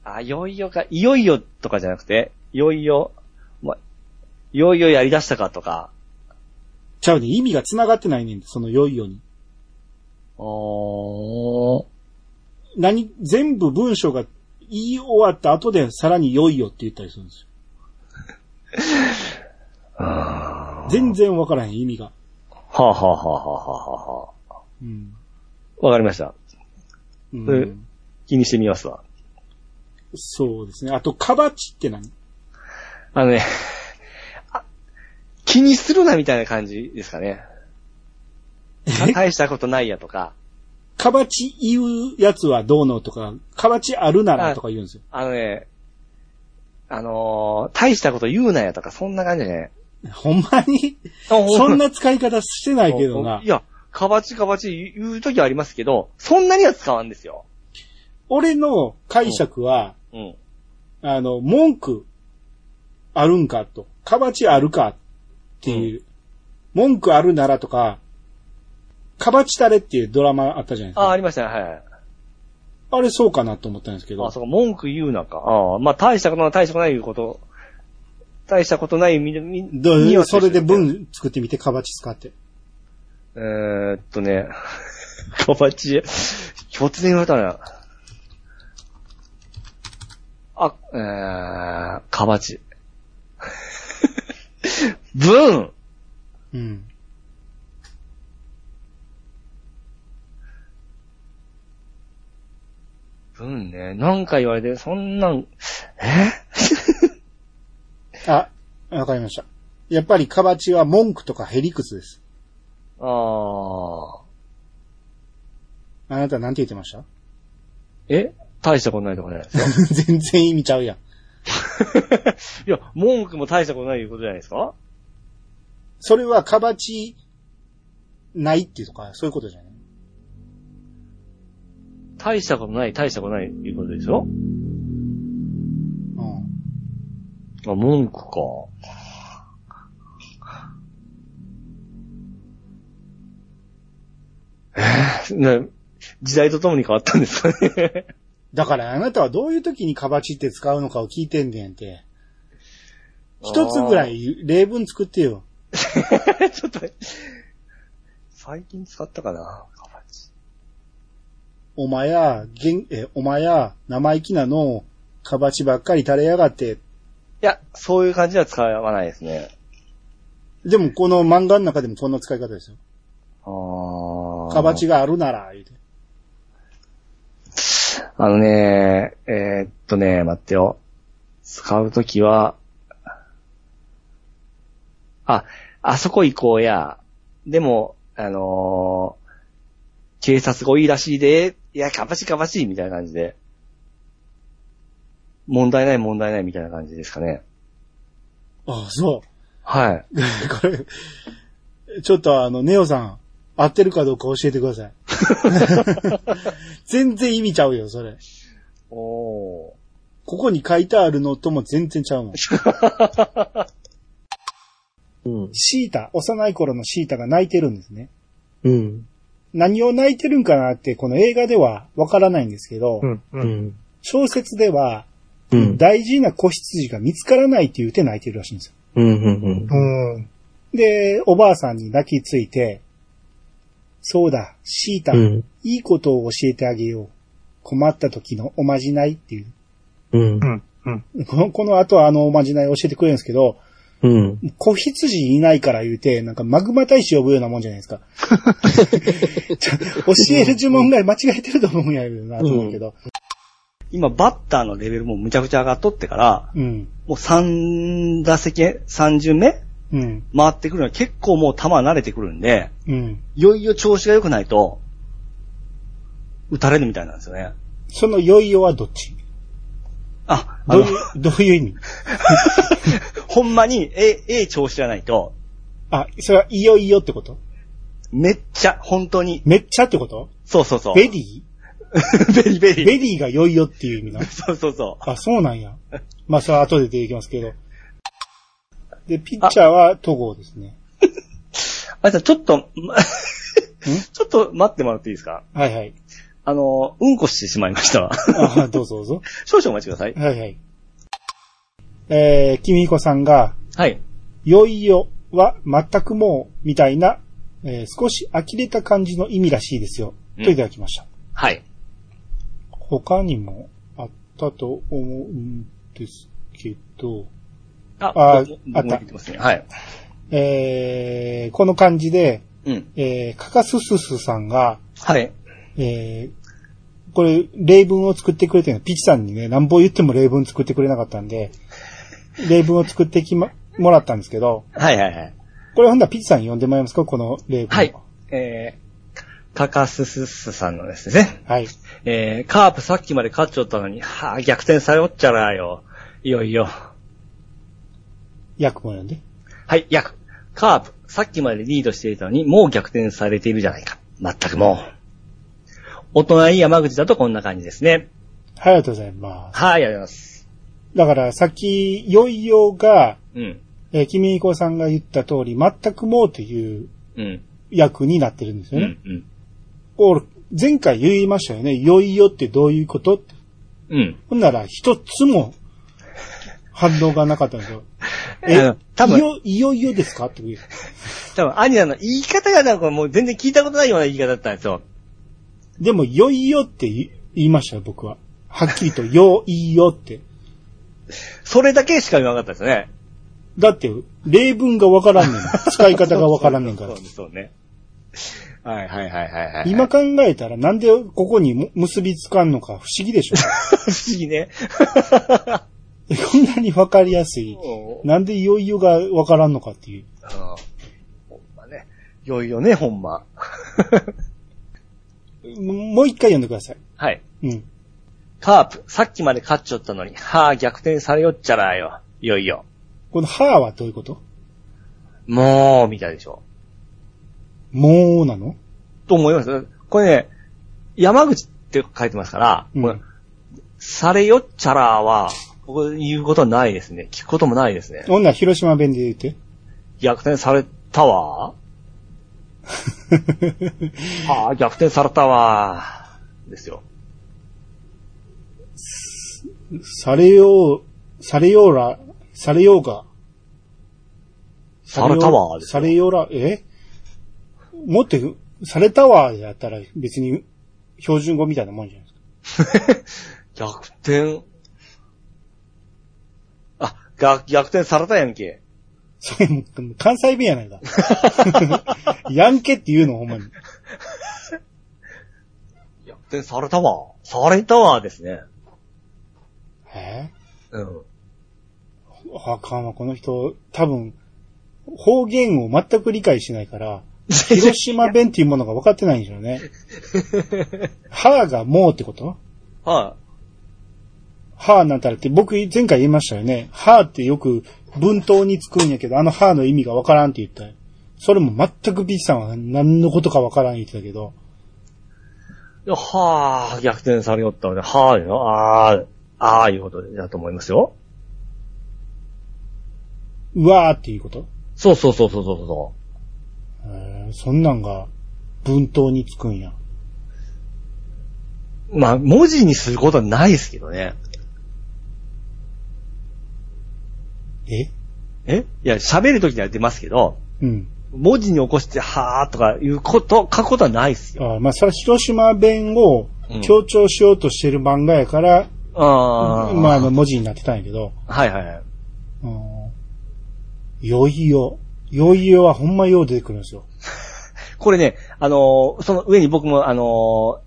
[SPEAKER 2] あ、良いよか、いよいよとかじゃなくて、良いよ、ま、良いよやり出したかとか、
[SPEAKER 1] ちゃうね。意味が繋がってないねん。そのよいよに。
[SPEAKER 2] おー。
[SPEAKER 1] 何、全部文章が言い終わった後でさらによいよって言ったりするんですよ。全然わからへん、意味が。
[SPEAKER 2] はあ、はあはあはあはあは
[SPEAKER 1] うん。
[SPEAKER 2] あ、わかりました。
[SPEAKER 1] う
[SPEAKER 2] で
[SPEAKER 1] ん、
[SPEAKER 2] 気にしてみますわ。
[SPEAKER 1] そうですね。あと、かばちって何
[SPEAKER 2] あのね、あ気にするなみたいな感じですかね。大したことないやとか。
[SPEAKER 1] かばち言うやつはどうのとか、かばちあるならとか言うんですよ。
[SPEAKER 2] あのね、あのー大したこと言うなやとか、そんな感じね。
[SPEAKER 1] ほんまに そんな使い方してないけどな。
[SPEAKER 2] いや、かばちかばち言う時はありますけど、そんなには使わんですよ。
[SPEAKER 1] 俺の解釈は、
[SPEAKER 2] うん。
[SPEAKER 1] あの、文句あるんかと。かばちあるかっていう。文句あるならとか、かばちたれっていうドラマあったじゃないです
[SPEAKER 2] あ、
[SPEAKER 1] か。
[SPEAKER 2] ありましたね、はい。
[SPEAKER 1] あれそうかなと思ったんですけど
[SPEAKER 2] あ、。そうか、文句言うなか。ああ、まあ、大したことない、大したことないこと、大したことない、み、み、
[SPEAKER 1] ど
[SPEAKER 2] には
[SPEAKER 1] うそれで。文作ってみて、かばち使って。
[SPEAKER 2] えーっとね、 かばち、突然言われたな。あ、えー、かばち。 文
[SPEAKER 1] うん。
[SPEAKER 2] 文ね、何回言われて、そんなん、え
[SPEAKER 1] あ、わかりました。やっぱりかばちは文句とかへりくつです。
[SPEAKER 2] ああ、
[SPEAKER 1] あなたなんて言ってました
[SPEAKER 2] え大したことないとかじゃないですか。
[SPEAKER 1] 全然意味ちゃうやん。
[SPEAKER 2] いや、文句も大したことないいうことじゃないですか
[SPEAKER 1] それはかばちないっていうとか、そういうことじゃない
[SPEAKER 2] 大したことない、大したことないいうことでしょ
[SPEAKER 1] うん。
[SPEAKER 2] あ、文句か。えーな時代とともに変わったんですかね。
[SPEAKER 1] だからあなたはどういう時にかばちって使うのかを聞いてんねんて。 一つぐらい例文作ってよ。
[SPEAKER 2] ちょっと、最近使ったかなカバチ
[SPEAKER 1] お前や、げん、え、お前や、生意気なのを、かばちばっかり垂れやがって。
[SPEAKER 2] いや、そういう感じは使わないですね。
[SPEAKER 1] でもこの漫画の中でもこんな使い方ですよ。
[SPEAKER 2] あ
[SPEAKER 1] かばちがあるなら、言うて。
[SPEAKER 2] あのね、えーっとね、待ってよ。使うときは、あ、あそこ行こうや。でも、あのー警察がいいらしいで、いや、かばしかばしみたいな感じで。問題ない問題ないみたいな感じですかね。
[SPEAKER 1] ああ、そう。
[SPEAKER 2] はい。
[SPEAKER 1] これ、ちょっとあの、ネオさん、合ってるかどうか教えてくださ い。全然意味ちゃうよ、それ。
[SPEAKER 2] おー。
[SPEAKER 1] ここに書いてあるのとも全然ちゃうもん。
[SPEAKER 3] うん。
[SPEAKER 1] シータ、幼い頃のシータが泣いてるんですね。
[SPEAKER 3] うん。
[SPEAKER 1] 何を泣いてるんかなって、この映画ではわからないんですけど、
[SPEAKER 3] うん。うん。
[SPEAKER 1] 小説では、
[SPEAKER 3] うん。
[SPEAKER 1] 大事な子羊が見つからないって言って泣いてるらしいんですよ。
[SPEAKER 3] うん。うん。
[SPEAKER 1] うん。で、おばあさんに泣きついて、そうだ、シータ、
[SPEAKER 3] うん。
[SPEAKER 1] いいことを教えてあげよう。困った時のおまじないっていう。
[SPEAKER 3] うん。
[SPEAKER 1] このこの後はあのおまじないを教えてくれるんですけど、
[SPEAKER 3] うん。
[SPEAKER 1] 子羊いないから言うて、なんかマグマ大使呼ぶようなもんじゃないです か。ちょ教える呪文が間違えてると思うんやけどな、と思うけど。
[SPEAKER 2] 今、バッターのレベルもむちゃくちゃ上がっとってから、
[SPEAKER 1] うん。
[SPEAKER 2] もう3打席、3巡目
[SPEAKER 1] うん。
[SPEAKER 2] 回ってくるのは結構もう球慣れてくるんで、
[SPEAKER 1] うん。
[SPEAKER 2] いよいよ調子が良くないと、打たれるみたいなんですよね。
[SPEAKER 1] そのよいよはどっち
[SPEAKER 2] あ、あ
[SPEAKER 1] どう
[SPEAKER 2] の
[SPEAKER 1] い、う、どういう意味
[SPEAKER 2] ほんまに、え、ええ調子じゃないと、
[SPEAKER 1] あ、それはいよいよってこと
[SPEAKER 2] めっちゃ、本当に、
[SPEAKER 1] めっちゃってこと
[SPEAKER 2] そうそうそう。
[SPEAKER 1] ベリ
[SPEAKER 2] ベリベ
[SPEAKER 1] ー
[SPEAKER 2] リ。
[SPEAKER 1] ベリーがよいよっていう意味なの
[SPEAKER 2] そうそうそ
[SPEAKER 1] あ、そうなんや。まあ、それは後で出てきますけど。で、ピッチャーは戸郷ですね。
[SPEAKER 2] う。あじゃあちょっと、ま ちょっと待ってもらっていいですか
[SPEAKER 1] はいはい。
[SPEAKER 2] あの、うんこしてしまいました。
[SPEAKER 1] あどうぞどうぞ。
[SPEAKER 2] 少々お待ちください。
[SPEAKER 1] はいはい。えー、君彦さんが、
[SPEAKER 2] はい。
[SPEAKER 1] よいよは全くもう、みたいな、えー少し呆れた感じの意味らしいですよ。
[SPEAKER 2] うん
[SPEAKER 1] といただきました。
[SPEAKER 2] はい。
[SPEAKER 1] 他にもあったと思うんですけど、
[SPEAKER 2] あ、
[SPEAKER 1] あ
[SPEAKER 2] 僕も
[SPEAKER 1] あった
[SPEAKER 2] 僕も言ってますね。はい。
[SPEAKER 1] えー、この感じで、
[SPEAKER 2] うん。
[SPEAKER 1] えー、カカスススさんが、
[SPEAKER 2] はい。
[SPEAKER 1] えーこれ、例文を作ってくれてるの、ピチさんにね、何ぼ言っても例文作ってくれなかったんで、例文を作ってきま、もらったんですけど、
[SPEAKER 2] はいはいはい。
[SPEAKER 1] これほんならピチさんに呼んでもらえますかこの例文。
[SPEAKER 2] はい。えー、カカスススさんのですね。
[SPEAKER 1] はい。
[SPEAKER 2] えー、カープさっきまで勝っちゃったのに、はぁ、逆転されおっちゃらよ。いよいよ。
[SPEAKER 1] ヤクも読んで。
[SPEAKER 2] はい、ヤク。カープ、さっきまでリードしていたのに、もう逆転されているじゃないか。まったくもう。お隣山口だとこんな感じですね。
[SPEAKER 1] はい、ありがとうございます。
[SPEAKER 2] はい、ありがとうございます。
[SPEAKER 1] だから、さっき、よいよが、
[SPEAKER 2] うん。
[SPEAKER 1] えー、君彦さんが言った通り、全くもうという
[SPEAKER 2] うん。
[SPEAKER 1] 役になってるんです
[SPEAKER 2] う
[SPEAKER 1] よ
[SPEAKER 2] ん。う
[SPEAKER 1] ね。
[SPEAKER 2] ん。
[SPEAKER 1] 俺、前回言いましたよね。よいよってどういうことって
[SPEAKER 2] うん。
[SPEAKER 1] ほんなら、一つも反応がなかったんです よ。
[SPEAKER 2] あの多分
[SPEAKER 1] いよ、いよいよですかって言う。
[SPEAKER 2] 多分、アニナの言い方がなんかもう全然聞いたことないような言い方だったんですよ。
[SPEAKER 1] でも、よいよって言い言いましたよ、僕は。はっきりと、よいよって。
[SPEAKER 2] それだけしか言わなかったですね。
[SPEAKER 1] だって、例文がわからんねん。使い方がわからんねんから
[SPEAKER 2] そう。そうね。はいはいはいはいはい。
[SPEAKER 1] 今考えたらなんでここにも結びつかんのか不思議でしょ。
[SPEAKER 2] 不思議 ね。
[SPEAKER 1] こんなにわかりやすい。
[SPEAKER 2] うん
[SPEAKER 1] なんでいよいよがわからんのかっていう。
[SPEAKER 2] ほんまね。いよいよね、ほ んま。
[SPEAKER 1] ももう一回読んでください。
[SPEAKER 2] はい。
[SPEAKER 1] うん。
[SPEAKER 2] カープ、さっきまで勝っちゃったのに、はぁ、逆転されよっちゃらよ。いよいよ。
[SPEAKER 1] このはーはどういうこと
[SPEAKER 2] もう、みたいでしょ。
[SPEAKER 1] もうなの
[SPEAKER 2] と思います。これね、山口って書いてますから、
[SPEAKER 1] うん
[SPEAKER 2] これされよっちゃらは、僕言うことはないですね。聞くこともないですね。
[SPEAKER 1] ほんなら広島弁で言って。
[SPEAKER 2] 逆転されたわ。はぁ、逆転されたわ。ですよ。
[SPEAKER 1] されよう、されようら、されようが。
[SPEAKER 2] されたわですよ
[SPEAKER 1] されようら、えもって、されたわやったら別に標準語みたいなもんじゃないですか。
[SPEAKER 2] 逆転。あ、が逆転されたやんけ。
[SPEAKER 1] それもう関西弁やないか。 ヤンケって言うのほんまに。
[SPEAKER 2] 逆転されたわ。されたわですね。
[SPEAKER 1] え
[SPEAKER 2] うん。
[SPEAKER 1] あかんわ、この人、多分、方言を全く理解しない から、広島弁っていうものが分かってないんでしょうね。はーがもうってこと
[SPEAKER 2] は
[SPEAKER 1] はーなんたらって、僕前回言いましたよね。はーってよく文頭につくんやけど、あのはーの意味が分からんって言ったよ。それも全くビチさんは何のことか分からん言ってたけど、
[SPEAKER 2] い。はぁ、逆転されよったので、はぁよ、あー、あーいうことだと思いますよ。
[SPEAKER 1] うわーっていうこと
[SPEAKER 2] そうそうそうそうそうそ
[SPEAKER 1] へーそんなんが文頭につくんや。
[SPEAKER 2] う。まあ、文字にすることはないですけどね。
[SPEAKER 1] え
[SPEAKER 2] えいや、喋るときには出ますけど、
[SPEAKER 1] うん。
[SPEAKER 2] 文字に起こして、はぁとかいうこと、書くことはないですよ。
[SPEAKER 1] あーまあ、それは広島弁を
[SPEAKER 2] うん
[SPEAKER 1] 強調しようとしてる漫画やから、
[SPEAKER 2] あー
[SPEAKER 1] まあ、あの、文字になってたんやけど、
[SPEAKER 2] はいはいはい。
[SPEAKER 1] うんよいよ。よいよはほんまよう出てくるんですよ。
[SPEAKER 2] これね、あのーその上に僕も、あの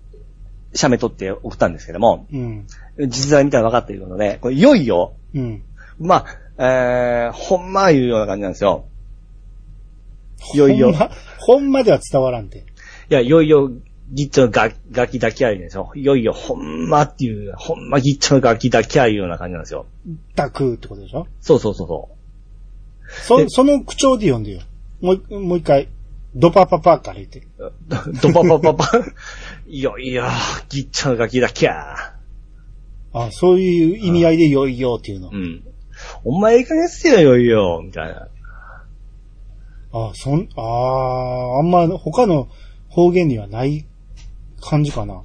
[SPEAKER 2] ー、写メ撮って送ったんですけども、
[SPEAKER 1] うん。
[SPEAKER 2] 実在みたいなの分かっているので、これいよいよ、
[SPEAKER 1] うん。
[SPEAKER 2] まあ、えー、ほんまいうような感じなんですよ。いよい
[SPEAKER 1] ほ
[SPEAKER 2] よ
[SPEAKER 1] んま、ほんまでは伝わらんて。
[SPEAKER 2] いや、いよいよ、ギッチョのガガキ抱き合いですよ。いよいよ、ほんまっていう、ほんまギッチョのガキ抱き合いような感じなんですよ。
[SPEAKER 1] たくってことでしょ
[SPEAKER 2] そうそうそうそ
[SPEAKER 1] そ、
[SPEAKER 2] で
[SPEAKER 1] その口調で読んでよ。もう一、もう一回、ドパパパから言って。
[SPEAKER 2] う。ドパ パパパ。いよいよ、ギッチョのガキ抱き合
[SPEAKER 1] あそういう意味合いでよいよっていうの
[SPEAKER 2] い。う。ん。お前いい加減っすよ、いよいよ、みたいな。
[SPEAKER 1] あそん、ああ、あんま他の方言にはない感じかな。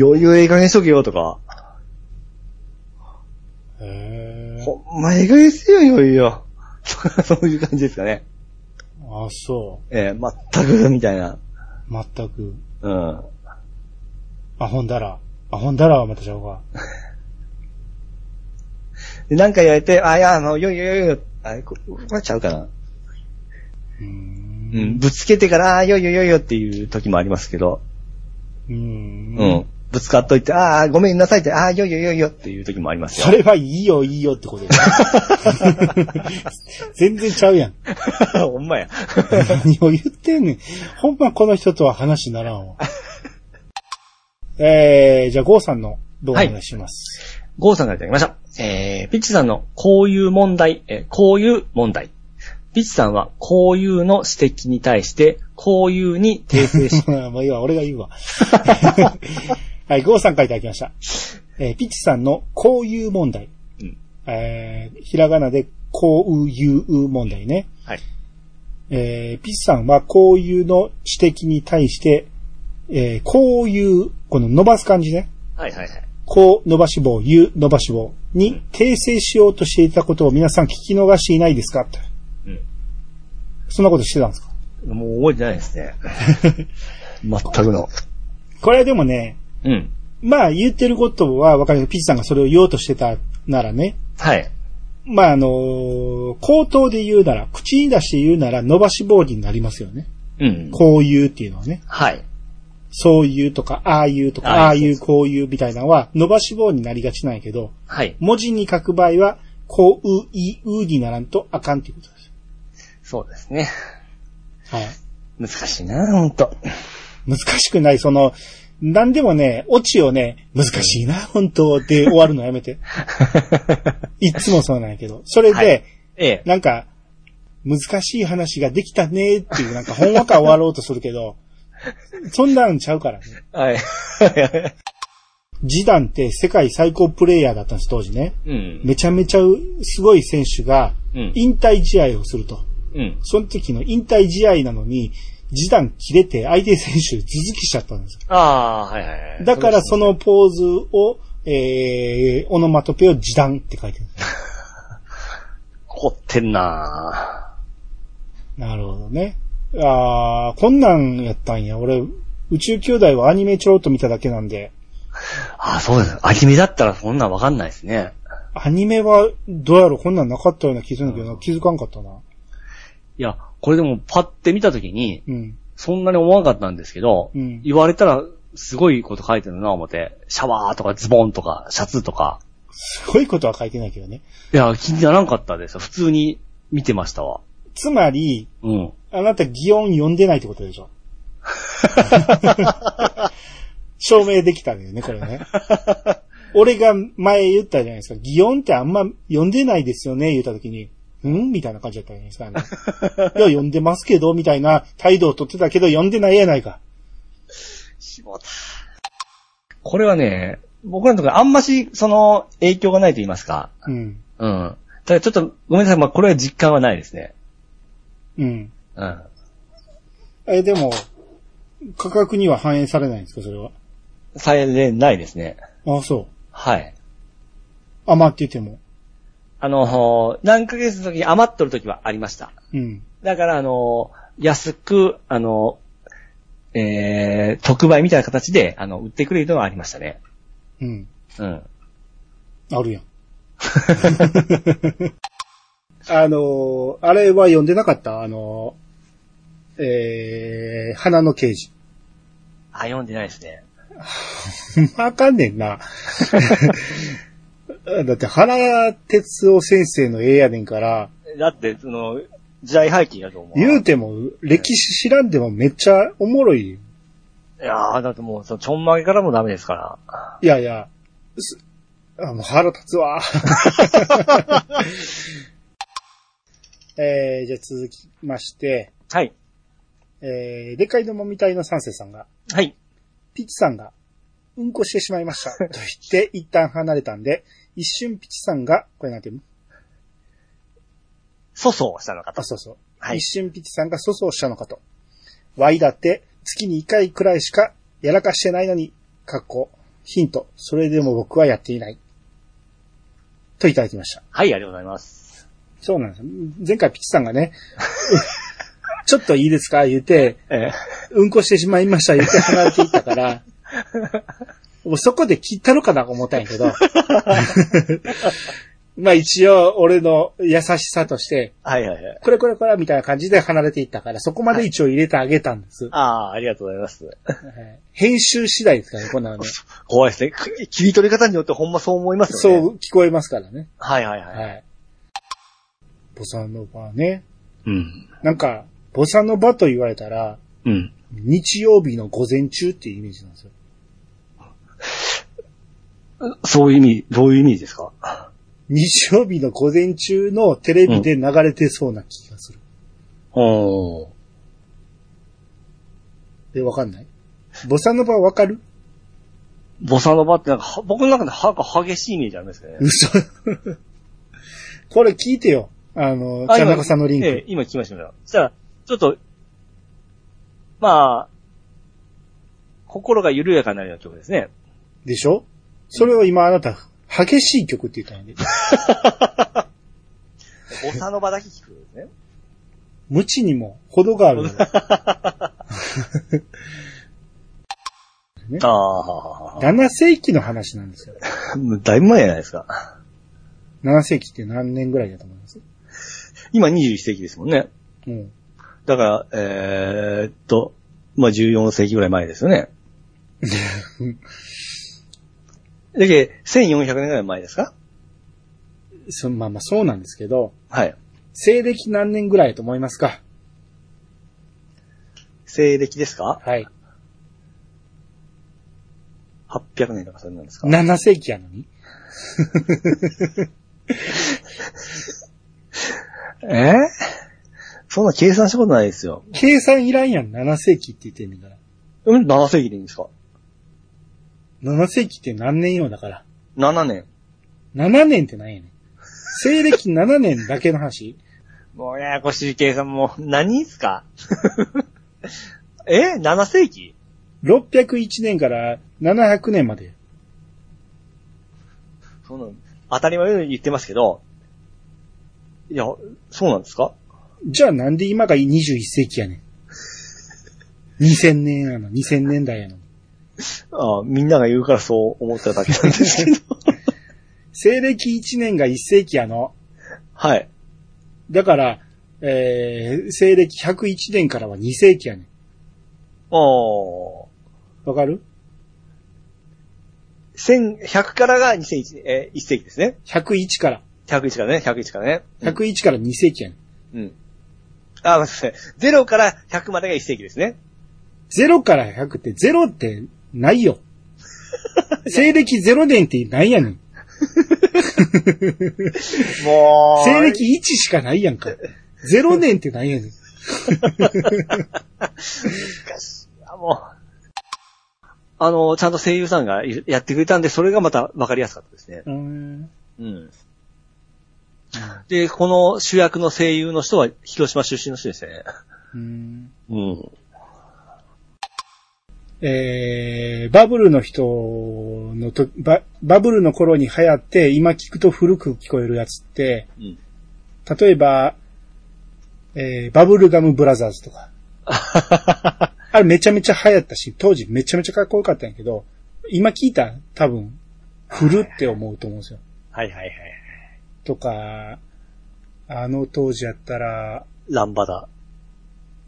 [SPEAKER 2] 余裕ええ加減しとけよ、とか。
[SPEAKER 1] へえ。
[SPEAKER 2] ほんまええ加減っすよ、いよいよ。 そういう感じですかね。
[SPEAKER 1] あそ
[SPEAKER 2] ええまったく、みたいな。
[SPEAKER 1] う。全く。
[SPEAKER 2] うん。
[SPEAKER 1] あ、ほんだら。あ、ほんだらはまたちゃうか。
[SPEAKER 2] で、なんか言われて、あ、いや、もう、よいよいよいよ、あれ、ここれちゃうかな。
[SPEAKER 1] うー。
[SPEAKER 2] うんん、ぶつけてから、あーよいよいよいよっていう時もありますけど、
[SPEAKER 1] うーん。
[SPEAKER 2] うん。ぶつかっといて、ああ、ごめんなさいって、ああ、よいよいよいよっていう時もありますよ。
[SPEAKER 1] それはいいよ、いいよってことや 全然ちゃうやん。
[SPEAKER 2] ほんま や。
[SPEAKER 1] 何を言ってんねん。ほんまこの人とは話にならんわ。えー、じゃあ、ゴーさんの動画お願いし ます。
[SPEAKER 2] ゴーさんからいただきました。えー、ピッチさんのこういう問題、えーこういう問題。ピッチさんはこういうの指摘に対して、こういうに訂正し、
[SPEAKER 1] まあいいわ、俺が言うわ。はい、ゴーさんからいただきました。えー、ピッチさんのこういう問題。
[SPEAKER 2] うん
[SPEAKER 1] えー、ひらがなでこういう問題ね。
[SPEAKER 2] はい。
[SPEAKER 1] えー、ピッチさんはこういうの指摘に対して、えー、こういう、この伸ばす感じね。
[SPEAKER 2] はいはいはい。
[SPEAKER 1] こう伸ばし棒、ゆ伸ばし棒に訂正しようとしていたことを皆さん聞き逃していないですかって。
[SPEAKER 2] うん
[SPEAKER 1] そんなことしてたんですか
[SPEAKER 2] もう覚えてないですね。 全くの。
[SPEAKER 1] これでもね、
[SPEAKER 2] うん。
[SPEAKER 1] まあ言ってることはわかるけどピッチさんがそれを言おうとしてたならね、
[SPEAKER 2] はい。
[SPEAKER 1] まああのー口頭で言うなら、口に出して言うなら伸ばし棒になりますよね。
[SPEAKER 2] うん。
[SPEAKER 1] こういうっていうのはね。
[SPEAKER 2] はい。
[SPEAKER 1] そういうとか、ああいうとか、
[SPEAKER 2] ああ
[SPEAKER 1] ああい
[SPEAKER 2] そう
[SPEAKER 1] う、
[SPEAKER 2] そ
[SPEAKER 1] こういうみたいなのは伸ばし棒になりがちなんやけど、
[SPEAKER 2] はい。
[SPEAKER 1] 文字に書く場合は、こう、い、うにならんとあかんっていうことです。
[SPEAKER 2] そうですね。
[SPEAKER 1] はい。
[SPEAKER 2] 難しいな、ほん と。
[SPEAKER 1] 難しくない、その、何でもね、オチをね、難しいな、本当で終わるのやめて。いつもそうなんやけど。それで、
[SPEAKER 2] はいええ。
[SPEAKER 1] なんか、難しい話ができたねーっていう、なんか、ほんわか終わろうとするけど、そんなんちゃうからね。
[SPEAKER 2] はい。
[SPEAKER 1] ジダンって世界最高プレイヤーだったんです、当時ね。
[SPEAKER 2] うん。
[SPEAKER 1] めちゃめちゃすごい選手が
[SPEAKER 2] うん、
[SPEAKER 1] 引退試合をすると。
[SPEAKER 2] うん。
[SPEAKER 1] その時の引退試合なのに、示談切れて相手選手続きしちゃったんですよ。
[SPEAKER 2] ああ、はいはいはい。
[SPEAKER 1] だからそ
[SPEAKER 2] の、
[SPEAKER 1] のポーズを、えー、オノマトペを示談って書いてる。
[SPEAKER 2] 凝ってんな
[SPEAKER 1] なるほどね。あー、こんなんやったんや。俺、宇宙兄弟はアニメちょろっと見ただけなんで、
[SPEAKER 2] ああ、そうです。アニメだったらそんなんわかんないですね。
[SPEAKER 1] アニメはどうやろこんなんなかったような気するんだけどな、気づかんかったな。
[SPEAKER 2] いや、これでもパッて見たときに、
[SPEAKER 1] うん。
[SPEAKER 2] そんなに思わなかったんですけど、
[SPEAKER 1] うん
[SPEAKER 2] 言われたら、すごいこと書いてるな、思って。シャワーとかズボンとか、シャツとか。
[SPEAKER 1] すごいことは書いてないけどね。
[SPEAKER 2] いや、気にならんかったです。普通に見てましたわ。
[SPEAKER 1] つまり、
[SPEAKER 2] うん。
[SPEAKER 1] あなた擬音読んでないってことでしょ証明できたんだよね、これね。俺が前言ったじゃないですか。擬音ってあんま読んでないですよね、言った時に。んみたいな感じだったじゃないですか、ね。いや、読んでますけど、みたいな態度をとってたけど、読んでないやないか。
[SPEAKER 2] これはね、僕らのところあんまし、その、影響がないと言いますか。
[SPEAKER 1] うん。
[SPEAKER 2] うん。ただちょっと、ごめんなさい。まあ、これは実感はないですね。
[SPEAKER 1] うん。
[SPEAKER 2] うん。
[SPEAKER 1] え、でも、価格には反映されないんですか、それは。
[SPEAKER 2] されないですね。
[SPEAKER 1] あ、そ
[SPEAKER 2] はい。
[SPEAKER 1] う。余ってても。
[SPEAKER 2] あの、何ヶ月の時に余っとる時はありました。
[SPEAKER 1] うん。
[SPEAKER 2] だから、あの、安く、あの、えー、特売みたいな形で、あの、売ってくれるのがありましたね。
[SPEAKER 1] うん。
[SPEAKER 2] うん。
[SPEAKER 1] あるやん。 あのー、あれは読んでなかったあのー、えー、花の刑事。
[SPEAKER 2] あ、読んでないですね。
[SPEAKER 1] あかんねんな。 だって原哲夫先生の絵やねんから、
[SPEAKER 2] だって、その、時代背景だと思う。
[SPEAKER 1] 言うても歴史知らんでもめっちゃおもろい。
[SPEAKER 2] いやー、だってもう、その、ちょんまげからもダメですから。
[SPEAKER 1] いやいや、すあの、腹立つわ。 えー、じゃあ続きまして、
[SPEAKER 2] はい。
[SPEAKER 1] えー、でかいのもみたいの三世さんが、
[SPEAKER 2] はい。
[SPEAKER 1] ピチさんが、うんこしてしまいま した。と言って、一旦離れたんで、一瞬ピチさんが、これなんていうの
[SPEAKER 2] 粗相したのかと
[SPEAKER 1] あ、。そうそう。
[SPEAKER 2] はい
[SPEAKER 1] 一瞬ピチさんが粗相したのかと。ワイだって、月に一回くらいしかやらかしてないのに、かっこ、ヒント、それでも僕はやっていない。といただきました。
[SPEAKER 2] はい、ありがとうございます。
[SPEAKER 1] そうなんですよ。前回ピチさんが ね、ちょっといいですか言って、
[SPEAKER 2] え
[SPEAKER 1] うんこしてしまいました言って離れていった から、 もうそこで切ったのかなと思ったんやけど、まあ一応、俺の優しさとして、
[SPEAKER 2] はいはいはい。
[SPEAKER 1] これこれこれみたいな感じで離れていったから、そこまで一応入れてあげたんです。
[SPEAKER 2] ああ、ありがとうございます。
[SPEAKER 1] はい編集次第ですからね、こんなのね。
[SPEAKER 2] 怖いですね。き切り取り方によってほんまそう思いますよ ね。
[SPEAKER 1] そ。う聞こえますからね。
[SPEAKER 2] はいはいはい。
[SPEAKER 1] はい。ボサノバね。
[SPEAKER 2] うん。
[SPEAKER 1] なんか、ボサノバと言われたら、
[SPEAKER 2] うん。
[SPEAKER 1] 日曜日の午前中っていうイメージなんですよ。
[SPEAKER 2] そういう意味、どういう意味ですか
[SPEAKER 1] 日曜日の午前中のテレビで流れてそうな気がする。
[SPEAKER 2] おー。
[SPEAKER 1] で、わかんないボサノバわかる
[SPEAKER 2] ボサノバってなんかは、僕の中で歯が激しいイメージあるんですけどね。
[SPEAKER 1] 嘘。 これ聞いてよ。あの、ちゃなこさんのリンク。
[SPEAKER 2] ええ今聞きましたよ。そしたら、ちょっと、まあ、心が緩やかになるような曲ですね。
[SPEAKER 1] でしょそれを今あなた、激しい曲って言ったんで。
[SPEAKER 2] ボサノバだけ聞くんです ね。
[SPEAKER 1] 無知にも程があ る。
[SPEAKER 2] ああ、
[SPEAKER 1] 7世紀の話なんですよ。
[SPEAKER 2] だいぶ前じゃないですか。
[SPEAKER 1] 7世紀って何年ぐらいだと思います
[SPEAKER 2] 今21世紀ですもんね。
[SPEAKER 1] うん。
[SPEAKER 2] だから、えーっと、まあ、14世紀ぐらい前です よね。だけど、1400年ぐらい前ですか
[SPEAKER 1] そまあまあそうなんですけど、
[SPEAKER 2] はい。
[SPEAKER 1] 西暦何年ぐらいだと思いますか
[SPEAKER 2] 西暦ですか
[SPEAKER 1] はい。
[SPEAKER 2] ?800 年とかそれなんですか
[SPEAKER 1] 7世紀やのに。
[SPEAKER 2] えーそんな計算したことないですよ。
[SPEAKER 1] 計算いらんやん、7世紀って言ってみたら。
[SPEAKER 2] うん、7世紀でいいんですか
[SPEAKER 1] 7世紀って何年よだから。
[SPEAKER 2] ?7 年。
[SPEAKER 1] 7年って何やねん。西暦7年だけの話
[SPEAKER 2] もうややこしい計算もう、何っす かえ ?7 世紀
[SPEAKER 1] ?601 年から700年まで。
[SPEAKER 2] そんなの当たり前のように言ってますけど、いや、そうなんですか
[SPEAKER 1] じゃあなんで今が21世紀やねん。2000年やの、2000年代やの。
[SPEAKER 2] ああみんなが言うからそう思っただけなんですけど。
[SPEAKER 1] 西暦1年が1世紀やの。
[SPEAKER 2] はい。
[SPEAKER 1] だから、えー、西暦101年からは2世紀やねん。
[SPEAKER 2] ああ。
[SPEAKER 1] わかる
[SPEAKER 2] 1100からが2001、えー、1世紀ですね。
[SPEAKER 1] ?101 から。
[SPEAKER 2] 101からね、101からね。
[SPEAKER 1] 101から2世紀やねん。
[SPEAKER 2] うん。あ、待ってください。0から100までが1世紀ですね。
[SPEAKER 1] 0から100って0ってないよ。西暦0年ってないやねん。
[SPEAKER 2] もう。
[SPEAKER 1] 西暦1しかないやん か。0年ってないやねん。
[SPEAKER 2] あ、もう。あの、ちゃんと声優さんがいやってくれたんで、それがまた分かりやすかったですね。
[SPEAKER 1] うーん。
[SPEAKER 2] うん。で、この主役の声優の人は広島出身の人ですね。
[SPEAKER 1] うーん
[SPEAKER 2] うん。
[SPEAKER 1] えー、バブルの人のとバ、バブルの頃に流行って、今聞くと古く聞こえるやつって、
[SPEAKER 2] うん。
[SPEAKER 1] 例えば、えー、バブルガムブラザーズとか。あれめちゃめちゃ流行ったし、当時めちゃめちゃかっこよかったんやけど、今聞いたら多分、古って思うと思うんですよ。
[SPEAKER 2] はいはいはい。
[SPEAKER 1] とか、あの当時やったら、
[SPEAKER 2] ランバダ。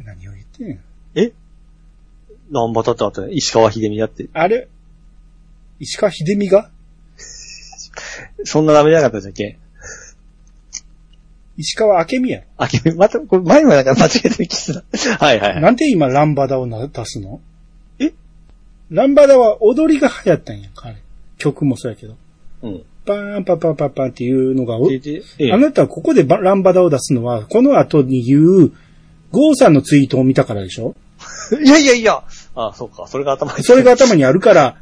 [SPEAKER 1] 何を言ってんの
[SPEAKER 2] えランバダってあったね。石川秀美だって。
[SPEAKER 1] あれ石川秀美が
[SPEAKER 2] そんなダメじゃなかったじゃんけ
[SPEAKER 1] 石川明美や
[SPEAKER 2] あ、けまた、これ前もなんか間違えてる気するな。はいはい
[SPEAKER 1] ろ。
[SPEAKER 2] はい。
[SPEAKER 1] なんで今ランバダをな出すの
[SPEAKER 2] え
[SPEAKER 1] ランバダは踊りが流行ったんやんか、あれ。曲もそうやけど。
[SPEAKER 2] うん。
[SPEAKER 1] パーンパパパパンっていうのがお、
[SPEAKER 2] ででええ
[SPEAKER 1] あなたはここでバランバダを出すのは、この後に言う、ゴーさんのツイートを見たからでしょ
[SPEAKER 2] いやいやいや。あ、そうか。それが頭に。
[SPEAKER 1] それが頭にあるから、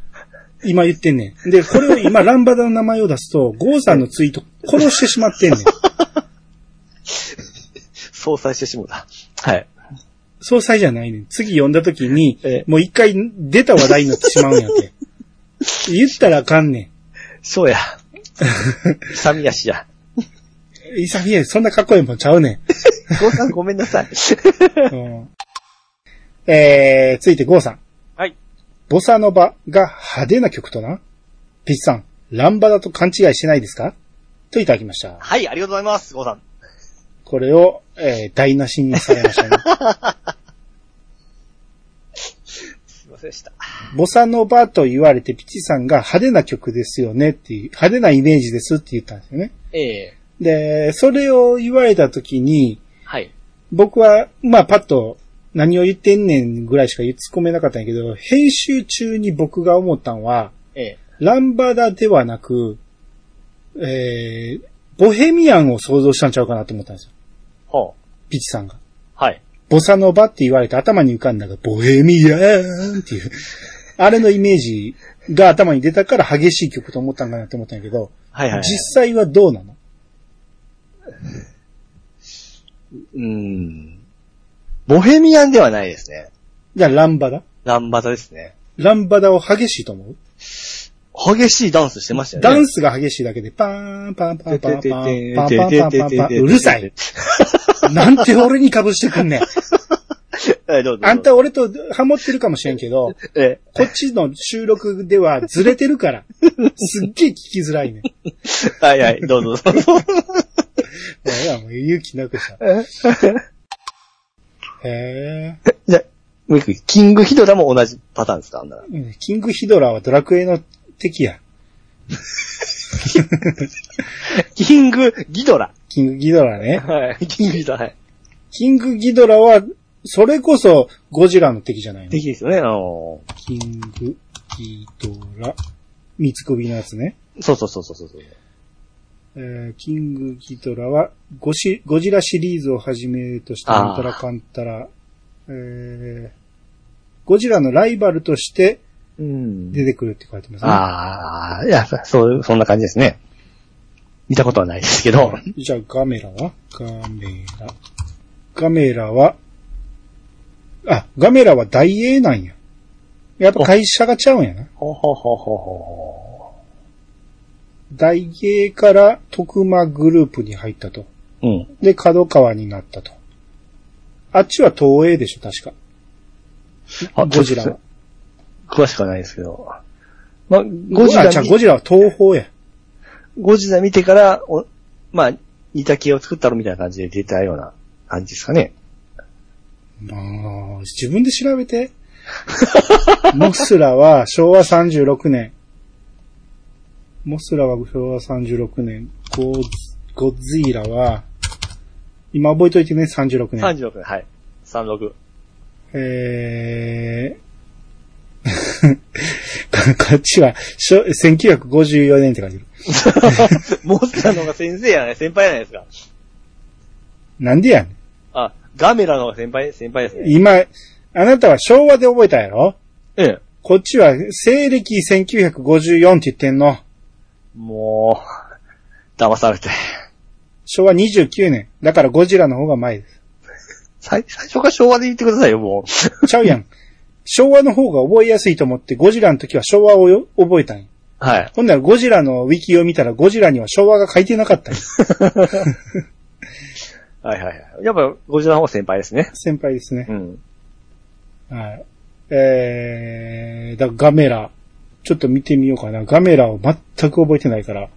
[SPEAKER 1] 今言ってんねん。で、これを今、ランバダの名前を出すと、ゴーさんのツイート殺してしまってんねん。
[SPEAKER 2] 相殺してしもうた。はい。
[SPEAKER 1] 総裁じゃないねん。次読んだ時に
[SPEAKER 2] ええ、
[SPEAKER 1] もう一回出た話題になってしまうんや って。言ったらあかんね
[SPEAKER 2] そう や。勇み足や。
[SPEAKER 1] ん。イサフィエ、そんなかっこいいもんちゃうねん。
[SPEAKER 2] ごさんごめんなさい。
[SPEAKER 1] うんえー、ついてゴーさん。
[SPEAKER 2] はい。
[SPEAKER 1] ボサノバが派手な曲とな。ピッチさん、ランバダと勘違いしてないですかといただきました。
[SPEAKER 2] はい、ありがとうございます、ゴーさん。
[SPEAKER 1] これを、えー、台無しにされました ね。
[SPEAKER 2] すいませんでした。
[SPEAKER 1] ボサノバと言われて、ピチさんが派手な曲ですよねっていう、派手なイメージですって言ったんですよね。
[SPEAKER 2] ええ
[SPEAKER 1] で、それを言われたときに、
[SPEAKER 2] はい。
[SPEAKER 1] 僕は、まあパッと何を言ってんねんぐらいしか突っ込めなかったんやけど、編集中に僕が思ったのは、
[SPEAKER 2] ええ
[SPEAKER 1] ランバダではなく、えー、ボヘミアンを想像したんちゃうかなと思ったんですよ。
[SPEAKER 2] ほう。
[SPEAKER 1] ピチさんが。
[SPEAKER 2] はい。
[SPEAKER 1] ボサノバって言われて頭に浮かんだが、ボヘミアンっていう、あれのイメージが頭に出たから激しい曲と思ったんかなと思ったんやけど、
[SPEAKER 2] はいはい、はい。
[SPEAKER 1] 実際はどうなの
[SPEAKER 2] うーん。ボヘミアンではないですね。
[SPEAKER 1] じゃあランバダ
[SPEAKER 2] ランバダですね。
[SPEAKER 1] ランバダを激しいと思う
[SPEAKER 2] 激しいダンスしてましたよね。
[SPEAKER 1] ダンスが激しいだけで、パーン、パンパンパンパンパン、パンパンパンパンパン、うるさい。なんて俺に被してくんねん。
[SPEAKER 2] え、どうぞ。
[SPEAKER 1] あん、た俺とハモってるかもしれんけど、
[SPEAKER 2] え、
[SPEAKER 1] こっちの収録ではずれてるから、すっげえ聞きづらいねん。も
[SPEAKER 2] はい はい、どうぞ。
[SPEAKER 1] うええわもう勇気なくした。へえ。
[SPEAKER 2] じゃ、もう一個キングヒドラも同じパターンですかあんなら。
[SPEAKER 1] うんキングヒドラはドラクエの敵や。
[SPEAKER 2] キングギドラ。
[SPEAKER 1] キングギドラね。
[SPEAKER 2] はい。キングギドラ、はい。
[SPEAKER 1] キングギドラは、それこそゴジラの敵じゃないの
[SPEAKER 2] 敵ですよね、あの
[SPEAKER 1] キングギドラ。三つ首のやつね。
[SPEAKER 2] ーそうそうそうそうそう。
[SPEAKER 1] えーキングギドラはゴシ、ゴジラシリーズをはじめとした
[SPEAKER 2] あー
[SPEAKER 1] なんたらかんたら、えーゴジラのライバルとして
[SPEAKER 2] うん
[SPEAKER 1] 出てくるって書いてますね。
[SPEAKER 2] ああ、いや、そそう、そんな感じですね。見たことはないですけど。
[SPEAKER 1] じゃあガメラはガメラ。ガメラは、あ、ガメラは大英なんや。やっぱ会社がちゃうんやな。
[SPEAKER 2] ほほほほほ
[SPEAKER 1] 大英から徳間グループに入ったと。
[SPEAKER 2] うん。
[SPEAKER 1] で、角川になったと。あっちは東映でしょ、確か。
[SPEAKER 2] あ
[SPEAKER 1] ゴジラ
[SPEAKER 2] ちょ
[SPEAKER 1] は
[SPEAKER 2] っ。と詳しくはないですけど。まあ、ゴジ
[SPEAKER 1] あ
[SPEAKER 2] ラ
[SPEAKER 1] じゃあ
[SPEAKER 2] 見、
[SPEAKER 1] ゴジラは東方や。
[SPEAKER 2] ゴジラ見てから、おまあ、似た系を作ったろみたいな感じで出たような感じですかね。
[SPEAKER 1] まあ、自分で調べ て。モスラは昭和36年。モスラは昭和36年。ゴズゴズイラは、今覚えといてね、36年。
[SPEAKER 2] 36年、はい。36。
[SPEAKER 1] えー、 こっちは、しょ1954年って書いてる。
[SPEAKER 2] モスラの方が先生やね、先輩やないですか。
[SPEAKER 1] なんでやねん。
[SPEAKER 2] あ、ガメラの方が先輩、先輩ですね。
[SPEAKER 1] 今、あなたは昭和で覚えたやろ
[SPEAKER 2] ええ。
[SPEAKER 1] こっちは西暦1954って言ってんの。
[SPEAKER 2] もう、騙されて。
[SPEAKER 1] 昭和29年。だからゴジラの方が前です。
[SPEAKER 2] 最、最初から昭和で言ってくださいよ、もう。
[SPEAKER 1] ちゃうやん。昭和の方が覚えやすいと思って、ゴジラの時は昭和をよ覚えたんや。
[SPEAKER 2] はい。
[SPEAKER 1] ほんならゴジラのウィキを見たらゴジラには昭和が書いてなかったんや。
[SPEAKER 2] はいはいはい。やっぱ、ゴジラの方が先輩ですね。
[SPEAKER 1] 先輩ですね
[SPEAKER 2] う。ん。
[SPEAKER 1] はい。えー、だガメラ。ちょっと見てみようかな。ガメラを全く覚えてないから、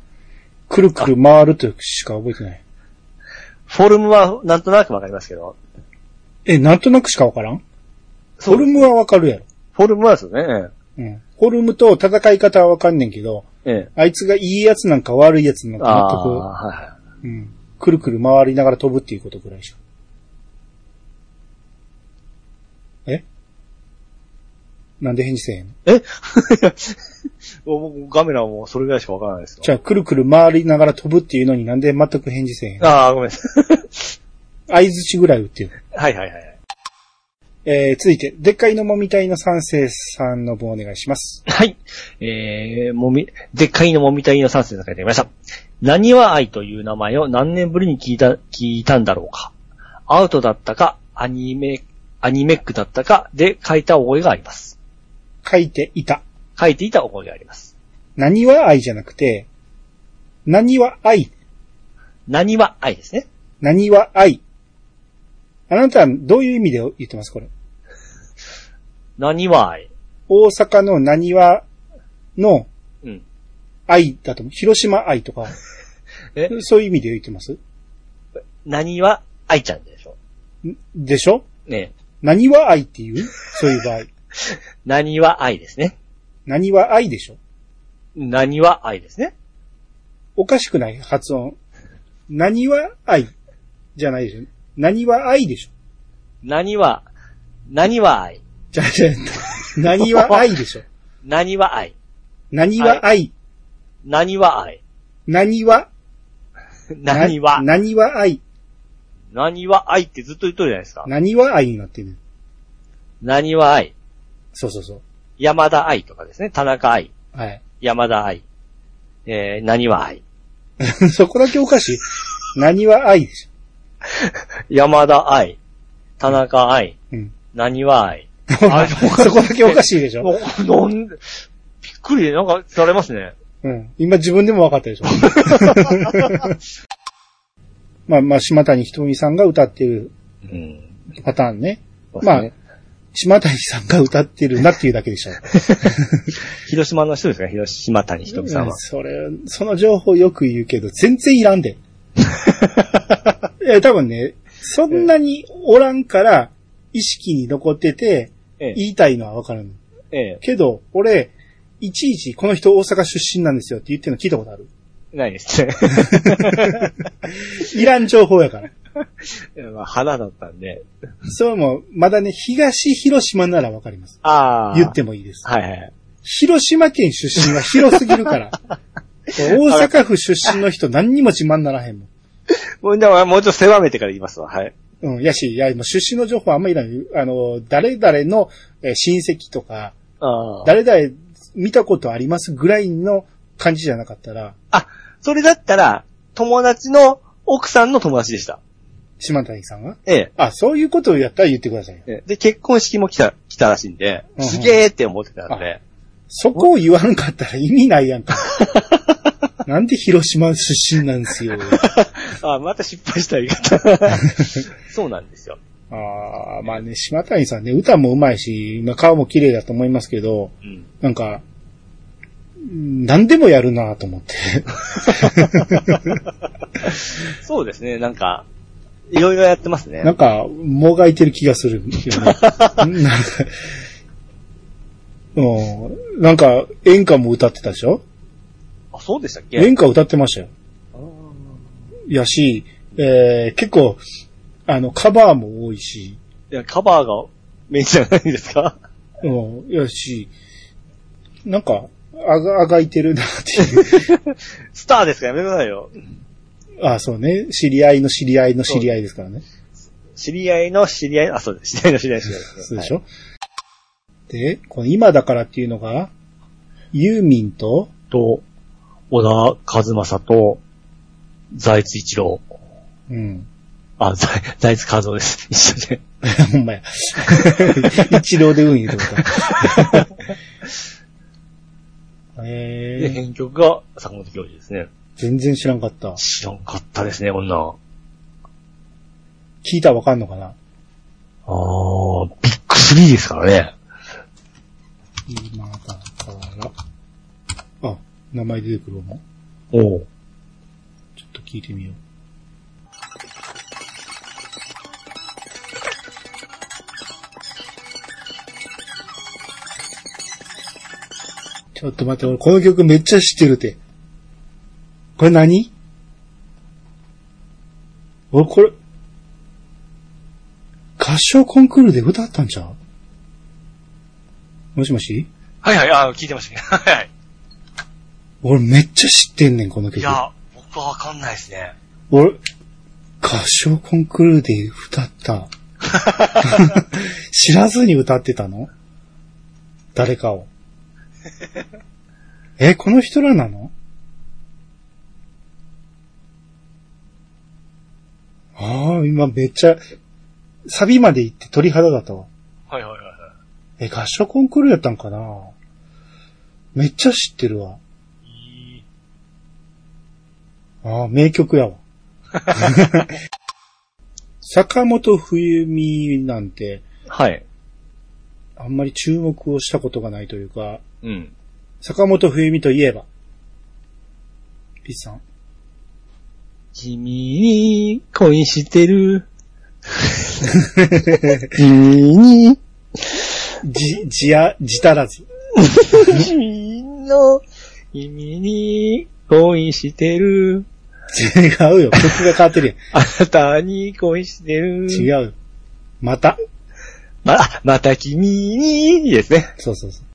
[SPEAKER 1] くるくる回るとしか覚えてない。
[SPEAKER 2] フォルムは、なんとなくわかりますけど。
[SPEAKER 1] え、なんとなくしかわからんフォルムはわかるやろ。
[SPEAKER 2] フォルムはですよね。
[SPEAKER 1] うん。フォルムと戦い方はわかんねんけど、
[SPEAKER 2] ええ。
[SPEAKER 1] あいつがいいやつなんか悪いやつなん
[SPEAKER 2] あ
[SPEAKER 1] か
[SPEAKER 2] あ
[SPEAKER 1] 全
[SPEAKER 2] ー、
[SPEAKER 1] く
[SPEAKER 2] はいはい。
[SPEAKER 1] うん。くるくる回りながら飛ぶっていうことぐらいしか。えなんで返事せえへんの
[SPEAKER 2] え 僕、ガメラはもうそれぐらいしかわからないですよ。
[SPEAKER 1] じゃあ、くるくる回りながら飛ぶっていうのになんで全く返事せえへんの
[SPEAKER 2] ああ、ごめんなさい。
[SPEAKER 1] 相槌ぐらい打ってよ。
[SPEAKER 2] はいはいはい。
[SPEAKER 1] えー、続いて、でっかいのもみたいの三世さんの分お願いします。
[SPEAKER 2] はい。えー、もみ、でっかいのもみたいの3世の書いてありました。何は愛という名前を何年ぶりに聞いた、聞いたんだろうか。アウトだったか、アニメ、アニメックだったかで書いた覚えがあります。
[SPEAKER 1] 書いていた。
[SPEAKER 2] 書いていた覚えがあります。
[SPEAKER 1] 何は愛じゃなくて、何は愛。
[SPEAKER 2] 何は愛ですね。
[SPEAKER 1] 何は愛。あなたはどういう意味で言ってますこれ。
[SPEAKER 2] 何は愛。
[SPEAKER 1] 大阪の何はの
[SPEAKER 2] うん。
[SPEAKER 1] 愛だと思う。広島愛とか、
[SPEAKER 2] え
[SPEAKER 1] そういう意味で言ってます
[SPEAKER 2] 何は愛ちゃんでしょ。
[SPEAKER 1] んでしょ
[SPEAKER 2] ね
[SPEAKER 1] 何は愛っていうそういう 場合。
[SPEAKER 2] 何は愛ですね。
[SPEAKER 1] 何は愛でしょ
[SPEAKER 2] 何は愛ですね。
[SPEAKER 1] おかしくない発音。何は愛じゃないでしょ何は愛でしょ
[SPEAKER 2] 何は、何は愛。
[SPEAKER 1] じゃあ、じゃあ何は愛でしょ
[SPEAKER 2] 何は愛。
[SPEAKER 1] 何は愛
[SPEAKER 2] 何は愛。
[SPEAKER 1] 何はな
[SPEAKER 2] 何は、
[SPEAKER 1] 何は愛
[SPEAKER 2] 何は愛ってずっと言っとるじゃないですか。
[SPEAKER 1] 何は愛になってる
[SPEAKER 2] 何は愛。
[SPEAKER 1] そうそうそう。
[SPEAKER 2] 山田愛とかですね。田中愛。
[SPEAKER 1] はい。
[SPEAKER 2] 山田愛。えー、何は愛。
[SPEAKER 1] そこだけおかしい。何は愛でしょ
[SPEAKER 2] 山田愛。田中愛。
[SPEAKER 1] うん。
[SPEAKER 2] 何は愛。あ
[SPEAKER 1] そこだけおかしいでしょ
[SPEAKER 2] おなんで、びっくり、なんか、されますね。
[SPEAKER 1] うん。今自分でも分かったでしょ まあまあ、島谷ひとみさんが歌ってる
[SPEAKER 2] うん。
[SPEAKER 1] パターンね。まあ、島谷さんが歌ってるなっていうだけでしょ。
[SPEAKER 2] 広島の人ですか広島谷ひとみさんは。
[SPEAKER 1] それ、その情報よく言うけど、全然いらんで。いや、多分ね、そんなにおらんから、意識に残ってて、
[SPEAKER 2] ええ
[SPEAKER 1] 言いたいのはわかるの。
[SPEAKER 2] ええ、
[SPEAKER 1] けど、俺、いちいちこの人大阪出身なんですよって言ってるの聞いたことある。
[SPEAKER 2] ないです ね。
[SPEAKER 1] いらん情報やから。
[SPEAKER 2] まあ、花だったんで。
[SPEAKER 1] それはもう、まだね、東広島ならわかります。
[SPEAKER 2] ああ。
[SPEAKER 1] 言ってもいいです。
[SPEAKER 2] はいはい。
[SPEAKER 1] 広島県出身は広すぎる から。大阪府出身の人何にも自慢ならへんもん。
[SPEAKER 2] もう、でも、もうちょっと狭めてから言いますわ。はい。
[SPEAKER 1] うん、やし、いや、もう出身の情報あんまいらない。あの、誰々のえー親戚とか、
[SPEAKER 2] ああ。
[SPEAKER 1] 誰々見たことありますぐらいの感じじゃなかったら、
[SPEAKER 2] あ、それだったら、友達の奥さんの友達でした。
[SPEAKER 1] 島谷さんは
[SPEAKER 2] ええ。
[SPEAKER 1] あ、そういうことをやったら言ってくださいよ。
[SPEAKER 2] ええで、結婚式も来た、来たらしいんで、
[SPEAKER 1] うんうん
[SPEAKER 2] すげーって思ってたんで、
[SPEAKER 1] そこを言わんかったら意味ないやん か。なんで広島出身なんですよ。
[SPEAKER 2] ああ、また失敗した言 い方。そうなんですよ。
[SPEAKER 1] ああ、まあね、島谷さんね、歌も上手いし、まあ顔も綺麗だと思いますけど、
[SPEAKER 2] うん。
[SPEAKER 1] なんか、うん何でもやるなと思 って。
[SPEAKER 2] そうですね、なんか、いろいろやってますね
[SPEAKER 1] な。んか、もがいてる気がするよね。なんか、 うん、なんか、演歌も歌ってたでしょ
[SPEAKER 2] あ、そうでしたっけ
[SPEAKER 1] 演歌歌ってましたよ。
[SPEAKER 2] あー
[SPEAKER 1] やし、えー、結構、あの、カバーも多いし、
[SPEAKER 2] いや、カバーがメインじゃないんですか
[SPEAKER 1] うん、やし、なんか、あが、あがいてるなっていう。
[SPEAKER 2] スターですからやめてくださいよ。
[SPEAKER 1] あ、そうね。知り合いの知り合いの知り合いですからね。
[SPEAKER 2] 知り合いの知り合い、あ、そうです。知り合いの知り合いの知り合いですね。
[SPEAKER 1] そうでし
[SPEAKER 2] ょ、
[SPEAKER 1] ょ、で、この今だからっていうのが、ユーミンと、
[SPEAKER 2] と、小田和正と、財津一郎。
[SPEAKER 1] うん。
[SPEAKER 2] あ、財財津和夫です。 一緒で。
[SPEAKER 1] ほんまや。 一郎で運言うてこと。
[SPEAKER 2] で、
[SPEAKER 1] えー、
[SPEAKER 2] 編曲が坂本教授ですね。
[SPEAKER 1] 全然知らんかった。
[SPEAKER 2] 知らんかったですね、女。あ
[SPEAKER 1] 聞いたらわかんのかな
[SPEAKER 2] あ、ビッグスリーですからね。
[SPEAKER 1] 今だから。あ、名前出てくるもん。
[SPEAKER 2] おう
[SPEAKER 1] ちょっと聞いてみよう。ちょっと待って、俺この曲めっちゃ知ってるて。これ何俺これ、合唱コンクールで歌ったんちゃうもしもし
[SPEAKER 2] はいはい、あ聞いてましたね。 はいはい。
[SPEAKER 1] 俺めっちゃ知ってんねん、この曲。
[SPEAKER 2] いや、僕はわかんないですね。
[SPEAKER 1] 俺、合唱コンクールで歌った。知らずに歌ってたの誰かを。え、この人らなのああ、今めっちゃ、サビまで行って鳥肌だったわ。
[SPEAKER 2] はいはいはい。は
[SPEAKER 1] え、合唱コンクールやったんかなめっちゃ知ってるわ。
[SPEAKER 2] い
[SPEAKER 1] ああ、名曲 やわ。坂本冬美なんて、
[SPEAKER 2] はい。
[SPEAKER 1] あんまり注目をしたことがないというか、
[SPEAKER 2] うん。
[SPEAKER 1] 坂本冬美といえば、ピッチさん。
[SPEAKER 2] 君に恋してる。
[SPEAKER 3] 君に、
[SPEAKER 1] じ、じや、じたらず。
[SPEAKER 2] 君の、君に恋してる。
[SPEAKER 1] 違うよ。曲が変わってる
[SPEAKER 2] あなたに恋してる。
[SPEAKER 1] やん。違うよ。また。
[SPEAKER 2] ま、あまた君に、ですね。
[SPEAKER 1] そうそうそう。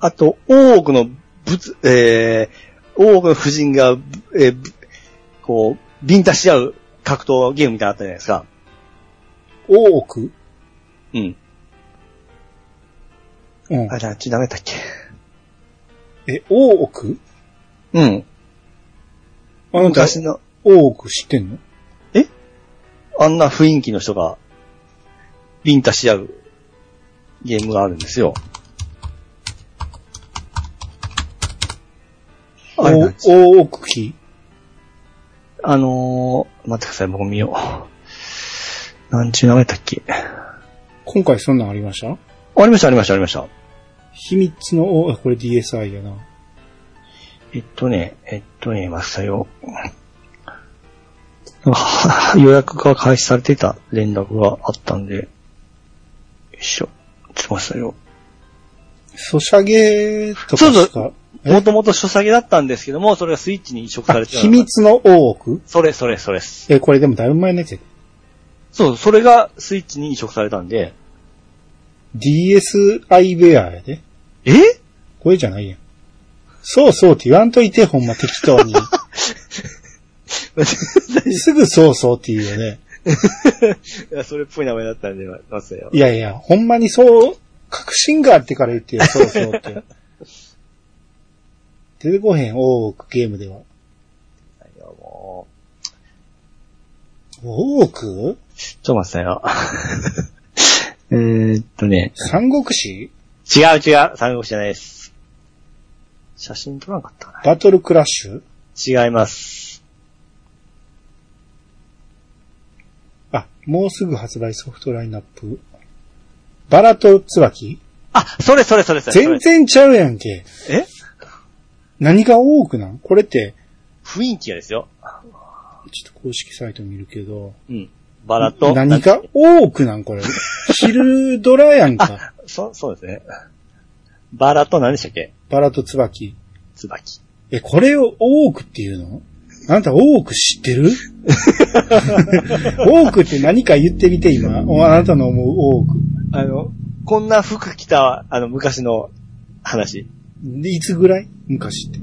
[SPEAKER 2] あと、大奥の仏、えー、大奥の夫人が、えー、ぶこう、ビンタし合う格闘ゲームみたいなのあったじゃないですか。
[SPEAKER 1] 大奥
[SPEAKER 2] うん。
[SPEAKER 1] うん。
[SPEAKER 2] あ、じゃあ、ちょ、ダメだったっけ
[SPEAKER 1] え、大奥
[SPEAKER 2] うん。
[SPEAKER 1] あなた、
[SPEAKER 2] 昔の、
[SPEAKER 1] 大奥知ってんの
[SPEAKER 2] あんな雰囲気の人が、ビンタし合うゲームがあるんですよ。あれなんですよ
[SPEAKER 1] 大奥妃
[SPEAKER 2] あのー、待ってください、僕見よう。なんちゅう名前だったっけあ
[SPEAKER 1] 今回そんなんありました
[SPEAKER 2] りました、ありました、ありました。
[SPEAKER 1] 秘密の大、あこれ DSI やな。
[SPEAKER 2] えっとね、えっとね、まさよ。 なんかは予約が開始されてた連絡があったんで。よいしょ。ちょっと待ってくださいよ。
[SPEAKER 1] ソシャゲとかしか
[SPEAKER 2] そうもともと書下げだったんですけども、それがスイッチに移植さ
[SPEAKER 1] あ
[SPEAKER 2] れてた
[SPEAKER 1] 秘密の大奥
[SPEAKER 2] それ、それ、それです。
[SPEAKER 1] え、これでもだいぶ前のやつや
[SPEAKER 2] そう、それがスイッチに移植されたんで。
[SPEAKER 1] DSI ベアやで。
[SPEAKER 2] え
[SPEAKER 1] これじゃないやん。そうそうって言わんといて、ほんま適当 に。すぐそうそうって言うよね。
[SPEAKER 2] いやそれっぽい名前だったんで、まさよ
[SPEAKER 1] い。やいや、ほんまにそう、確信があってから言ってよ、そうそうって。出てこへん、大奥ゲームでは。
[SPEAKER 2] いやもう
[SPEAKER 1] 大奥
[SPEAKER 2] ちょっと待ってください よ。えーっとね。
[SPEAKER 1] 三国志
[SPEAKER 2] 違う違う、三国志じゃないです。写真撮らなかったか
[SPEAKER 1] バトルクラッシュ
[SPEAKER 2] な。違います。
[SPEAKER 1] あ、もうすぐ発売ソフトラインナップ。バラと椿
[SPEAKER 2] あ、それそれそれそれ。
[SPEAKER 1] 全然ちゃうやんけ。
[SPEAKER 2] それ。え
[SPEAKER 1] 何が多くなんこれって、
[SPEAKER 2] 雰囲気がですよ。
[SPEAKER 1] ちょっと公式サイト見るけど。
[SPEAKER 2] うん。バラと。
[SPEAKER 1] 何が多くなん これ。昼ドラやんか。
[SPEAKER 2] そ、そうですね。バラと何でしたっけ
[SPEAKER 1] バラと椿。
[SPEAKER 2] 椿。
[SPEAKER 1] え、これを多くっていうのあなた多く知 ってる多くって何か言ってみて今。おあなたの思う多く。
[SPEAKER 2] あの、こんな服着た、あの、昔の話。
[SPEAKER 1] でいつぐらい昔って。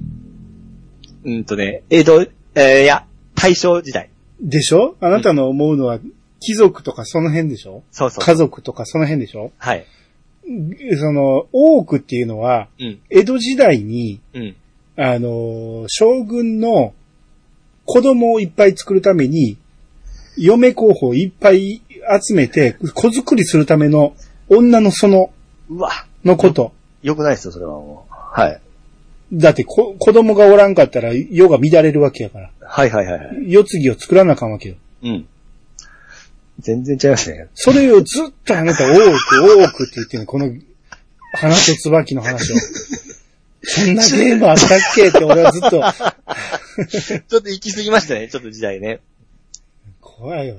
[SPEAKER 2] うんとね、江戸、えーいや、大正時代。
[SPEAKER 1] でしょあなたの思うのは、貴族とかその辺でしょ
[SPEAKER 2] そうそう。
[SPEAKER 1] 家族とかその辺でしょ
[SPEAKER 2] はい。
[SPEAKER 1] その、多くっていうのは、
[SPEAKER 2] うん。
[SPEAKER 1] 江戸時代に、
[SPEAKER 2] うん。
[SPEAKER 1] あのー、将軍の子供をいっぱい作るために、嫁候補をいっぱい集めて、子作りするための女の園
[SPEAKER 2] うわ、
[SPEAKER 1] のこと。
[SPEAKER 2] よくないですよ、それはもう。はい。
[SPEAKER 1] だってこ、子供がおらんかったら世が乱れるわけやから。
[SPEAKER 2] はいはいはいはい。
[SPEAKER 1] 世継ぎを作らなあかんわけよ。
[SPEAKER 2] うん。全然違いますね。
[SPEAKER 1] それをずっとあなた多く多くって言ってるの、この、花と椿の話を。そんなゲームあったっけって俺はずっと、
[SPEAKER 2] ちょっと行き過ぎましたね、ちょっと時代ね。
[SPEAKER 1] 怖いわ。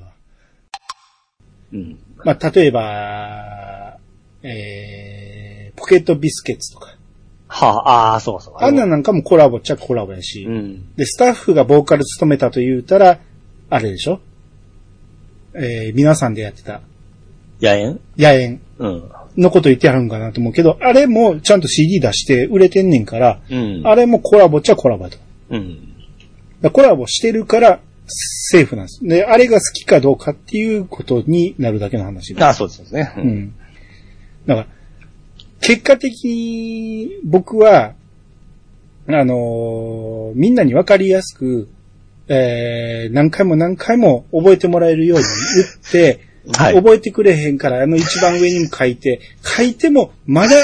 [SPEAKER 2] うん。
[SPEAKER 1] まあ、例えば、えー、ポケットビスケッツとか。
[SPEAKER 2] はあ、ああ、そうそう。
[SPEAKER 1] アンナなんかもコラボっちゃコラボやし。
[SPEAKER 2] うん。
[SPEAKER 1] で、スタッフがボーカル務めたと言うたら、あれでしょえー、皆さんでやってた、
[SPEAKER 2] 野縁
[SPEAKER 1] 野縁
[SPEAKER 2] うん。
[SPEAKER 1] のこと言ってはるんかなと思うけど、あれもちゃんと CD 出して売れてんねんから、
[SPEAKER 2] うん。
[SPEAKER 1] あれもコラボっちゃコラボやと。だか
[SPEAKER 2] うん。
[SPEAKER 1] らコラボしてるから、セーフなんです。で、あれが好きかどうかっていうことになるだけの話で
[SPEAKER 2] ああ、そうですね。う
[SPEAKER 1] う。ん。だから、結果的に僕は、あのーみんなにわかりやすく、えー、何回も何回も覚えてもらえるように打って、
[SPEAKER 2] はい
[SPEAKER 1] 覚えてくれへんから、あの一番上にも書いて、書いてもまだ、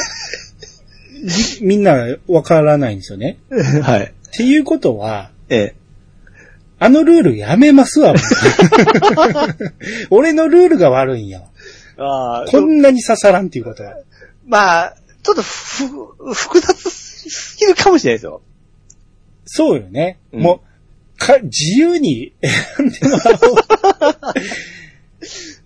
[SPEAKER 1] じみんなわからないんですよね。
[SPEAKER 2] はい。
[SPEAKER 1] っていうことは、
[SPEAKER 2] ええ。
[SPEAKER 1] あのルールやめますわ、僕 俺のルールが悪いんよ。
[SPEAKER 2] ああ、
[SPEAKER 1] こんなに刺さらんっていうことは。
[SPEAKER 2] まあ、ちょっとふ、複雑すぎるかもしれないですよ。
[SPEAKER 1] そうよね。
[SPEAKER 2] うん
[SPEAKER 1] もう、か、自由に 選んでも らおう。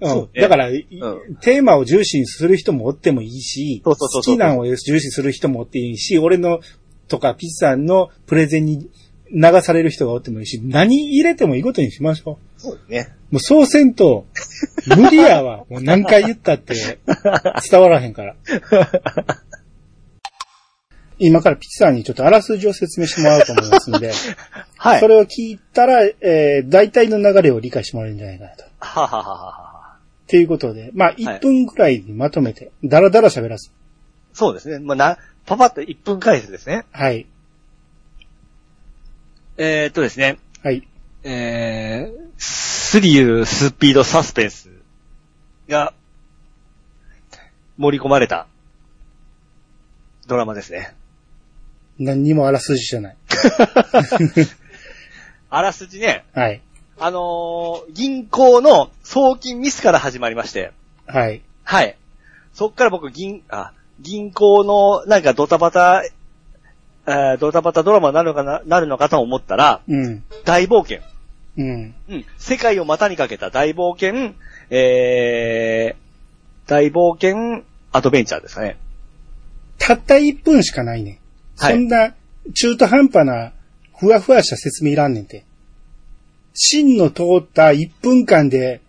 [SPEAKER 2] う
[SPEAKER 1] うん
[SPEAKER 2] ね
[SPEAKER 1] だから、い
[SPEAKER 2] うん
[SPEAKER 1] テーマを重視にする人もおってもいいし、
[SPEAKER 2] そうそうそう
[SPEAKER 1] 好
[SPEAKER 2] そう
[SPEAKER 1] きなのを重視する人もおっていいし、俺のとかピッツさんのプレゼンに流される人がおってもいいし、何入れてもいいことにしましょ
[SPEAKER 2] そうですね。
[SPEAKER 1] う。もうそうせんと、無理や わ。もう何回言ったって伝わらへんから。今からピッツさんにちょっとあらすじを説明してもらおうと思いますの で。
[SPEAKER 2] は
[SPEAKER 1] それを聞いたら、えー、大体の流れを理解してもらえるんじゃないかなと。っ
[SPEAKER 2] ははははは。
[SPEAKER 1] ていうことで、まあ、1分くらいにまとめて、だらだら喋らす。
[SPEAKER 2] そうですね。まあ、な、パパッと1分解説ですね。
[SPEAKER 1] はい。
[SPEAKER 2] えー、っとですね。
[SPEAKER 1] はい。
[SPEAKER 2] えー、スリル、スピード、サスペンスが盛り込まれたドラマですね。
[SPEAKER 1] 何にもあらすじじゃ ない。
[SPEAKER 2] あらすじね、
[SPEAKER 1] はい。
[SPEAKER 2] あのー銀行の送金ミスから始まりまして、
[SPEAKER 1] はい。
[SPEAKER 2] はい。そっから僕、銀、あ、銀行のなんかドタバタ、えードタバタドラマになるのかな、なるのかと思ったら、
[SPEAKER 1] うん。
[SPEAKER 2] 大冒険。
[SPEAKER 1] うん。
[SPEAKER 2] うん。世界を股にかけた大冒険、えー、大冒険アドベンチャーですかね。
[SPEAKER 1] たった1分しかないね。
[SPEAKER 2] はい
[SPEAKER 1] そんな、中途半端な、ふわふわした説明いらんねんて。真の通った1分間で、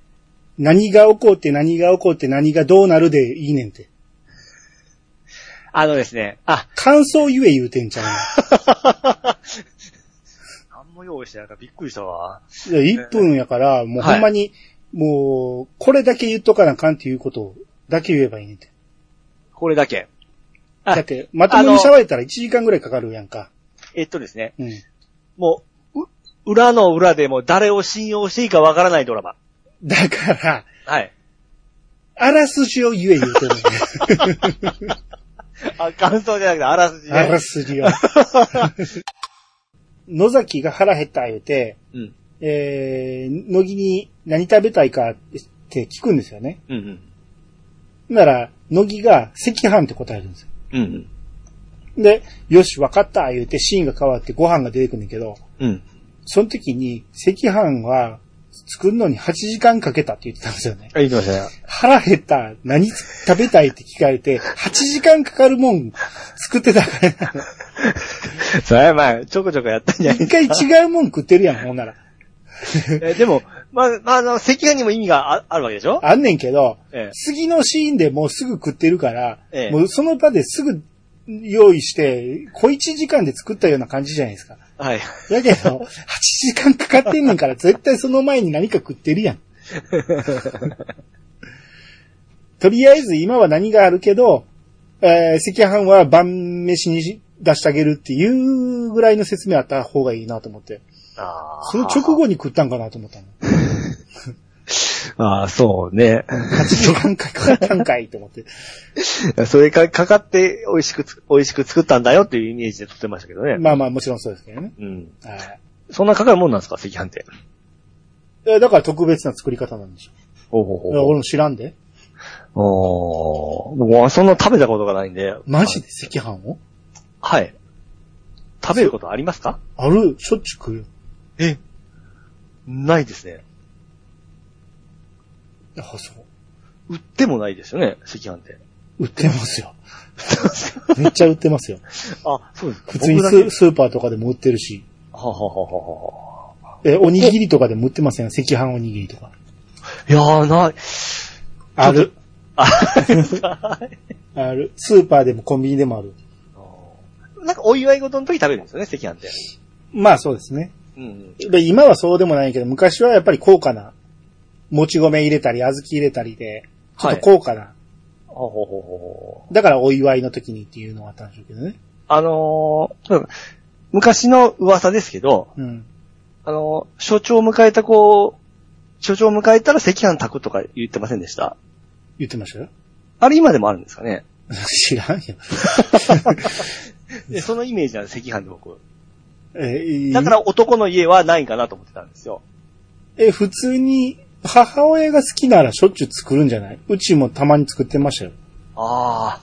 [SPEAKER 1] 何が起こって何が起こって何がどうなるでいいねんて。
[SPEAKER 2] あのですね、あ、
[SPEAKER 1] 感想ゆえ言うてんちゃうの
[SPEAKER 2] 何も用意してなかった。びっくりしたわ。
[SPEAKER 1] いや、1分 やから、もう
[SPEAKER 2] はい
[SPEAKER 1] ほんまに、もう、これだけ言っとかなあかんっていうことだけ言えばいいねんて。
[SPEAKER 2] これだけ。あ
[SPEAKER 1] だって、まともに喋ったら1時間ぐらいかかるやんか。
[SPEAKER 2] えっとです ね、
[SPEAKER 1] うん。
[SPEAKER 2] もう、う裏の裏でも誰を信用していいかわからないドラマ。
[SPEAKER 1] だから、
[SPEAKER 2] はい。
[SPEAKER 1] あらすじを言え言うてんねん。
[SPEAKER 2] あ、感想じゃなくて、あらすじ
[SPEAKER 1] あら
[SPEAKER 2] ね。
[SPEAKER 1] すじを。 野崎が腹減った言うて、
[SPEAKER 2] うん。
[SPEAKER 1] えー、乃木に何食べたいかって聞くんですよね。
[SPEAKER 2] うんうん。
[SPEAKER 1] なら、乃木が赤飯って答えるんですよ。
[SPEAKER 2] うん
[SPEAKER 1] で、よし、わかった言うてシーンが変わってご飯が出てくんだけど、
[SPEAKER 2] うん。うん。
[SPEAKER 1] その時に、赤飯は、作るのに8時間かけたって言ってたんですよね。
[SPEAKER 2] あ、言ってましたね。
[SPEAKER 1] 腹減った、何食べたいって聞かれて、8時間かかるもん、作ってたからな、
[SPEAKER 2] それはまあ、ちょこちょこやったんじゃないで
[SPEAKER 1] 一
[SPEAKER 2] すか
[SPEAKER 1] 回違うもん食ってるやん、ほんなら。
[SPEAKER 2] えでも、まあ、まあ、あの、赤飯にも意味がああるわけでしょ
[SPEAKER 1] あんねんけど、
[SPEAKER 2] ええ
[SPEAKER 1] 次のシーンでもうすぐ食ってるから、
[SPEAKER 2] ええ
[SPEAKER 1] もうその場ですぐ用意して、小1時間で作ったような感じじゃないですか。
[SPEAKER 2] はい。
[SPEAKER 1] だけど、8時 間かかってんねんから、絶対その前に何か食ってる やん。とりあえず今は何があるけど、えー、赤飯は晩飯にし出してあげるっていうぐらいの説明あった方がいいなと思って。
[SPEAKER 2] あー
[SPEAKER 1] その直。後に食ったんかなと思ったの。
[SPEAKER 2] ああ、そうね。
[SPEAKER 1] 8時間かかったんかいと思って。
[SPEAKER 2] それか、かかって、美味しくつ、美味しく作ったんだよっていうイメージで撮ってましたけどね。
[SPEAKER 1] まあまあもちろんそうですけどね。
[SPEAKER 2] うん。
[SPEAKER 1] はい
[SPEAKER 2] そんなかかるもんなんですか赤飯って。
[SPEAKER 1] えーだから特別な作り方なんでしょ。
[SPEAKER 2] ほうほう
[SPEAKER 1] いや俺も知らんで。
[SPEAKER 2] ほう。おー。僕はそんな食べたことがないんで。
[SPEAKER 1] マジで赤飯を
[SPEAKER 2] はい。食べることありますか
[SPEAKER 1] あるしょっちゅう食うよ。
[SPEAKER 2] えないですね。
[SPEAKER 1] あ、そう。
[SPEAKER 2] 売ってもないですよね、赤飯って。
[SPEAKER 1] 売ってますよ。 めっちゃ売ってますよ。
[SPEAKER 2] あ、そうですか。
[SPEAKER 1] 普通に
[SPEAKER 2] 僕だけ
[SPEAKER 1] ススーパーとかでも売ってるし、
[SPEAKER 2] はははははは。
[SPEAKER 1] え、おにぎりとかでも売ってません赤飯おにぎりとか。
[SPEAKER 2] いやー、ない。
[SPEAKER 1] ある。
[SPEAKER 2] あ、はい
[SPEAKER 1] ある。スーパーでもコンビニでもある。
[SPEAKER 2] なんかお祝い事の時食べるんですよね、赤飯って。
[SPEAKER 1] まあそうですね。
[SPEAKER 2] うんうん。
[SPEAKER 1] で今はそうでもないけど、昔はやっぱり高価な、もち米入れたり、小豆入れたりで、ちょっと高価な。
[SPEAKER 2] ほうほうほうほう
[SPEAKER 1] だからお祝いの時にっていうのがあったんでしょうけどね。
[SPEAKER 2] あのー、昔の噂ですけど、
[SPEAKER 1] うん。
[SPEAKER 2] あの、所長を迎えた子、所長を迎えたら赤飯炊くとか言ってませんでした
[SPEAKER 1] 言ってましたよ。
[SPEAKER 2] あれ今でもあるんですかね
[SPEAKER 1] 知らん よ。
[SPEAKER 2] でそのイメージなんです、赤飯で僕。
[SPEAKER 1] えー
[SPEAKER 2] だから男の家はないんかなと思ってたんですよ。
[SPEAKER 1] え、普通に、母親が好きならしょっちゅう作るんじゃないうちもたまに作ってましたよ。
[SPEAKER 2] ああ。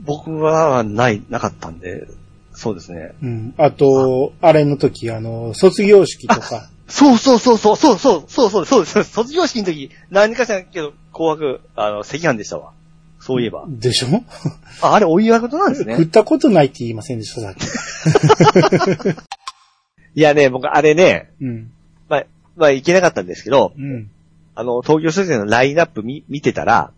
[SPEAKER 2] 僕はない、なかったんで、そうですね。
[SPEAKER 1] うん。あと、あれの時、あの、卒業式とか。
[SPEAKER 2] そうそうそうそう、そうそう、そうそう、そうです。卒業式の時、何かしらんけど、紅白、あの、赤飯でしたわ。そういえば。
[SPEAKER 1] でしょ、
[SPEAKER 2] あ、あれ、お祝い事なんです
[SPEAKER 1] 食っ
[SPEAKER 2] ね。
[SPEAKER 1] たことないって言いませんでした、さっき。
[SPEAKER 2] いやね、僕、あれね、
[SPEAKER 1] うん。
[SPEAKER 2] まあ、まあ、いけなかったんですけど、
[SPEAKER 1] うん。
[SPEAKER 2] あの、東京書店のラインナップ見、見てたら、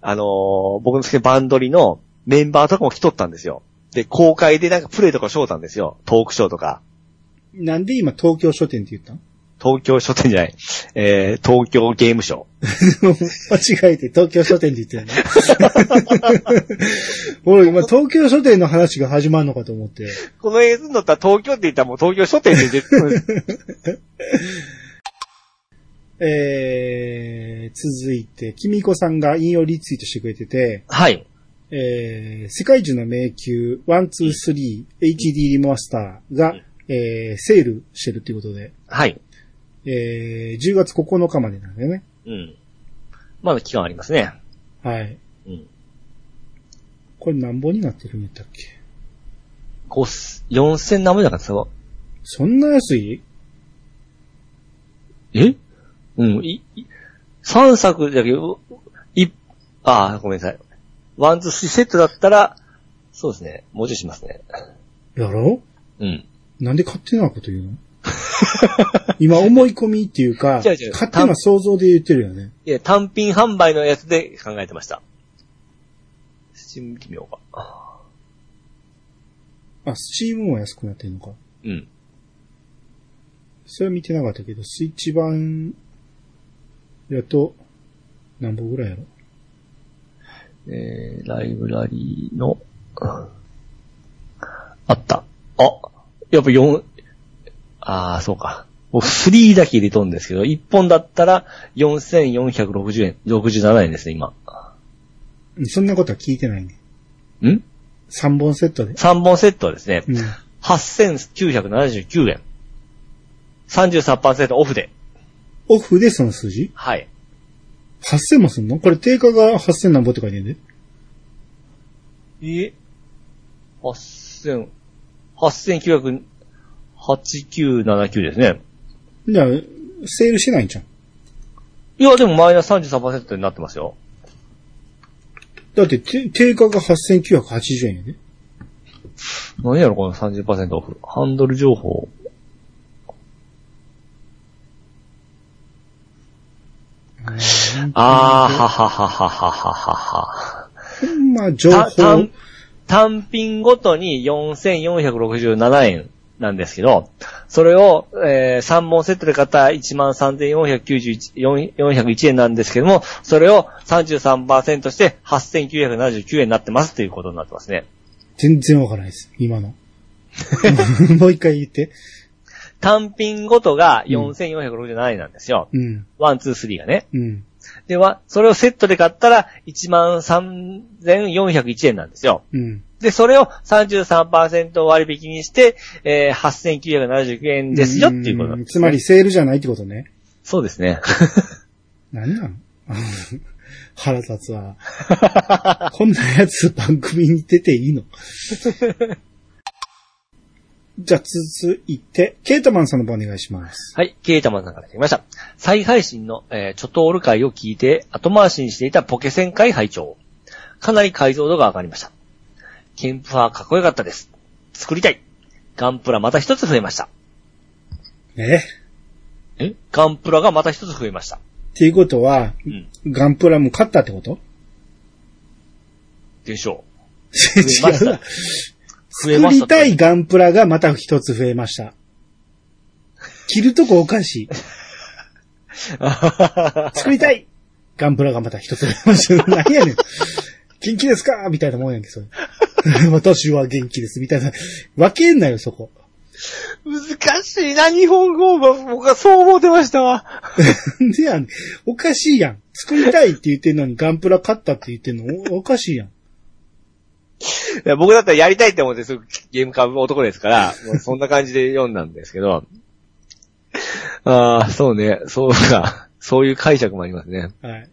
[SPEAKER 2] あのー僕の好きなバンドリのメンバーとかも来とったんですよ。で、公開でなんかプレイとかしょうたんですよ。トークショーとか。
[SPEAKER 1] なんで今東京書店って言ったん
[SPEAKER 2] 東京書店じゃない。えー、東京ゲームショー。
[SPEAKER 1] 間違えて東京書店って言ってるの。 俺今東京書店の話が始まるのかと思って。
[SPEAKER 2] この映像に乗ったら東京って言ったらもう東京書店で出てくる。
[SPEAKER 1] えー、続いて、きみこさんが引用リツイートしてくれてて、
[SPEAKER 2] はい。
[SPEAKER 1] えー、世界中の迷宮 123HD リマスターが
[SPEAKER 2] うん、
[SPEAKER 1] えー、セールしてるっていうことで、
[SPEAKER 2] はい。
[SPEAKER 1] えー、10月9日までなんだよね。
[SPEAKER 2] うん。まだ期間ありますね。
[SPEAKER 1] はい。
[SPEAKER 2] うん。
[SPEAKER 1] これ何本になってるんやったっけ
[SPEAKER 2] こうす、4000何本だからそう。
[SPEAKER 1] そんな安い
[SPEAKER 2] えうん、い、い3作だけど、い、ああ、ごめんなさい。ワン、ツー、スリーセットだったら、そうですね。もうちょいしますね。
[SPEAKER 1] やろ
[SPEAKER 2] うん。
[SPEAKER 1] なんで勝手なこと言う の今思い込みっていうか、
[SPEAKER 2] 違う違う
[SPEAKER 1] 勝手な想像で言ってるよね。
[SPEAKER 2] いや、単品販売のやつで考えてました。スチーム見てみようか。
[SPEAKER 1] あ、スチームも安くなってるのか。
[SPEAKER 2] うん。
[SPEAKER 1] それは見てなかったけど、スイッチ版やと、何本ぐらいやろ
[SPEAKER 2] えー、ライブラリーの、あった。あ、やっぱ4、あー、そうか。僕3だけ入れとんですけど、1本だったら4460円、67円ですね、今。
[SPEAKER 1] うんそんなことは聞いてないね。
[SPEAKER 2] ん
[SPEAKER 1] 3本セットで。
[SPEAKER 2] ?3 本セットはですね
[SPEAKER 1] う、ん。
[SPEAKER 2] 8979円。33%オフで。
[SPEAKER 1] オフでその数字
[SPEAKER 2] はい。
[SPEAKER 1] ?8000 もすんのこれ定価が8000何本って書いてんで。
[SPEAKER 2] え ?8000、8979ですね。
[SPEAKER 1] じゃあ、セールしてないんじゃん。
[SPEAKER 2] いや、でもマイナス33%になってますよ。
[SPEAKER 1] だって、て定価が8980円やで。
[SPEAKER 2] 何やろこの30%オフ。ハンドル情報。あー、ははははははは。
[SPEAKER 1] ほんま、情
[SPEAKER 2] た
[SPEAKER 1] 報
[SPEAKER 2] 単。単品ごとに4467円なんですけど、それを、えー3本セットで買ったら13,491円なんですけども、それを33%として8,979円になってますということになってますね。
[SPEAKER 1] 全然わからないです。今 の。 もう一回言って。
[SPEAKER 2] 単品ごとが
[SPEAKER 1] うん
[SPEAKER 2] 4,467円なんですよ。
[SPEAKER 1] うん。
[SPEAKER 2] ワン、ツー、スリーがね。
[SPEAKER 1] うん。
[SPEAKER 2] では、それをセットで買ったら13,401円なんですよ。
[SPEAKER 1] うん。
[SPEAKER 2] で、それを33%割引にして、えー、8,979円ですよっていうことなん
[SPEAKER 1] ん
[SPEAKER 2] です
[SPEAKER 1] つまり、セールじゃないってことね。
[SPEAKER 2] そうですね。
[SPEAKER 1] なんなん 腹立つわ。こんなやつ番組に出ていいの じゃあ続いて、ケータマンさんの方お願いします。
[SPEAKER 2] はい、ケイタマンさんから来ました。再配信の、えー、ちょっとおる会を聞いて後回しにしていたポケセン会拝聴。かなり解像度が上がりました。ケンプファーかっこよかったです。作りたい。ガンプラまた一つ増えました。
[SPEAKER 1] ね。
[SPEAKER 2] えガンプラがまた一つ増えました。
[SPEAKER 1] っていうことは、
[SPEAKER 2] うん。
[SPEAKER 1] ガンプラも勝ったってこと
[SPEAKER 2] でしょう。
[SPEAKER 1] 違
[SPEAKER 2] 増えまし
[SPEAKER 1] う
[SPEAKER 2] た
[SPEAKER 1] な。。
[SPEAKER 2] 増え
[SPEAKER 1] 作
[SPEAKER 2] まし
[SPEAKER 1] り
[SPEAKER 2] た
[SPEAKER 1] たいガンプラがまた一つ増えました。着るとこおかしい。 作りたいガンプラがまた一つ増え ました。何やねん。元気ですかみたいなもんやんけ、それ。 私は元気です。みたいな。分けんなよ、そこ。
[SPEAKER 2] 難しいな、日本語は。僕はそう思ってましたわ。
[SPEAKER 1] なんでやねん。おかしいやん。作りたいって言ってんのにガンプラ買ったって言ってんのおおかしいやん。
[SPEAKER 2] いや僕だったらやりたいって思って、すぐゲーム買う男ですから、もうそんな感じで読んだんですけど。ああ、そうね。そうか。そういう解釈もありますね。
[SPEAKER 1] はい。